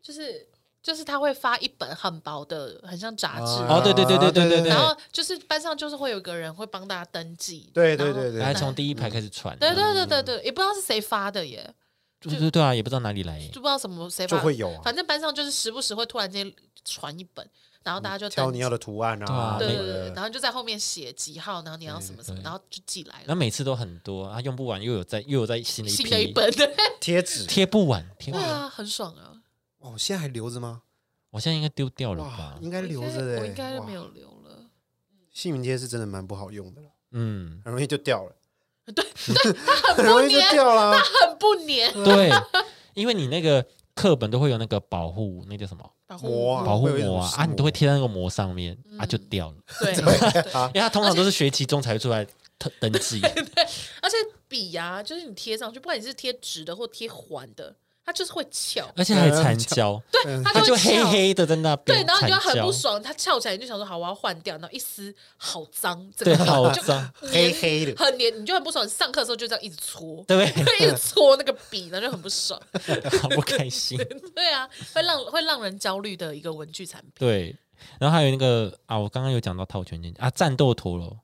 Speaker 3: 就是就是他会发一本很薄的，很像杂志。
Speaker 1: 哦对对对对对对对
Speaker 3: 然后就是班上就是会有一个人会帮大家登记，
Speaker 2: 对对
Speaker 3: 然后
Speaker 2: 对对
Speaker 1: 还从第一排开始传，
Speaker 3: 对对对对对，也不知道是谁发的耶，
Speaker 1: 对对对啊，也不知道哪里来耶。
Speaker 3: 就不知道什么谁发
Speaker 2: 就
Speaker 3: 的，
Speaker 2: 会有啊，
Speaker 3: 反正班上就是时不时会突然间传一本，然后大家就
Speaker 2: 嗯挑
Speaker 3: 登
Speaker 2: 你
Speaker 3: 记
Speaker 2: 要的图案啊，
Speaker 1: 对
Speaker 3: 对
Speaker 1: 每
Speaker 3: 对对，然后就在后面写几号，然后你要什么什么，
Speaker 1: 对
Speaker 3: 然后就寄来
Speaker 1: 那
Speaker 3: 了。
Speaker 1: 每次都很多，啊，用不完又有在又有在新的一
Speaker 3: 新的一
Speaker 1: 批，
Speaker 3: 本，对
Speaker 2: 贴纸，
Speaker 1: 贴不完，贴不完。
Speaker 3: 啊，很爽啊！
Speaker 2: 哦，现在还留着吗？
Speaker 1: 我现在应该丢掉了
Speaker 2: 哇
Speaker 1: 吧，？
Speaker 2: 应该
Speaker 3: 我
Speaker 2: 留
Speaker 3: 应该
Speaker 2: 着
Speaker 1: 欸
Speaker 2: 的，
Speaker 3: 我应该是没
Speaker 2: 哇。
Speaker 3: 有留了。
Speaker 2: 姓名贴是真的蛮不好用的，
Speaker 1: 嗯，
Speaker 2: 很容易就掉 了，
Speaker 3: 很
Speaker 2: 很容
Speaker 3: 不
Speaker 2: 易就
Speaker 3: 粘，
Speaker 2: 掉了啊。
Speaker 3: 很不粘，
Speaker 1: 对，因为你那个课本都会有那个保护，那叫什么
Speaker 3: 保
Speaker 2: 膜啊
Speaker 3: 膜
Speaker 1: 保护
Speaker 2: 会有一种
Speaker 1: 膜啊，
Speaker 2: 膜
Speaker 1: 啊，你都会贴在那个膜上面，
Speaker 3: 嗯
Speaker 1: 啊，就掉了。
Speaker 3: 对，
Speaker 1: 因为它通常都是学期中才会出来特登记，
Speaker 3: 而且笔呀，就是你贴上去，不管你是贴直的或贴环的，它就是会翘，
Speaker 1: 而且还残胶，
Speaker 3: 对，啊它
Speaker 1: 嗯它就
Speaker 3: 会
Speaker 1: 黑
Speaker 3: 翘。
Speaker 1: 黑的在那边
Speaker 3: 对，
Speaker 1: 缠
Speaker 3: 然
Speaker 1: 胶，
Speaker 3: 后你就很不爽，它翘起来，你就想说好，我要换掉，然后一撕，好脏，整
Speaker 1: 对，
Speaker 3: 个
Speaker 1: 好
Speaker 3: 就
Speaker 1: 脏，
Speaker 2: 黑黑的，
Speaker 3: 很黏，你就很不爽。你上课的时候就这样一直搓，
Speaker 1: 对不
Speaker 3: 会一直搓那个笔，然后就很不爽。
Speaker 1: 对？好不开心。
Speaker 3: 对啊，会让会让人焦虑的一个文具产品。
Speaker 1: 对，然后还有那个啊，我刚刚有讲到套圈圈啊，战斗陀螺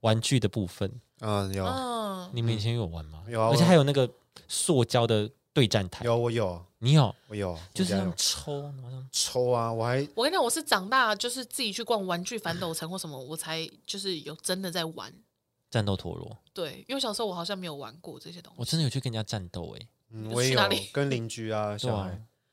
Speaker 1: 玩具的部分，
Speaker 2: 嗯，有
Speaker 3: 嗯，
Speaker 1: 你们以前有玩吗？
Speaker 2: 嗯有啊
Speaker 1: 而且还有那个塑胶的对战台，
Speaker 2: 有我有
Speaker 1: 你有，
Speaker 2: 我有，
Speaker 1: 就是
Speaker 2: 我
Speaker 1: 那
Speaker 2: 家有
Speaker 1: 种抽，然后这样
Speaker 2: 抽啊，我还
Speaker 3: 我跟你讲，我是长大就是自己去逛玩具反斗城或什么，我才就是有真的在玩。
Speaker 1: 战斗陀螺，
Speaker 3: 对，因为小时候我好像没有玩过这些东
Speaker 1: 我
Speaker 2: 哦
Speaker 3: 西。
Speaker 1: 真的有去跟人家战斗哎，
Speaker 2: 嗯
Speaker 3: 你
Speaker 2: 我也
Speaker 3: 去
Speaker 2: 有
Speaker 3: 哪里
Speaker 2: 跟邻居啊
Speaker 1: 对
Speaker 2: 小
Speaker 1: 啊
Speaker 2: 孩，，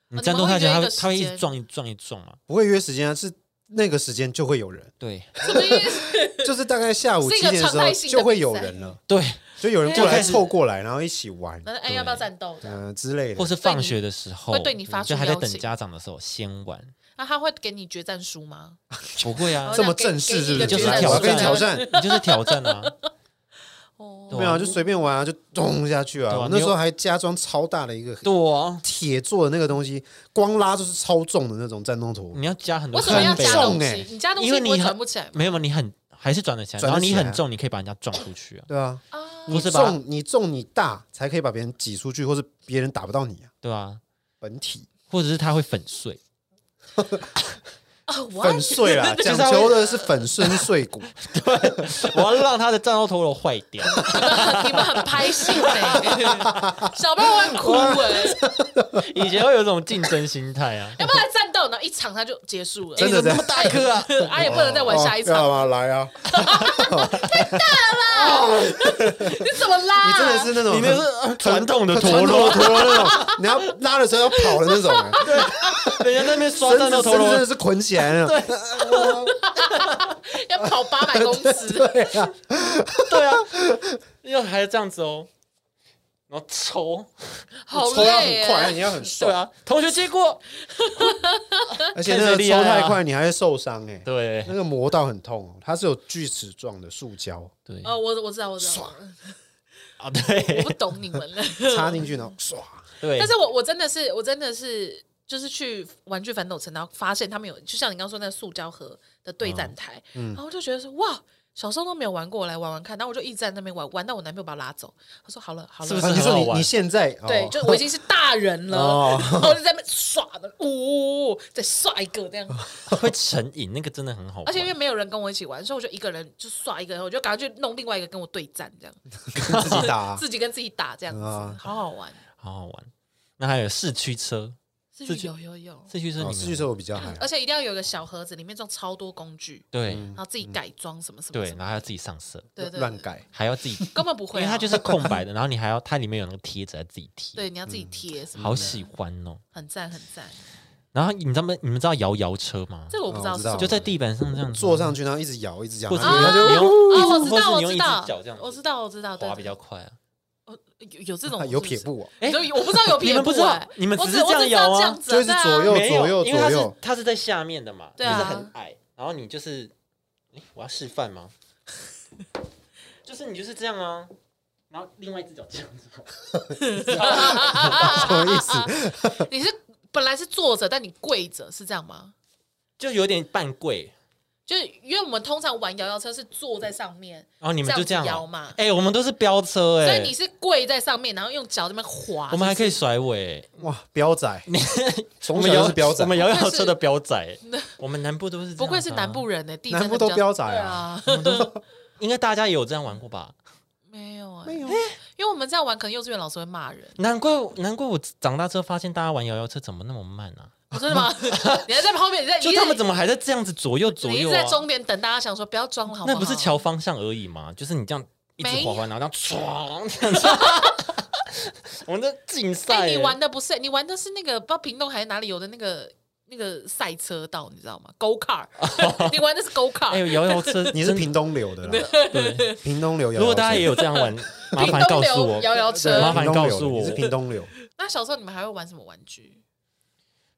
Speaker 1: 你
Speaker 3: 们
Speaker 1: 战斗
Speaker 3: 会
Speaker 1: 他
Speaker 3: 约
Speaker 1: 他会
Speaker 3: 一个
Speaker 1: 他会一
Speaker 3: 时
Speaker 1: 直
Speaker 3: 间
Speaker 1: 撞一撞一撞嘛，
Speaker 2: 不会约时间啊，是那个时间就会有人，
Speaker 1: 对
Speaker 3: 什么意 思？
Speaker 2: 就是大概下午
Speaker 3: 是
Speaker 2: 七
Speaker 3: 一个
Speaker 2: 点的时
Speaker 3: 常
Speaker 2: 候
Speaker 3: 态性的
Speaker 2: 就会
Speaker 3: 比
Speaker 2: 有
Speaker 3: 赛
Speaker 2: 人了，
Speaker 1: 对，
Speaker 2: 就有人过
Speaker 1: 就
Speaker 2: 来
Speaker 1: 开始
Speaker 2: 凑过来，然后一起玩，
Speaker 3: 然后哎，要不要战斗？
Speaker 2: 嗯、之类的，
Speaker 3: 哦
Speaker 1: 或是放学的时候
Speaker 3: 会对你发出
Speaker 1: 就还在
Speaker 3: 邀
Speaker 1: 等
Speaker 3: 请
Speaker 1: 家长的时候先玩，
Speaker 3: 那他会给你决战书吗？
Speaker 1: 不会啊
Speaker 3: 然后，
Speaker 2: 这么
Speaker 3: 给你
Speaker 2: 正式是不是？
Speaker 3: 给你一个
Speaker 1: 就是
Speaker 3: 决战
Speaker 1: 挑
Speaker 2: 我
Speaker 1: 战
Speaker 2: 要跟你
Speaker 3: 书
Speaker 2: 挑战，
Speaker 1: 你就是挑战啊，
Speaker 3: 哦，
Speaker 1: 对
Speaker 2: 没有啊，就随便玩啊，就咚下去啊。
Speaker 1: 对啊
Speaker 2: 我
Speaker 1: 你
Speaker 2: 那
Speaker 1: 有
Speaker 2: 时候还加装超大的一个
Speaker 1: 对啊，
Speaker 2: 铁做的那个东西，光拉就是超重的那种战斗陀，
Speaker 1: 你要加很多
Speaker 3: 为什么要
Speaker 1: 装备
Speaker 3: 加
Speaker 2: 很
Speaker 3: 东
Speaker 2: 重
Speaker 3: 西
Speaker 2: 欸？
Speaker 3: 你加东
Speaker 1: 因为
Speaker 3: 西
Speaker 1: 你
Speaker 3: 不会
Speaker 1: 很
Speaker 3: 传不起来吗
Speaker 1: 没有嘛，你很还是转得起来，
Speaker 2: 转
Speaker 1: 然后
Speaker 2: 得起
Speaker 1: 你
Speaker 2: 来
Speaker 1: 很重，你可以把人家撞出去啊，
Speaker 2: 对啊，
Speaker 3: 啊？
Speaker 1: 不
Speaker 2: 你
Speaker 1: 是吧
Speaker 2: 重你重你大才可以把别人挤出去，或是别人打不到你啊。
Speaker 1: 对啊，
Speaker 2: 本体
Speaker 1: 或者是它会粉碎。
Speaker 3: 哦，我
Speaker 2: 粉碎啦，
Speaker 1: 就是
Speaker 2: 讲
Speaker 1: 它会
Speaker 2: 求的是粉身 碎骨。
Speaker 1: 我要让它的战斗陀螺坏掉。
Speaker 3: 你们很拍戏 呢，小朋友会哭哎，
Speaker 1: 以前会有一种竞争心态 啊，
Speaker 3: 要不然战斗呢一场它就结束了，
Speaker 2: 真的
Speaker 1: 诶怎么那么大颗 啊！
Speaker 3: 啊也不能再玩下一
Speaker 2: 哦要
Speaker 3: 场，
Speaker 2: 吗？来啊！
Speaker 3: 你怎么拉？
Speaker 2: 你真的是那种
Speaker 1: 啊你那是呃
Speaker 2: 很
Speaker 1: 传统的
Speaker 2: 很
Speaker 1: 陀
Speaker 2: 传统
Speaker 1: 螺
Speaker 2: 的陀螺那种，你要拉的时候要跑的那种，哎
Speaker 1: 人啊家在那边刷
Speaker 2: 绳
Speaker 1: 战斗
Speaker 2: 子
Speaker 1: 陀
Speaker 2: 绳子真的
Speaker 1: 螺，
Speaker 2: 是捆起 来了。对
Speaker 3: 要跑八百公尺，
Speaker 2: 对啊，
Speaker 1: 对啊，要还这样子哦，然后抽，
Speaker 3: 好
Speaker 2: 抽要
Speaker 3: 累
Speaker 2: 很快，
Speaker 3: 哎。
Speaker 2: 你要很
Speaker 1: 对
Speaker 2: 瘦，
Speaker 1: 啊，同学接过，
Speaker 2: 而且那个
Speaker 1: 看谁
Speaker 2: 抽
Speaker 1: 厉害啊
Speaker 2: 太快你还会受伤哎。
Speaker 1: 对
Speaker 2: 那个磨到很痛哦，它是有锯齿状的塑胶
Speaker 1: 对
Speaker 3: 哦，我我知道，我知道，
Speaker 1: 啊，
Speaker 3: 我
Speaker 1: 对
Speaker 3: 不懂你们了。
Speaker 2: 插进去，然后唰，
Speaker 1: 对，
Speaker 3: 但是我我真的是，我真的是，就是去玩具反斗城，然后发现他们有，就像你刚刚说那个塑胶盒的对
Speaker 1: 嗯
Speaker 3: 战台，然后我就觉得说哇。小时候都没有玩过，我来玩玩看。然后我就一直在那边玩，玩到我男朋友把我拉走。他说：“好了，好了。
Speaker 1: 是不是
Speaker 2: 啊你说
Speaker 1: 很好
Speaker 2: 你
Speaker 1: 玩
Speaker 2: 你现在哦
Speaker 3: 对，就我已经是大人了，
Speaker 2: 哦
Speaker 3: 然后我就在那边耍的，呜、再耍一个这
Speaker 1: 哦
Speaker 3: 样。
Speaker 1: 会成瘾，那个真的很好玩，
Speaker 3: 而且因为没有人跟我一起玩，所以我就一个人就耍一个，我就赶快去弄另外一个跟我对战，这样
Speaker 2: 跟自己打啊
Speaker 3: 自己跟自己打这样子，
Speaker 2: 啊
Speaker 3: 好好玩。
Speaker 1: 好好玩。那还有四驱车，
Speaker 3: 是
Speaker 1: 自己
Speaker 3: 有有有，
Speaker 1: 四驱车你
Speaker 2: 哦，
Speaker 1: 们
Speaker 2: 四驱车我比较还好
Speaker 3: 而且一定要有一个小盒子，里面装超多工具，
Speaker 1: 对
Speaker 2: 嗯
Speaker 3: 然后自己改装什么什么
Speaker 1: 嗯对，
Speaker 3: 什
Speaker 1: 然
Speaker 3: 么，
Speaker 1: 后还要自己上色，
Speaker 3: 嗯对对对
Speaker 2: 乱改，
Speaker 1: 还要自 己，
Speaker 3: 根本不
Speaker 1: 因
Speaker 3: 会啊、
Speaker 1: 为它就是空白的，然后你还要它里面有那个贴纸，要自己贴，
Speaker 3: 对，你要自己贴什么的，
Speaker 1: 好喜欢哦。
Speaker 3: 很赞很赞。
Speaker 1: 然后你们知道吗你们知道摇摇车吗？
Speaker 3: 这个我不知道
Speaker 2: 哦我知
Speaker 3: 是什
Speaker 2: 道
Speaker 3: 么，
Speaker 1: 就在地板上这样子
Speaker 2: 坐上去，然后一直摇，一直摇，
Speaker 1: 嗯或者
Speaker 2: 然
Speaker 1: 你
Speaker 2: 后它就
Speaker 1: 用一
Speaker 3: 啊，我
Speaker 1: 只，
Speaker 3: 知
Speaker 1: 或
Speaker 3: 道
Speaker 1: 是
Speaker 3: 我
Speaker 1: 你用
Speaker 3: 知
Speaker 1: 一只
Speaker 3: 道
Speaker 1: 脚这样，，
Speaker 3: 我知道我知道，对
Speaker 1: 滑比较快啊。
Speaker 3: 对有有 这种
Speaker 2: 有撇，步哦，
Speaker 1: 哎
Speaker 3: 是不是有我不知道有
Speaker 1: 你
Speaker 3: 撇
Speaker 1: 们
Speaker 3: 步
Speaker 1: 不知道
Speaker 3: 哎，
Speaker 1: 你们
Speaker 3: 我
Speaker 1: 只
Speaker 3: 只
Speaker 1: 是
Speaker 3: 我
Speaker 1: 这
Speaker 3: 只知
Speaker 1: 样
Speaker 3: 道
Speaker 1: 摇啊
Speaker 3: 这样子啊，
Speaker 2: 就是
Speaker 3: 对啊
Speaker 2: 左右
Speaker 1: 没有，因为它
Speaker 2: 左右
Speaker 1: 是它是在下面的嘛，就
Speaker 3: 对
Speaker 1: 是
Speaker 3: 啊
Speaker 1: 很矮，然后你就是，诶我要示范吗？就是你就是这样啊，然后另外一只脚这样子，
Speaker 2: 什么意思？
Speaker 3: 你是本来是坐着，但你跪着是这样吗？
Speaker 1: 就有点半跪，
Speaker 3: 就是因为我们通常玩摇摇车是坐在上面，
Speaker 1: 然后你们就这样
Speaker 3: 这样
Speaker 1: 哦
Speaker 3: 子摇嘛
Speaker 1: 哎，我们都是飙车哎，
Speaker 3: 所以你是跪在上面，然后用脚这边滑。
Speaker 1: 我们还可以
Speaker 3: 是
Speaker 1: 甩尾，
Speaker 2: 哇，彪仔，
Speaker 1: 我
Speaker 2: 从
Speaker 1: 们
Speaker 2: 小就
Speaker 1: 摇
Speaker 2: 是彪仔
Speaker 1: 我，们摇摇车的飙 仔，我们南部都是，啊
Speaker 3: 不是不愧是南部，人呢、地
Speaker 2: 南
Speaker 3: 震
Speaker 2: 部都
Speaker 3: 标
Speaker 2: 彪仔啊，
Speaker 3: 啊，
Speaker 1: 应该大家也有这样玩过吧？
Speaker 3: 没有哎、
Speaker 1: 啊
Speaker 3: 因为我们这样玩，可能幼稚园老师会骂人。
Speaker 1: 难怪难怪我长大之后发现大家玩摇摇车怎么那么慢啊？
Speaker 3: 我哦真的 吗？你还在旁边，你在
Speaker 1: 就他们
Speaker 3: 么
Speaker 1: 怎么还在这样子左右左
Speaker 3: 你一
Speaker 1: 右
Speaker 3: 直
Speaker 1: 啊
Speaker 3: 在？终点等大家，想说不要装了，好
Speaker 1: 那
Speaker 3: 好
Speaker 1: 不是瞧方向而已吗？就是你这样一直滑滑，然后这样唰这样子。 我们在竞赛
Speaker 3: 哎、
Speaker 1: 欸，
Speaker 3: 你玩的不是，你玩的是那个不知道屏东还是哪里有的那个那个赛车道，你知道吗 ？Go car，你玩的是 Go
Speaker 1: 哎
Speaker 3: car，
Speaker 1: 呦摇摇 车，
Speaker 2: 你是屏东流的啦，
Speaker 1: 对。
Speaker 2: 屏东流摇摇车。
Speaker 1: 如果大家也有这样 玩，麻
Speaker 3: 屏
Speaker 1: 烦告诉
Speaker 3: 东流
Speaker 1: 我。
Speaker 3: 摇摇
Speaker 2: 对
Speaker 1: 对麻
Speaker 3: 车。
Speaker 1: 烦
Speaker 2: 屏东流
Speaker 1: 告诉我
Speaker 2: 你是屏东流，
Speaker 3: 那小时候你们还会玩什么玩具？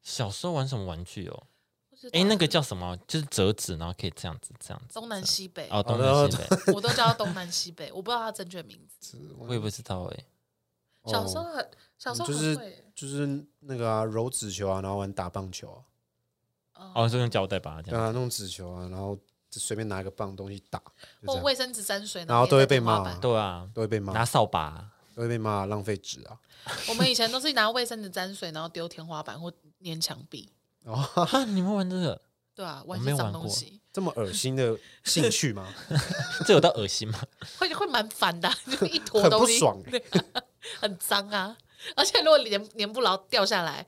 Speaker 1: 小时候玩什么玩具哦？
Speaker 3: 不知道
Speaker 1: 哎，那个叫什么？就是折纸，然后可以这样子这样子。
Speaker 3: 东南西北，
Speaker 1: 哦，东南西北，
Speaker 3: 我都叫它东南西北，我不知道它正确名字。
Speaker 1: 我也不知道 哎。
Speaker 3: 小时候很，小时候
Speaker 2: 就是
Speaker 3: 很会
Speaker 2: 哦就是那个啊，揉纸球啊，然后玩打棒球啊，
Speaker 1: 哦，就用胶带把它这
Speaker 2: 对
Speaker 1: 样。
Speaker 2: 啊，弄纸球啊，然后就随便拿一个棒东西打，就这
Speaker 3: 或
Speaker 2: 样
Speaker 3: 卫生纸沾水，
Speaker 2: 然后都会被骂
Speaker 3: 粘在天花板
Speaker 1: 对啊，
Speaker 2: 都会被
Speaker 1: 拿
Speaker 2: 骂，
Speaker 1: 扫把。
Speaker 2: 都会被骂浪费纸啊。
Speaker 3: 我们以前都是拿卫生纸沾水，然后丢天花板或粘墙壁。
Speaker 2: 哦，
Speaker 1: 啊，你们玩这个，
Speaker 3: 对啊，玩
Speaker 1: 没
Speaker 3: 些
Speaker 1: 有
Speaker 3: 脏
Speaker 1: 玩
Speaker 3: 东
Speaker 1: 过
Speaker 3: 西，
Speaker 2: 这么恶心的兴趣吗？
Speaker 1: 这有到恶心吗？
Speaker 3: 会会蛮烦的啊， 就是一坨
Speaker 2: 很
Speaker 3: 东
Speaker 2: 不
Speaker 3: 西，
Speaker 2: 爽欸，
Speaker 3: 很脏啊。而且如果粘粘不牢掉下来，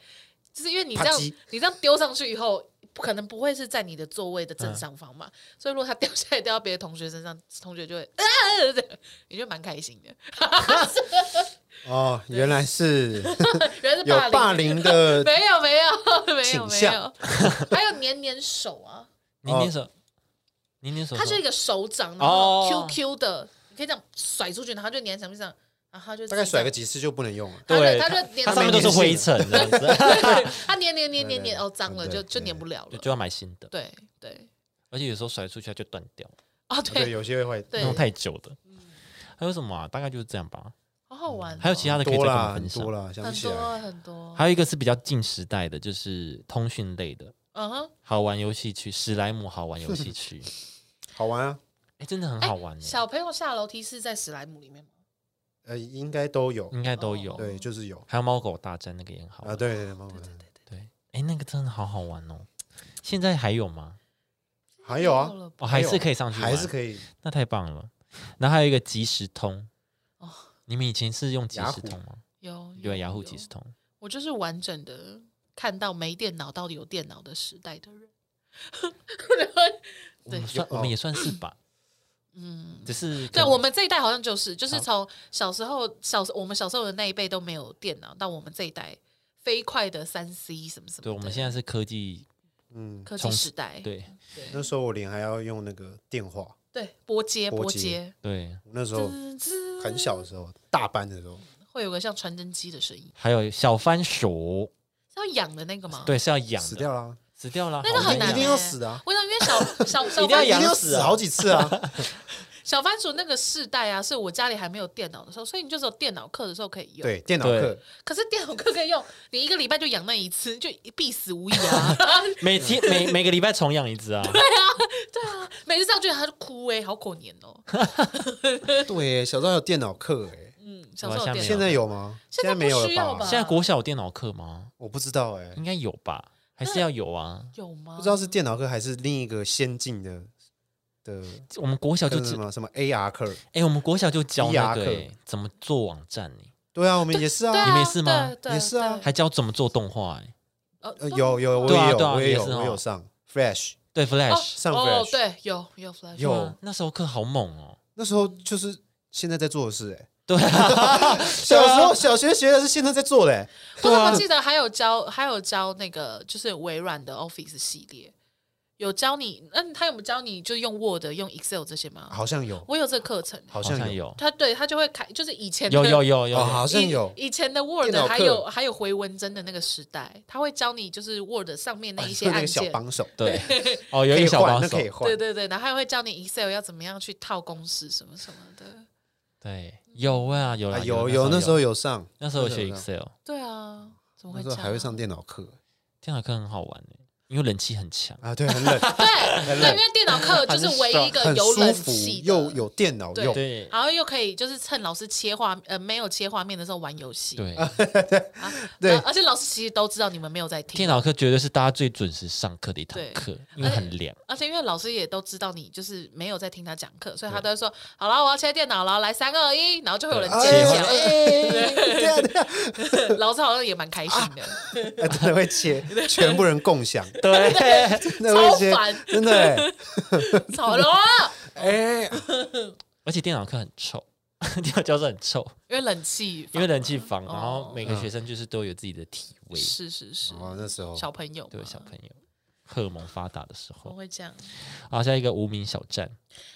Speaker 3: 就是因为你这
Speaker 2: 啪
Speaker 3: 样
Speaker 2: 叽
Speaker 3: 你这样丢上去以后，不可能不会是在你的座位的正上方
Speaker 2: 嗯
Speaker 3: 嘛。所以如果它 掉下来掉到别的同学身上，同学就会啊，这样你就蛮开心 的。
Speaker 2: 哦，原来 是
Speaker 3: 原来是
Speaker 2: 有
Speaker 3: 霸凌，
Speaker 2: 霸凌的
Speaker 3: 没有没有没有
Speaker 2: 倾
Speaker 3: 没
Speaker 2: 向
Speaker 3: 有，还有黏黏手啊，
Speaker 1: 年年手，年年手，
Speaker 3: 它是一个手掌，然
Speaker 1: 哦
Speaker 3: 后 QQ 的，你可以这样甩出去，然后它就粘墙壁上，然啊后它就
Speaker 2: 大概
Speaker 3: 自己这
Speaker 2: 甩
Speaker 3: 样
Speaker 2: 个几次就不能用了。
Speaker 1: 对，
Speaker 3: 它就
Speaker 1: 它上面都是灰尘，这样子。
Speaker 3: 它粘粘粘粘粘，哦，脏了
Speaker 2: 对
Speaker 3: 就就
Speaker 2: 对
Speaker 3: 粘不了
Speaker 1: 对，
Speaker 3: 了。
Speaker 1: 就要买新的，
Speaker 3: 对对，
Speaker 1: 而且有时候甩出去它就断掉，
Speaker 3: 哦
Speaker 2: 对，
Speaker 3: 对，
Speaker 2: 有些会坏。
Speaker 3: 对
Speaker 1: 用太久的。还有什么啊？大概就是这样吧。
Speaker 3: 好好玩哦。
Speaker 1: 还有其他的可以再
Speaker 2: 多
Speaker 1: 跟
Speaker 2: 啦，
Speaker 1: 我们
Speaker 2: 很
Speaker 1: 分
Speaker 2: 多
Speaker 1: 享。
Speaker 2: 啦，想
Speaker 3: 很
Speaker 2: 起来
Speaker 3: 多很多，
Speaker 1: 还有一个是比较近时代的，就是通讯类的
Speaker 3: 嗯哼，
Speaker 1: 好玩游戏区，史莱姆好玩游戏 区，
Speaker 2: 好玩啊，
Speaker 1: 哎，真的很
Speaker 3: 哎
Speaker 1: 好玩欸，
Speaker 3: 小朋友下楼梯是在史莱姆里面吗？
Speaker 2: 呃，应该都有，
Speaker 1: 应该都有。
Speaker 2: 哦对，就是有
Speaker 1: 嗯还有猫狗大战那个也很好
Speaker 2: 啊，
Speaker 1: 玩，
Speaker 2: 对对对，猫狗
Speaker 3: 对对对，
Speaker 1: 对，哎，那个真的好好玩哦！现在还有吗？
Speaker 2: 还有啊
Speaker 3: 到，了吧
Speaker 1: 哦，还是可以上去玩，
Speaker 2: 还是可以
Speaker 1: 那太棒了。然后还有一个即时通，
Speaker 3: 哦
Speaker 1: 你们以前是用即
Speaker 2: 雅
Speaker 1: 时
Speaker 2: 虎
Speaker 1: 通吗？
Speaker 3: 有
Speaker 1: 对，
Speaker 3: 有
Speaker 1: 雅虎
Speaker 3: 有
Speaker 1: 即时通。
Speaker 3: 我就是完整的看到没电脑到底有电脑的时代的人。
Speaker 1: 我
Speaker 3: 对
Speaker 1: 们算
Speaker 2: 有哦
Speaker 1: 我们也算是吧，
Speaker 3: 嗯，
Speaker 1: 只是可
Speaker 3: 对
Speaker 1: 能
Speaker 3: 我们这一代好像就是，就是
Speaker 1: 好
Speaker 3: 从小时候小时我们小时候的那一辈都没有电脑，到我们这一代飞快的三 C 什么什么的，
Speaker 1: 对我们现在是科技，
Speaker 2: 嗯，
Speaker 3: 科技
Speaker 1: 从
Speaker 3: 时代，
Speaker 1: 对
Speaker 2: 那时候我连还要用那个电话，
Speaker 3: 对拨接
Speaker 2: 拨
Speaker 3: 拨
Speaker 2: 接
Speaker 3: 接，
Speaker 1: 对，
Speaker 2: 我那时候
Speaker 3: 滋滋
Speaker 2: 很小的时候，大班的时候，
Speaker 3: 会有个像传真机的声音，
Speaker 1: 还有小番薯，
Speaker 3: 是要养的那个吗？，
Speaker 1: 对，是要养的
Speaker 2: 死掉了啊，
Speaker 1: 死掉了，
Speaker 3: 那个
Speaker 1: 好
Speaker 3: 很
Speaker 1: 难
Speaker 3: 难
Speaker 1: 养
Speaker 2: 一定
Speaker 3: 欸
Speaker 2: 要死的啊，
Speaker 3: 我想因为 小小
Speaker 1: 一
Speaker 3: 小
Speaker 1: 定要
Speaker 2: 一
Speaker 1: 养
Speaker 3: 番
Speaker 2: 定要
Speaker 3: 薯
Speaker 1: 死
Speaker 2: 死
Speaker 1: 啊
Speaker 2: 好几次 啊，
Speaker 3: 小番薯那个世代啊，是我家里还没有电脑的时候，所以你就只有电脑课的时候可以用。
Speaker 2: 对，电脑课
Speaker 1: 对
Speaker 3: 可是电脑课可以用，你一个礼拜就养那一次，就必死无疑 啊！
Speaker 1: 每天 每每个礼拜重养一只啊，
Speaker 2: 啊
Speaker 3: 每次上去他就哭哎、好可怜哦。
Speaker 2: 对，小时候还有电脑课哎，
Speaker 3: 嗯，小时
Speaker 1: 哇
Speaker 3: 候
Speaker 1: 下面
Speaker 3: 有电
Speaker 2: 现
Speaker 3: 脑，
Speaker 2: 在有吗？
Speaker 3: 现
Speaker 2: 现
Speaker 3: 在
Speaker 2: 在没有
Speaker 3: 不需要
Speaker 2: 了
Speaker 3: 吧
Speaker 1: 现在国小有电脑课吗？
Speaker 2: 我不知道哎，
Speaker 1: 应该有吧，还是要有啊。
Speaker 3: 有吗？
Speaker 2: 不知道是电脑课还是另一个先进的的
Speaker 1: 我们国小哦就
Speaker 2: 课是
Speaker 1: 只
Speaker 2: 什么什么 AR 课，
Speaker 1: 哎、我们国小就教那个、
Speaker 2: VR 课
Speaker 1: 欸、怎么做网站呢、
Speaker 2: 对啊，我们也是
Speaker 3: 对啊，
Speaker 2: 啊，
Speaker 1: 你们也是吗
Speaker 3: 对对
Speaker 2: 也是啊
Speaker 3: 对
Speaker 1: 还教怎么做动画、欸，
Speaker 3: 呃
Speaker 2: 呃有有我
Speaker 1: 对啊
Speaker 2: 也
Speaker 1: 对
Speaker 2: 有
Speaker 1: 啊
Speaker 2: 我也
Speaker 1: 也
Speaker 2: 有
Speaker 1: 是哦
Speaker 2: 我有上 Flash，
Speaker 1: 对 Flash，、
Speaker 2: 上
Speaker 3: 哦，
Speaker 2: Flash
Speaker 3: 对，有有 Flash，
Speaker 2: 有
Speaker 1: 哇那时候课好猛哦、
Speaker 2: 那时候就是现在在做的事哎，
Speaker 1: 对啊，
Speaker 2: 小时候小学学的是现在在做的欸，
Speaker 3: 我怎么记啊得还有教还有教那个就是微软的 Office 系列，有教你，那、他有没有教你就用 Word、用 Excel 这些吗？
Speaker 2: 好像有，
Speaker 3: 我有这个课程，
Speaker 2: 好
Speaker 1: 好
Speaker 2: 像
Speaker 1: 像。有，
Speaker 3: 他对他就会开，就是以前的
Speaker 1: 有有有有
Speaker 2: 哦，好
Speaker 1: 有，
Speaker 2: 像有
Speaker 3: 以以前的 Word
Speaker 2: 电脑课
Speaker 3: 还有还有回文针的那个时代，他会教你就是 Word 上面那一些
Speaker 2: 哦啊那
Speaker 3: 按
Speaker 2: 个小
Speaker 3: 键，
Speaker 2: 帮手，
Speaker 1: 对，哦，有
Speaker 2: 可
Speaker 1: 一
Speaker 2: 以
Speaker 1: 个小
Speaker 2: 换，
Speaker 1: 帮
Speaker 2: 那
Speaker 1: 手
Speaker 2: 可，以换
Speaker 3: 对。对对，然后还会教你 Excel 要怎么样去套公式什么什么的。
Speaker 1: 对，有啊，有
Speaker 2: 啊
Speaker 1: 啦，，
Speaker 2: 有
Speaker 1: 有
Speaker 2: 有那时候
Speaker 1: 有，
Speaker 2: 有上，
Speaker 1: 那时候有学
Speaker 2: 那时
Speaker 1: Excel，
Speaker 3: 对啊，怎
Speaker 2: 那
Speaker 3: 么会
Speaker 2: 时
Speaker 3: 这
Speaker 2: 候
Speaker 3: 样？
Speaker 2: 还会上电脑课
Speaker 1: 电脑课很好玩欸因为冷气很强，
Speaker 2: 啊，对，很 冷，
Speaker 3: 对
Speaker 2: 很
Speaker 3: 对，
Speaker 2: 冷
Speaker 3: 因为电脑课就是唯一一个
Speaker 2: 很
Speaker 3: 有冷
Speaker 2: 舒服
Speaker 3: 气，的
Speaker 2: 又有电脑
Speaker 3: 对
Speaker 2: 用，
Speaker 1: 对
Speaker 3: 然后又可以就是趁老师切画呃没有切画面的时候玩游戏，
Speaker 1: 对，
Speaker 3: 啊，
Speaker 2: 对
Speaker 3: 呃而且老师其实都知道你们没有在听
Speaker 1: 电，脑课绝对是大家最准时上课的一堂
Speaker 3: 对
Speaker 1: 课，因为很 凉，
Speaker 3: 而且因为老师也都知道你就是没有在听他讲课，所以他都会说好了，我要切电脑了，来三二一，然后就会有人
Speaker 1: 对切
Speaker 3: 切掉，
Speaker 2: 哎对啊对啊，
Speaker 3: 老师好像也蛮开心 的，
Speaker 2: 哎真的会 切，全部人共享，
Speaker 1: 对，
Speaker 2: 真的会切
Speaker 3: 超烦，
Speaker 2: 真 的欸
Speaker 3: 吵了啊，
Speaker 2: 哎，哎
Speaker 1: 而且电脑课很臭， 电脑教室很 臭，
Speaker 3: 因为冷气，
Speaker 1: 因为冷气房，然后
Speaker 3: 哦
Speaker 1: 每个学生就是都有自己的体味，
Speaker 3: 是是是，
Speaker 2: 哦，那时候
Speaker 3: 小朋友
Speaker 1: 对
Speaker 3: 嘛
Speaker 1: 小朋友荷尔蒙发达的时
Speaker 3: 怎么
Speaker 2: 哦
Speaker 1: 候。
Speaker 3: 会这样？
Speaker 1: 好，下一个无名小站。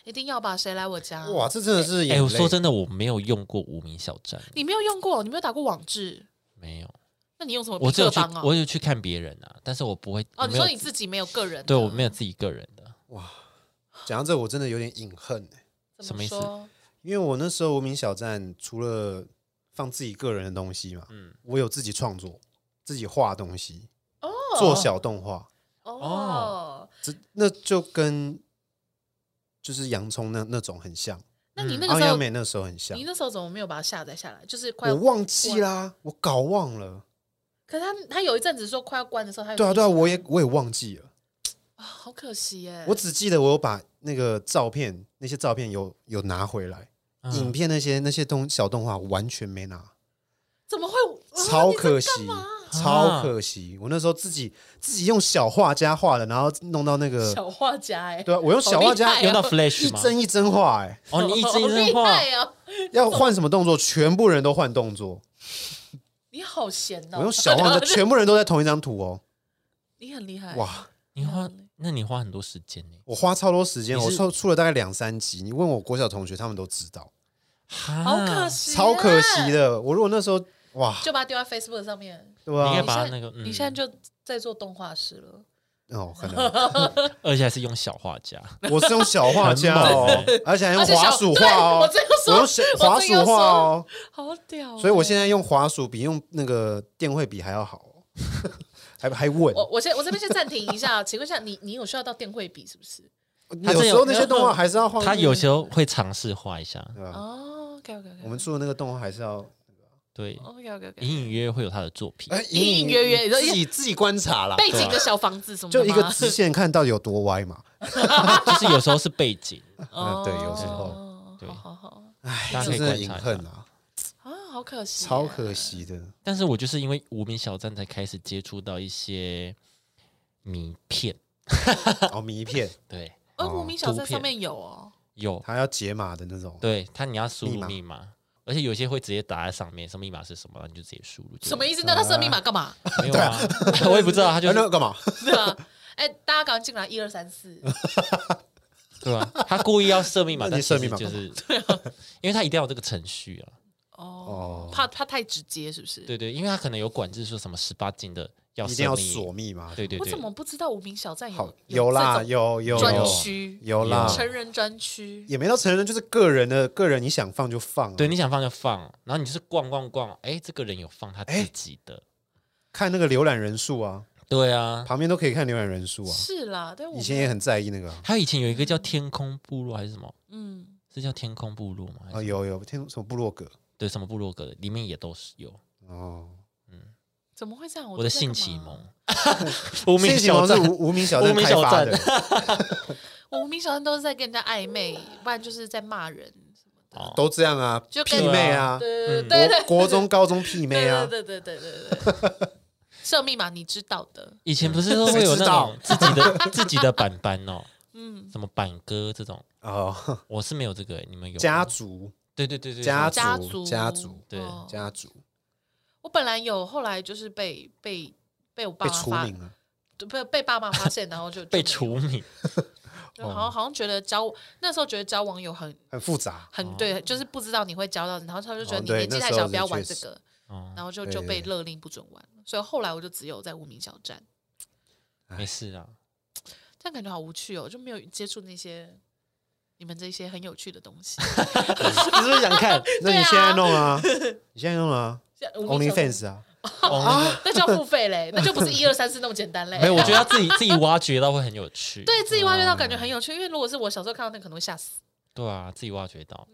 Speaker 3: 一定要吧？谁来我家？
Speaker 2: 哇，这真的是
Speaker 1: 哎、
Speaker 2: 眼
Speaker 1: 我
Speaker 2: 泪
Speaker 1: 说真的，我没有用过无名小站，
Speaker 3: 你没有用过，你没有打过网志，
Speaker 1: 没有。
Speaker 3: 那你用什么
Speaker 1: 我
Speaker 3: 匹
Speaker 1: 只有
Speaker 3: 克
Speaker 1: 去
Speaker 3: 帮，啊？
Speaker 1: 我有去看别人啊，但是我不会。
Speaker 3: 哦，
Speaker 1: 我
Speaker 3: 你
Speaker 1: 没有
Speaker 3: 说你嗯自己没有个人的，
Speaker 1: 对我没有自己个人的，
Speaker 2: 讲到这，我真的有点隐恨哎，
Speaker 1: 什
Speaker 3: 怎
Speaker 1: 么
Speaker 3: 么
Speaker 1: 意思
Speaker 3: 说？
Speaker 2: 因为我那时候无名小站除了放自己个人的东西嘛，
Speaker 1: 嗯，
Speaker 2: 我有自己创作，自己画东西，做小动画，
Speaker 3: 哦，
Speaker 2: 这那就跟就是洋葱那那种很像，
Speaker 3: 那你那
Speaker 1: 嗯
Speaker 3: 个
Speaker 2: 安
Speaker 3: 时
Speaker 2: 雅
Speaker 3: 候，
Speaker 2: 美那时候很像
Speaker 3: 你，那时候怎么没有把它下载下来？就是快
Speaker 2: 我
Speaker 3: 要，
Speaker 2: 忘记啦，我搞忘了。
Speaker 3: 可是他他有一阵子说快要关的时候，他有
Speaker 2: 对啊，对啊，
Speaker 3: 提醒
Speaker 2: 我也我也忘记了，
Speaker 3: 啊好可惜耶。
Speaker 2: 我只记得我有把那个照片，那些照片有有拿回来，
Speaker 1: 嗯
Speaker 2: 影片那些那些东小动画完全没拿，
Speaker 3: 怎么会？啊
Speaker 2: 超
Speaker 3: 你 在
Speaker 2: 可惜
Speaker 3: 干嘛，
Speaker 1: 啊
Speaker 2: 超可惜。我那时候自己自己用小画家画的，然后弄到那个，
Speaker 3: 小画家哎，
Speaker 2: 对啊，我用小画
Speaker 3: 好
Speaker 2: 家
Speaker 3: 厉害
Speaker 1: 用
Speaker 3: 哦
Speaker 1: 到
Speaker 2: 一
Speaker 1: Flash 吗？
Speaker 2: 帧一帧画， 哎，
Speaker 1: 哦，你一
Speaker 3: 好
Speaker 1: 帧一帧
Speaker 3: 厉
Speaker 1: 画，
Speaker 3: 害哦，
Speaker 2: 要换什么动作，全部人都换动作。
Speaker 3: 你好闲哦。
Speaker 2: 我用小画家，全部人都在同一张图哦，
Speaker 3: 你很厉害哇，
Speaker 2: 哇！
Speaker 1: 你花，那你花很多时间呢。
Speaker 2: 我花超多时间，
Speaker 1: 你
Speaker 2: 我
Speaker 1: 是
Speaker 2: 出出了大概两三集。你问我国小同学，他们都知道，
Speaker 1: 哈
Speaker 3: 好可，惜，啊
Speaker 2: 超可惜，的。我如果那时候哇，
Speaker 3: 就把它丢在 Facebook 上面。
Speaker 2: 对啊
Speaker 1: 你应该
Speaker 2: 吧？
Speaker 1: 把它
Speaker 3: 你
Speaker 1: 那
Speaker 3: 现
Speaker 1: 个，嗯
Speaker 3: 你现在就在做动画师了，
Speaker 2: 哦， 可能
Speaker 1: 而且还是用小画家，
Speaker 2: 我是用小画家哦
Speaker 1: 很猛，
Speaker 2: 而且还用
Speaker 3: 而且小
Speaker 2: 滑鼠画
Speaker 3: 对我
Speaker 2: 哦
Speaker 3: 这，个
Speaker 2: 我
Speaker 3: 说
Speaker 2: 用小滑鼠画哦，
Speaker 3: 好屌哦。
Speaker 2: 所以我现在用滑鼠比用那个电绘笔还要好哦， 还还稳。
Speaker 3: 我我先我这边先暂停一下， 请问一下，你你有需要到电绘笔是不是？
Speaker 1: 他
Speaker 2: 有
Speaker 1: 这
Speaker 2: 时
Speaker 1: 有
Speaker 2: 候那些动画还是要
Speaker 3: 哦
Speaker 2: 画，
Speaker 1: 他有时候会尝试画一下。
Speaker 2: 对吧？
Speaker 3: 哦，OK OK OK，
Speaker 2: 我们出的那个动画还是要
Speaker 1: 对对，
Speaker 3: OK OK OK，
Speaker 1: 隐隐约约会有他的作品。
Speaker 2: 哎
Speaker 3: 呃隐隐约约你说
Speaker 2: 自己自己观察啦，
Speaker 3: 背
Speaker 2: 对
Speaker 3: 景
Speaker 2: 啊
Speaker 3: 的小房子什么的
Speaker 2: 就
Speaker 3: 吗
Speaker 2: 一个直线看到底有多歪嘛。
Speaker 1: 就是有时候是背景，
Speaker 3: 哦
Speaker 2: 嗯对有时候
Speaker 1: 对
Speaker 3: 好好好
Speaker 2: 哎，
Speaker 1: 大家
Speaker 2: 这
Speaker 1: 可以
Speaker 2: 真的
Speaker 1: 观
Speaker 2: 隐
Speaker 1: 察一
Speaker 2: 恨
Speaker 1: 下
Speaker 2: 啊，
Speaker 3: 啊，好可惜，
Speaker 2: 超可。惜的。
Speaker 1: 但是我就是因为无名小站才开始接触到一些名片，
Speaker 2: 哦，迷片，
Speaker 1: 对，
Speaker 3: 而
Speaker 2: 哦
Speaker 3: 无名小
Speaker 1: 图
Speaker 3: 站上
Speaker 1: 片
Speaker 3: 面有哦，
Speaker 1: 有，
Speaker 2: 他要解码的那种。
Speaker 1: 对他你要输
Speaker 2: 密
Speaker 1: 入
Speaker 2: 码
Speaker 1: 密码，而且有些会直接打在上面，什么密码是什么，然后你就直接输入。
Speaker 3: 什么意思？那他设密码 干嘛？
Speaker 1: 没有啊， 我也不知道，他就
Speaker 2: 哎，
Speaker 1: 是
Speaker 2: 那干嘛？
Speaker 3: 对吧？哎，大家赶快进来，一二三四，
Speaker 1: 对吧？他故意要设密码，
Speaker 2: 那
Speaker 1: 但
Speaker 2: 你设密码
Speaker 1: 其实就是对
Speaker 3: 啊
Speaker 1: 因为他一定要有这个程序啊，
Speaker 3: 哦
Speaker 2: 哦，
Speaker 3: 怕怕太直接是不是？
Speaker 1: 对对，因为他可能有管制说什么十八禁的要
Speaker 2: 一
Speaker 1: 设
Speaker 2: 定要
Speaker 1: 密
Speaker 2: 锁密码。
Speaker 1: 对对
Speaker 3: 我
Speaker 1: 对
Speaker 3: 怎，么不知道无名小站
Speaker 2: 好
Speaker 3: 有，
Speaker 2: 有啦，
Speaker 3: 这种
Speaker 2: 有有
Speaker 3: 专
Speaker 2: 有
Speaker 3: 区
Speaker 2: 有啊啦，
Speaker 1: 有
Speaker 3: 成人专区？
Speaker 2: 也没到成人，就是个人的个人，你想放就放啊。
Speaker 1: 对，你想放就放，然后你就是逛逛逛，哎，这个人有放他自
Speaker 2: 哎
Speaker 1: 己的，
Speaker 2: 看那个浏览人数啊，
Speaker 1: 对啊。
Speaker 2: 旁边都可以看浏览人数啊。
Speaker 3: 是啦，但我
Speaker 2: 以前也很在意那个啊，
Speaker 1: 还有以前有一个叫天空部落还是什么，
Speaker 3: 嗯，
Speaker 1: 是叫天空部落吗？还
Speaker 2: 啊
Speaker 1: 是
Speaker 2: 有有听什么部落格
Speaker 1: 对，什么部落格的里面也都是有。
Speaker 2: 哦，
Speaker 3: 怎么会这样？
Speaker 1: 我的
Speaker 3: 都在
Speaker 1: 性
Speaker 3: 干嘛
Speaker 1: 启 蒙，无名
Speaker 2: 信息网
Speaker 1: 小
Speaker 2: 是
Speaker 1: 站，
Speaker 2: 无无名小站
Speaker 1: 无名
Speaker 2: 开
Speaker 1: 小
Speaker 2: 发
Speaker 1: 站
Speaker 2: 的，
Speaker 3: 我无名小站都是在跟人家暧昧，不然就是在骂人，
Speaker 1: 哦
Speaker 2: 都这样啊，
Speaker 3: 就跟
Speaker 2: 媲美啊，
Speaker 3: 对对
Speaker 1: 嗯
Speaker 3: 对对
Speaker 2: 国国中高中媲美啊，
Speaker 3: 对对对对对对对，设密码你知道的，
Speaker 1: 以前不是都会有那种自己的自己的板板哦，
Speaker 3: 嗯，
Speaker 1: 什么板哥这种，
Speaker 2: 哦，
Speaker 1: 我是没有这个，欸你们有吗
Speaker 2: 家？族
Speaker 1: 对对对对，
Speaker 2: 家
Speaker 1: 对
Speaker 3: 家
Speaker 2: 族
Speaker 3: 族
Speaker 2: 家族
Speaker 1: 对
Speaker 3: 哦
Speaker 2: 家族
Speaker 3: 我本来有，后来就是被被被我爸
Speaker 2: 被
Speaker 3: 妈
Speaker 2: 除
Speaker 3: 发
Speaker 2: 名了，
Speaker 3: 被被爸妈发现，然后就
Speaker 1: 被，
Speaker 3: 就
Speaker 1: 除哦名，
Speaker 3: 没有就好像好像觉得交那时候觉得交网友很
Speaker 2: 很复杂，
Speaker 3: 很对，就是不知道你会交到，然后他就觉得
Speaker 2: 哦
Speaker 3: 你
Speaker 2: 对
Speaker 3: 年纪
Speaker 2: 那
Speaker 3: 太
Speaker 2: 时候
Speaker 3: 小，
Speaker 2: 是
Speaker 3: 不要玩
Speaker 2: 确
Speaker 3: 这
Speaker 2: 实
Speaker 3: 个，
Speaker 1: 哦，
Speaker 3: 然后就
Speaker 2: 对
Speaker 3: 就被
Speaker 2: 对
Speaker 3: 勒令不准玩了。所以后来我就只有在无名小站，
Speaker 1: 没事啊，
Speaker 3: 这样感觉好无趣哦，就没有接触那些你们这些很有趣的东 西。
Speaker 2: 你是不是想看？那你现在弄 啊，你现在弄啊
Speaker 3: 像无名小站
Speaker 2: ，OnlyFans 啊，
Speaker 1: 哦
Speaker 3: 那就要付费嘞，那就不是一二三四那么简单 嘞。
Speaker 1: 没有，我觉得要自己自己挖掘到会很有趣，
Speaker 3: 对自己挖掘到
Speaker 2: 嗯
Speaker 3: 感觉很有趣，因为如果是我小时候看到那个，可能会吓死。
Speaker 1: 对啊，自己挖掘到，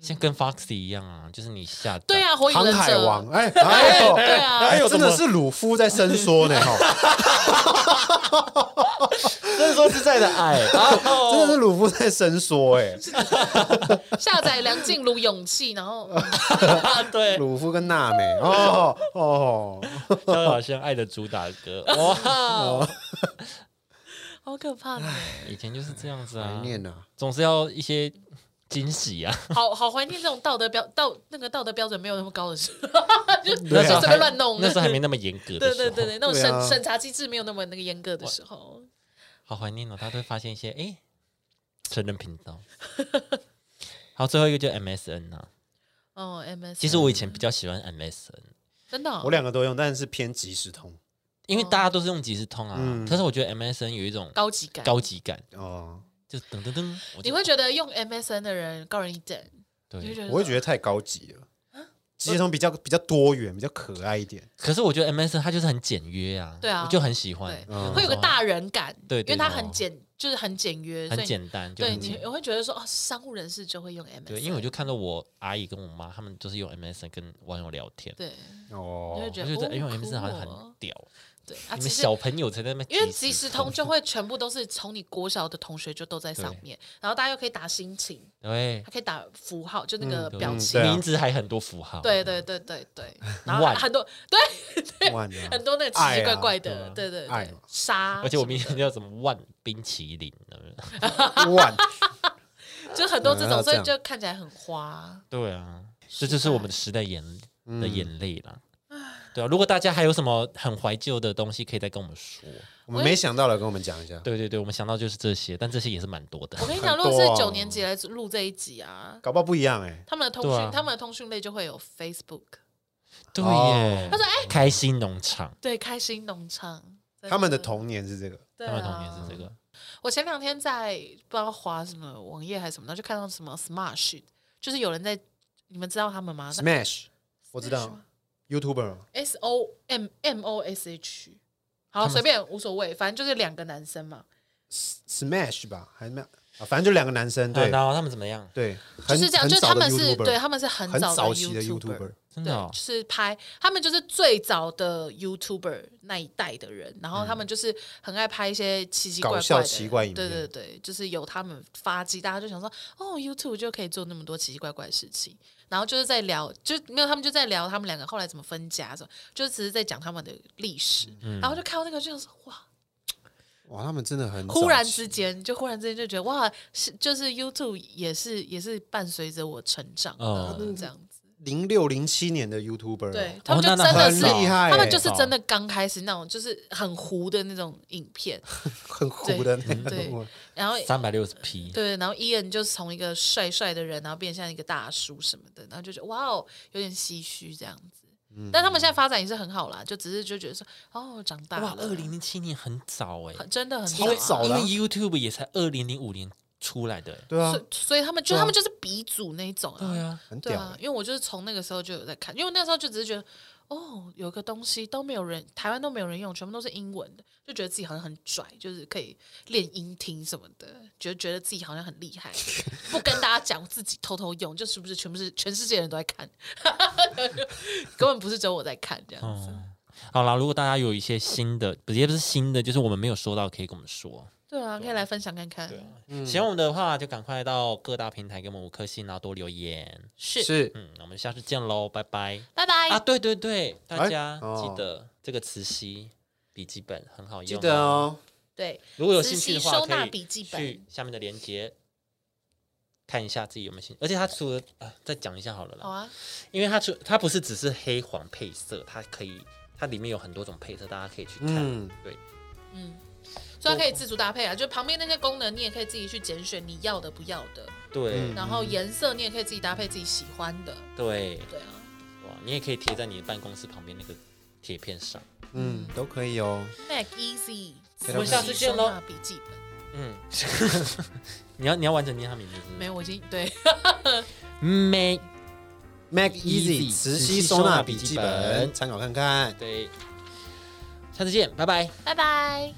Speaker 1: 像跟 Foxy 一样啊，就是你下载
Speaker 3: 嗯对，啊，火影
Speaker 2: 航
Speaker 3: 忍
Speaker 2: 海
Speaker 3: 者，
Speaker 2: 王，哎， 哎呦，
Speaker 3: 对啊
Speaker 2: 哎呦，
Speaker 1: 怎
Speaker 2: 真
Speaker 1: 么
Speaker 2: 的是鲁夫在伸缩 呢，哈，
Speaker 1: 是说自在的 爱，
Speaker 2: 啊
Speaker 1: 哦
Speaker 2: 真的是鲁夫在伸缩， 哎，
Speaker 3: 下载梁静茹勇气，然后
Speaker 1: 啊对，
Speaker 2: 鲁夫跟娜美，哦哦，
Speaker 1: 就好像爱的主打歌，
Speaker 2: 哦
Speaker 1: 哇，
Speaker 3: 好 可怕哦呢，
Speaker 1: 以前就是这样子
Speaker 2: 怀
Speaker 1: 啊，
Speaker 2: 念呐，
Speaker 1: 总是要一些惊喜啊。
Speaker 3: 好好怀念这种道德标道那个道德标准没有那么高的时候，
Speaker 1: 那时候
Speaker 3: 随
Speaker 1: 还
Speaker 3: 便乱弄
Speaker 1: 啊那时候还没那么严格的
Speaker 3: 对
Speaker 1: 时候，
Speaker 3: 对对对，那种
Speaker 2: 对
Speaker 3: 审
Speaker 2: 啊
Speaker 3: 审查机制没有那么那个严格的时候，
Speaker 1: 好怀念哦！他都会发现一些哎，成人频道。好，最后一个就 MSN 啊。
Speaker 3: 哦，MS，
Speaker 1: 其实我以前比较喜欢 MSN，
Speaker 3: 真的哦
Speaker 2: 我两个都用，但是偏即时通
Speaker 1: 因为大家都是用即时通啊。但是我觉得 MSN 有一种
Speaker 3: 高级感，
Speaker 1: 高级感，
Speaker 2: 哦，
Speaker 1: 就噔噔噔，我就
Speaker 3: 你会觉得用 MSN 的人高人一等，你
Speaker 1: 对。
Speaker 3: 会觉得
Speaker 2: 我会觉得太高级了。
Speaker 3: 啊
Speaker 2: 即时通比较比较多元，比较可爱一点。
Speaker 1: 可是我觉得 MSN 它就是很简约啊，
Speaker 3: 对啊
Speaker 1: 我就很喜欢
Speaker 3: 对，，
Speaker 2: 嗯
Speaker 3: 会有个大人感，
Speaker 1: 对对
Speaker 3: 因为它
Speaker 1: 对
Speaker 3: 很
Speaker 1: 哦
Speaker 3: 简，就是很简约，所
Speaker 1: 很
Speaker 3: 以
Speaker 1: 简单，就
Speaker 3: 对，
Speaker 1: 很
Speaker 3: 你我会觉得说哦，商务人士就会用 MS，
Speaker 1: 对。因为我就看到我阿姨跟我妈他们就是用 MSN 跟网友聊天，
Speaker 3: 对，
Speaker 2: 哦
Speaker 3: 你会觉
Speaker 1: 我
Speaker 3: 得
Speaker 1: 就觉
Speaker 3: 哦
Speaker 1: 得哎用
Speaker 3: 酷
Speaker 1: MSN 好像
Speaker 3: 哦
Speaker 1: 很屌，
Speaker 3: 对啊，
Speaker 1: 你
Speaker 3: 其
Speaker 1: 们
Speaker 3: 实
Speaker 1: 小朋友才在那边，
Speaker 3: 因为即时通就会全部都是从你国小的同学就都在上面，然后大家又可以打心情，
Speaker 1: 对
Speaker 3: 还可以打符号，就那个
Speaker 1: 对
Speaker 3: 表
Speaker 1: 嗯啊
Speaker 3: 情
Speaker 2: 对，啊
Speaker 1: 名字还很多符号，
Speaker 3: 对对对对对，然后还
Speaker 1: 万
Speaker 3: 很多对
Speaker 2: 万啊
Speaker 3: 很多那个奇
Speaker 2: 爱
Speaker 3: 奇
Speaker 2: 啊
Speaker 3: 怪怪的，
Speaker 1: 对啊
Speaker 3: 对对
Speaker 2: 爱
Speaker 3: 对
Speaker 2: 嘛，
Speaker 3: 沙，
Speaker 1: 而且我明天就要什么万冰淇淋，
Speaker 2: 万，
Speaker 3: 就很多这种，
Speaker 2: 嗯
Speaker 3: 所
Speaker 2: 这
Speaker 3: 以
Speaker 2: 样
Speaker 3: 就看起来很花。
Speaker 1: 对啊，这
Speaker 3: 时代
Speaker 1: 就是我们时代眼
Speaker 2: 嗯
Speaker 1: 的眼泪啦。对啊，如果大家还有什么很怀旧的东西，可以再跟我们说。
Speaker 2: 我们没想到了，跟我们讲一下。
Speaker 1: 对对对，我们想到就是这些，但这些也是蛮多的
Speaker 3: 我。跟你讲，如
Speaker 2: 很
Speaker 3: 果
Speaker 2: 多
Speaker 3: 是
Speaker 2: 啊
Speaker 3: 九年级来录这一集啊，
Speaker 2: 搞不好不一样哎。
Speaker 3: 他们的通
Speaker 1: 对
Speaker 3: 讯
Speaker 1: 啊，
Speaker 3: 他们的通讯类就会有 Facebook，
Speaker 1: 对
Speaker 2: 哦
Speaker 1: 耶，他说哎，开心农场，
Speaker 3: 对，开心农场，真
Speaker 2: 他们的童年是这个，
Speaker 3: 对
Speaker 1: 他
Speaker 3: 啊
Speaker 1: 们童年是这个，
Speaker 3: 我前两天在不知道滑什么网页还是什么，然后就看到什么 Smash，就是有人在，你们知道他们吗
Speaker 2: Smash，我知道，YouTuber
Speaker 3: ，S O M M O S H，好随便无所谓，反正就是两个男生嘛，
Speaker 2: Smash 吧，还是什么啊反正就两个男生，对
Speaker 1: 然后他们怎么样？
Speaker 2: 对，
Speaker 3: 就
Speaker 2: 很
Speaker 3: 是这样，
Speaker 2: 很
Speaker 3: 就是
Speaker 2: 早
Speaker 3: 他
Speaker 2: 的
Speaker 3: 们是
Speaker 2: YouTuber
Speaker 3: 对他们是很
Speaker 2: 很
Speaker 3: 早
Speaker 2: 早期的 YouTuber，
Speaker 1: 真
Speaker 3: 对
Speaker 1: 的、，哦
Speaker 3: 就，是拍他们就是最早的 YouTuber 那一代的人，然后他们就是很爱拍一些奇奇怪怪的
Speaker 2: 嗯搞笑奇怪影片
Speaker 3: 对对对，就是由他们发迹，大家就想说，哦，YouTube 就可以做那么多奇奇怪怪的事情，然后就是在聊，就没有他们就在聊他们两个后来怎么分家，什么，就只是在讲他们的历史，
Speaker 2: 嗯
Speaker 3: 然后就看到那个就想说，哇，
Speaker 2: 哇，他们真的很
Speaker 3: 忽然
Speaker 2: 早期
Speaker 3: 之间就忽然之间就觉得，哇，是就是 YouTube 也是也是伴随着我成长的、
Speaker 1: 哦
Speaker 3: 这样子。
Speaker 2: 零六零七年的 YouTuber，哦
Speaker 3: 对他们就
Speaker 1: 那
Speaker 3: 真
Speaker 1: 那
Speaker 3: 的
Speaker 2: 很
Speaker 3: 是，
Speaker 2: 厉害
Speaker 3: 他
Speaker 2: 欸
Speaker 3: 们就是真的刚开始那种，就是很糊的那种影片，
Speaker 2: 很糊的那
Speaker 3: 对
Speaker 2: 种，
Speaker 3: 然后
Speaker 1: 三百六十 P，
Speaker 3: 对，然后伊恩就是从一个帅帅的人，然后变像一个大叔什么的，然后就觉得哇哦，有点唏嘘这样子。
Speaker 2: 嗯
Speaker 3: 但他们现在发展也是很好啦，就只是就觉得说哦，长大
Speaker 1: 哇
Speaker 3: 了，，
Speaker 1: 二零零七年很早哎、
Speaker 3: 很真的很
Speaker 2: 超
Speaker 3: 早啊，
Speaker 2: 早
Speaker 1: 因
Speaker 2: 的
Speaker 1: 为
Speaker 2: 啊，
Speaker 1: YouTube 也才二零零五年出来的、欸，
Speaker 2: 对啊
Speaker 3: 所，以所以他们就
Speaker 2: 对啊
Speaker 3: 他们就是鼻祖那一种
Speaker 1: 对啊，
Speaker 2: 很
Speaker 3: 对
Speaker 2: 屌
Speaker 3: 啊
Speaker 2: 的，，
Speaker 3: 因为我就是从那个时候就有在看，因为那时候就只是觉得，哦，有个东西都没有人，台湾都没有人用，全部都是英文的，就觉得自己好像很拽，就是可以练音听什么的，觉得觉得自己好像很厉害，不跟大家讲，自己偷偷用，就是不是全部是全世界人都在看， 根本不是只有我在看这样子。
Speaker 1: 好啦，如果大家有一些新的，不也不是新的，就是我们没有说到，可以跟我们说。
Speaker 3: 对啊，可以来分享看看。
Speaker 1: 啊
Speaker 2: 嗯
Speaker 1: 喜欢我们的话，就赶快到各大平台给我们五颗星，然后多留言。
Speaker 3: 是，
Speaker 2: 是
Speaker 1: 嗯，那我们下次见喽，拜拜。
Speaker 3: 拜拜。
Speaker 1: 啊，对对对，大
Speaker 2: 哎
Speaker 1: 家
Speaker 2: 哦
Speaker 1: 记得这个磁吸笔记本很好用，
Speaker 2: 记得。哦，
Speaker 3: 对，
Speaker 1: 如果有兴趣的
Speaker 3: 磁
Speaker 1: 话，
Speaker 3: 吸收纳
Speaker 1: 可以
Speaker 3: 笔记本
Speaker 1: 去下面的链接看一下自己有没有兴趣。而且它除了啊，再讲一下好了啦，
Speaker 3: 好啊，
Speaker 1: 因为它除它不是只是黑黄配色，它可以它里面有很多种配色，大家可以去看。
Speaker 2: 嗯
Speaker 1: 对，
Speaker 3: 虽然可以自主搭配啊，就旁边那些功能你也可以自己去拣选你要的不要的，
Speaker 1: 对、
Speaker 2: 嗯
Speaker 3: 然后颜色你也可以自己搭配自己喜欢的。
Speaker 1: 对，
Speaker 3: 对啊，
Speaker 1: 哇，你也可以贴在你的办公室旁边那个铁片 上。
Speaker 2: 嗯，都可以哦，
Speaker 3: Mac Easy，
Speaker 1: 我们下次见咯。
Speaker 3: 笔记本
Speaker 1: 嗯，你要你要完整念它名字
Speaker 3: 没有，我已经对
Speaker 1: 没
Speaker 2: Mac
Speaker 1: Easy，
Speaker 2: Easy
Speaker 1: 磁
Speaker 2: 磁
Speaker 1: 吸
Speaker 2: 吸
Speaker 1: 收
Speaker 2: 收
Speaker 1: 纳
Speaker 2: 纳
Speaker 1: 笔
Speaker 2: 笔
Speaker 1: 记
Speaker 2: 记
Speaker 1: 本
Speaker 2: 本，参考看看。
Speaker 1: 对，下次见，拜拜。
Speaker 3: 拜拜。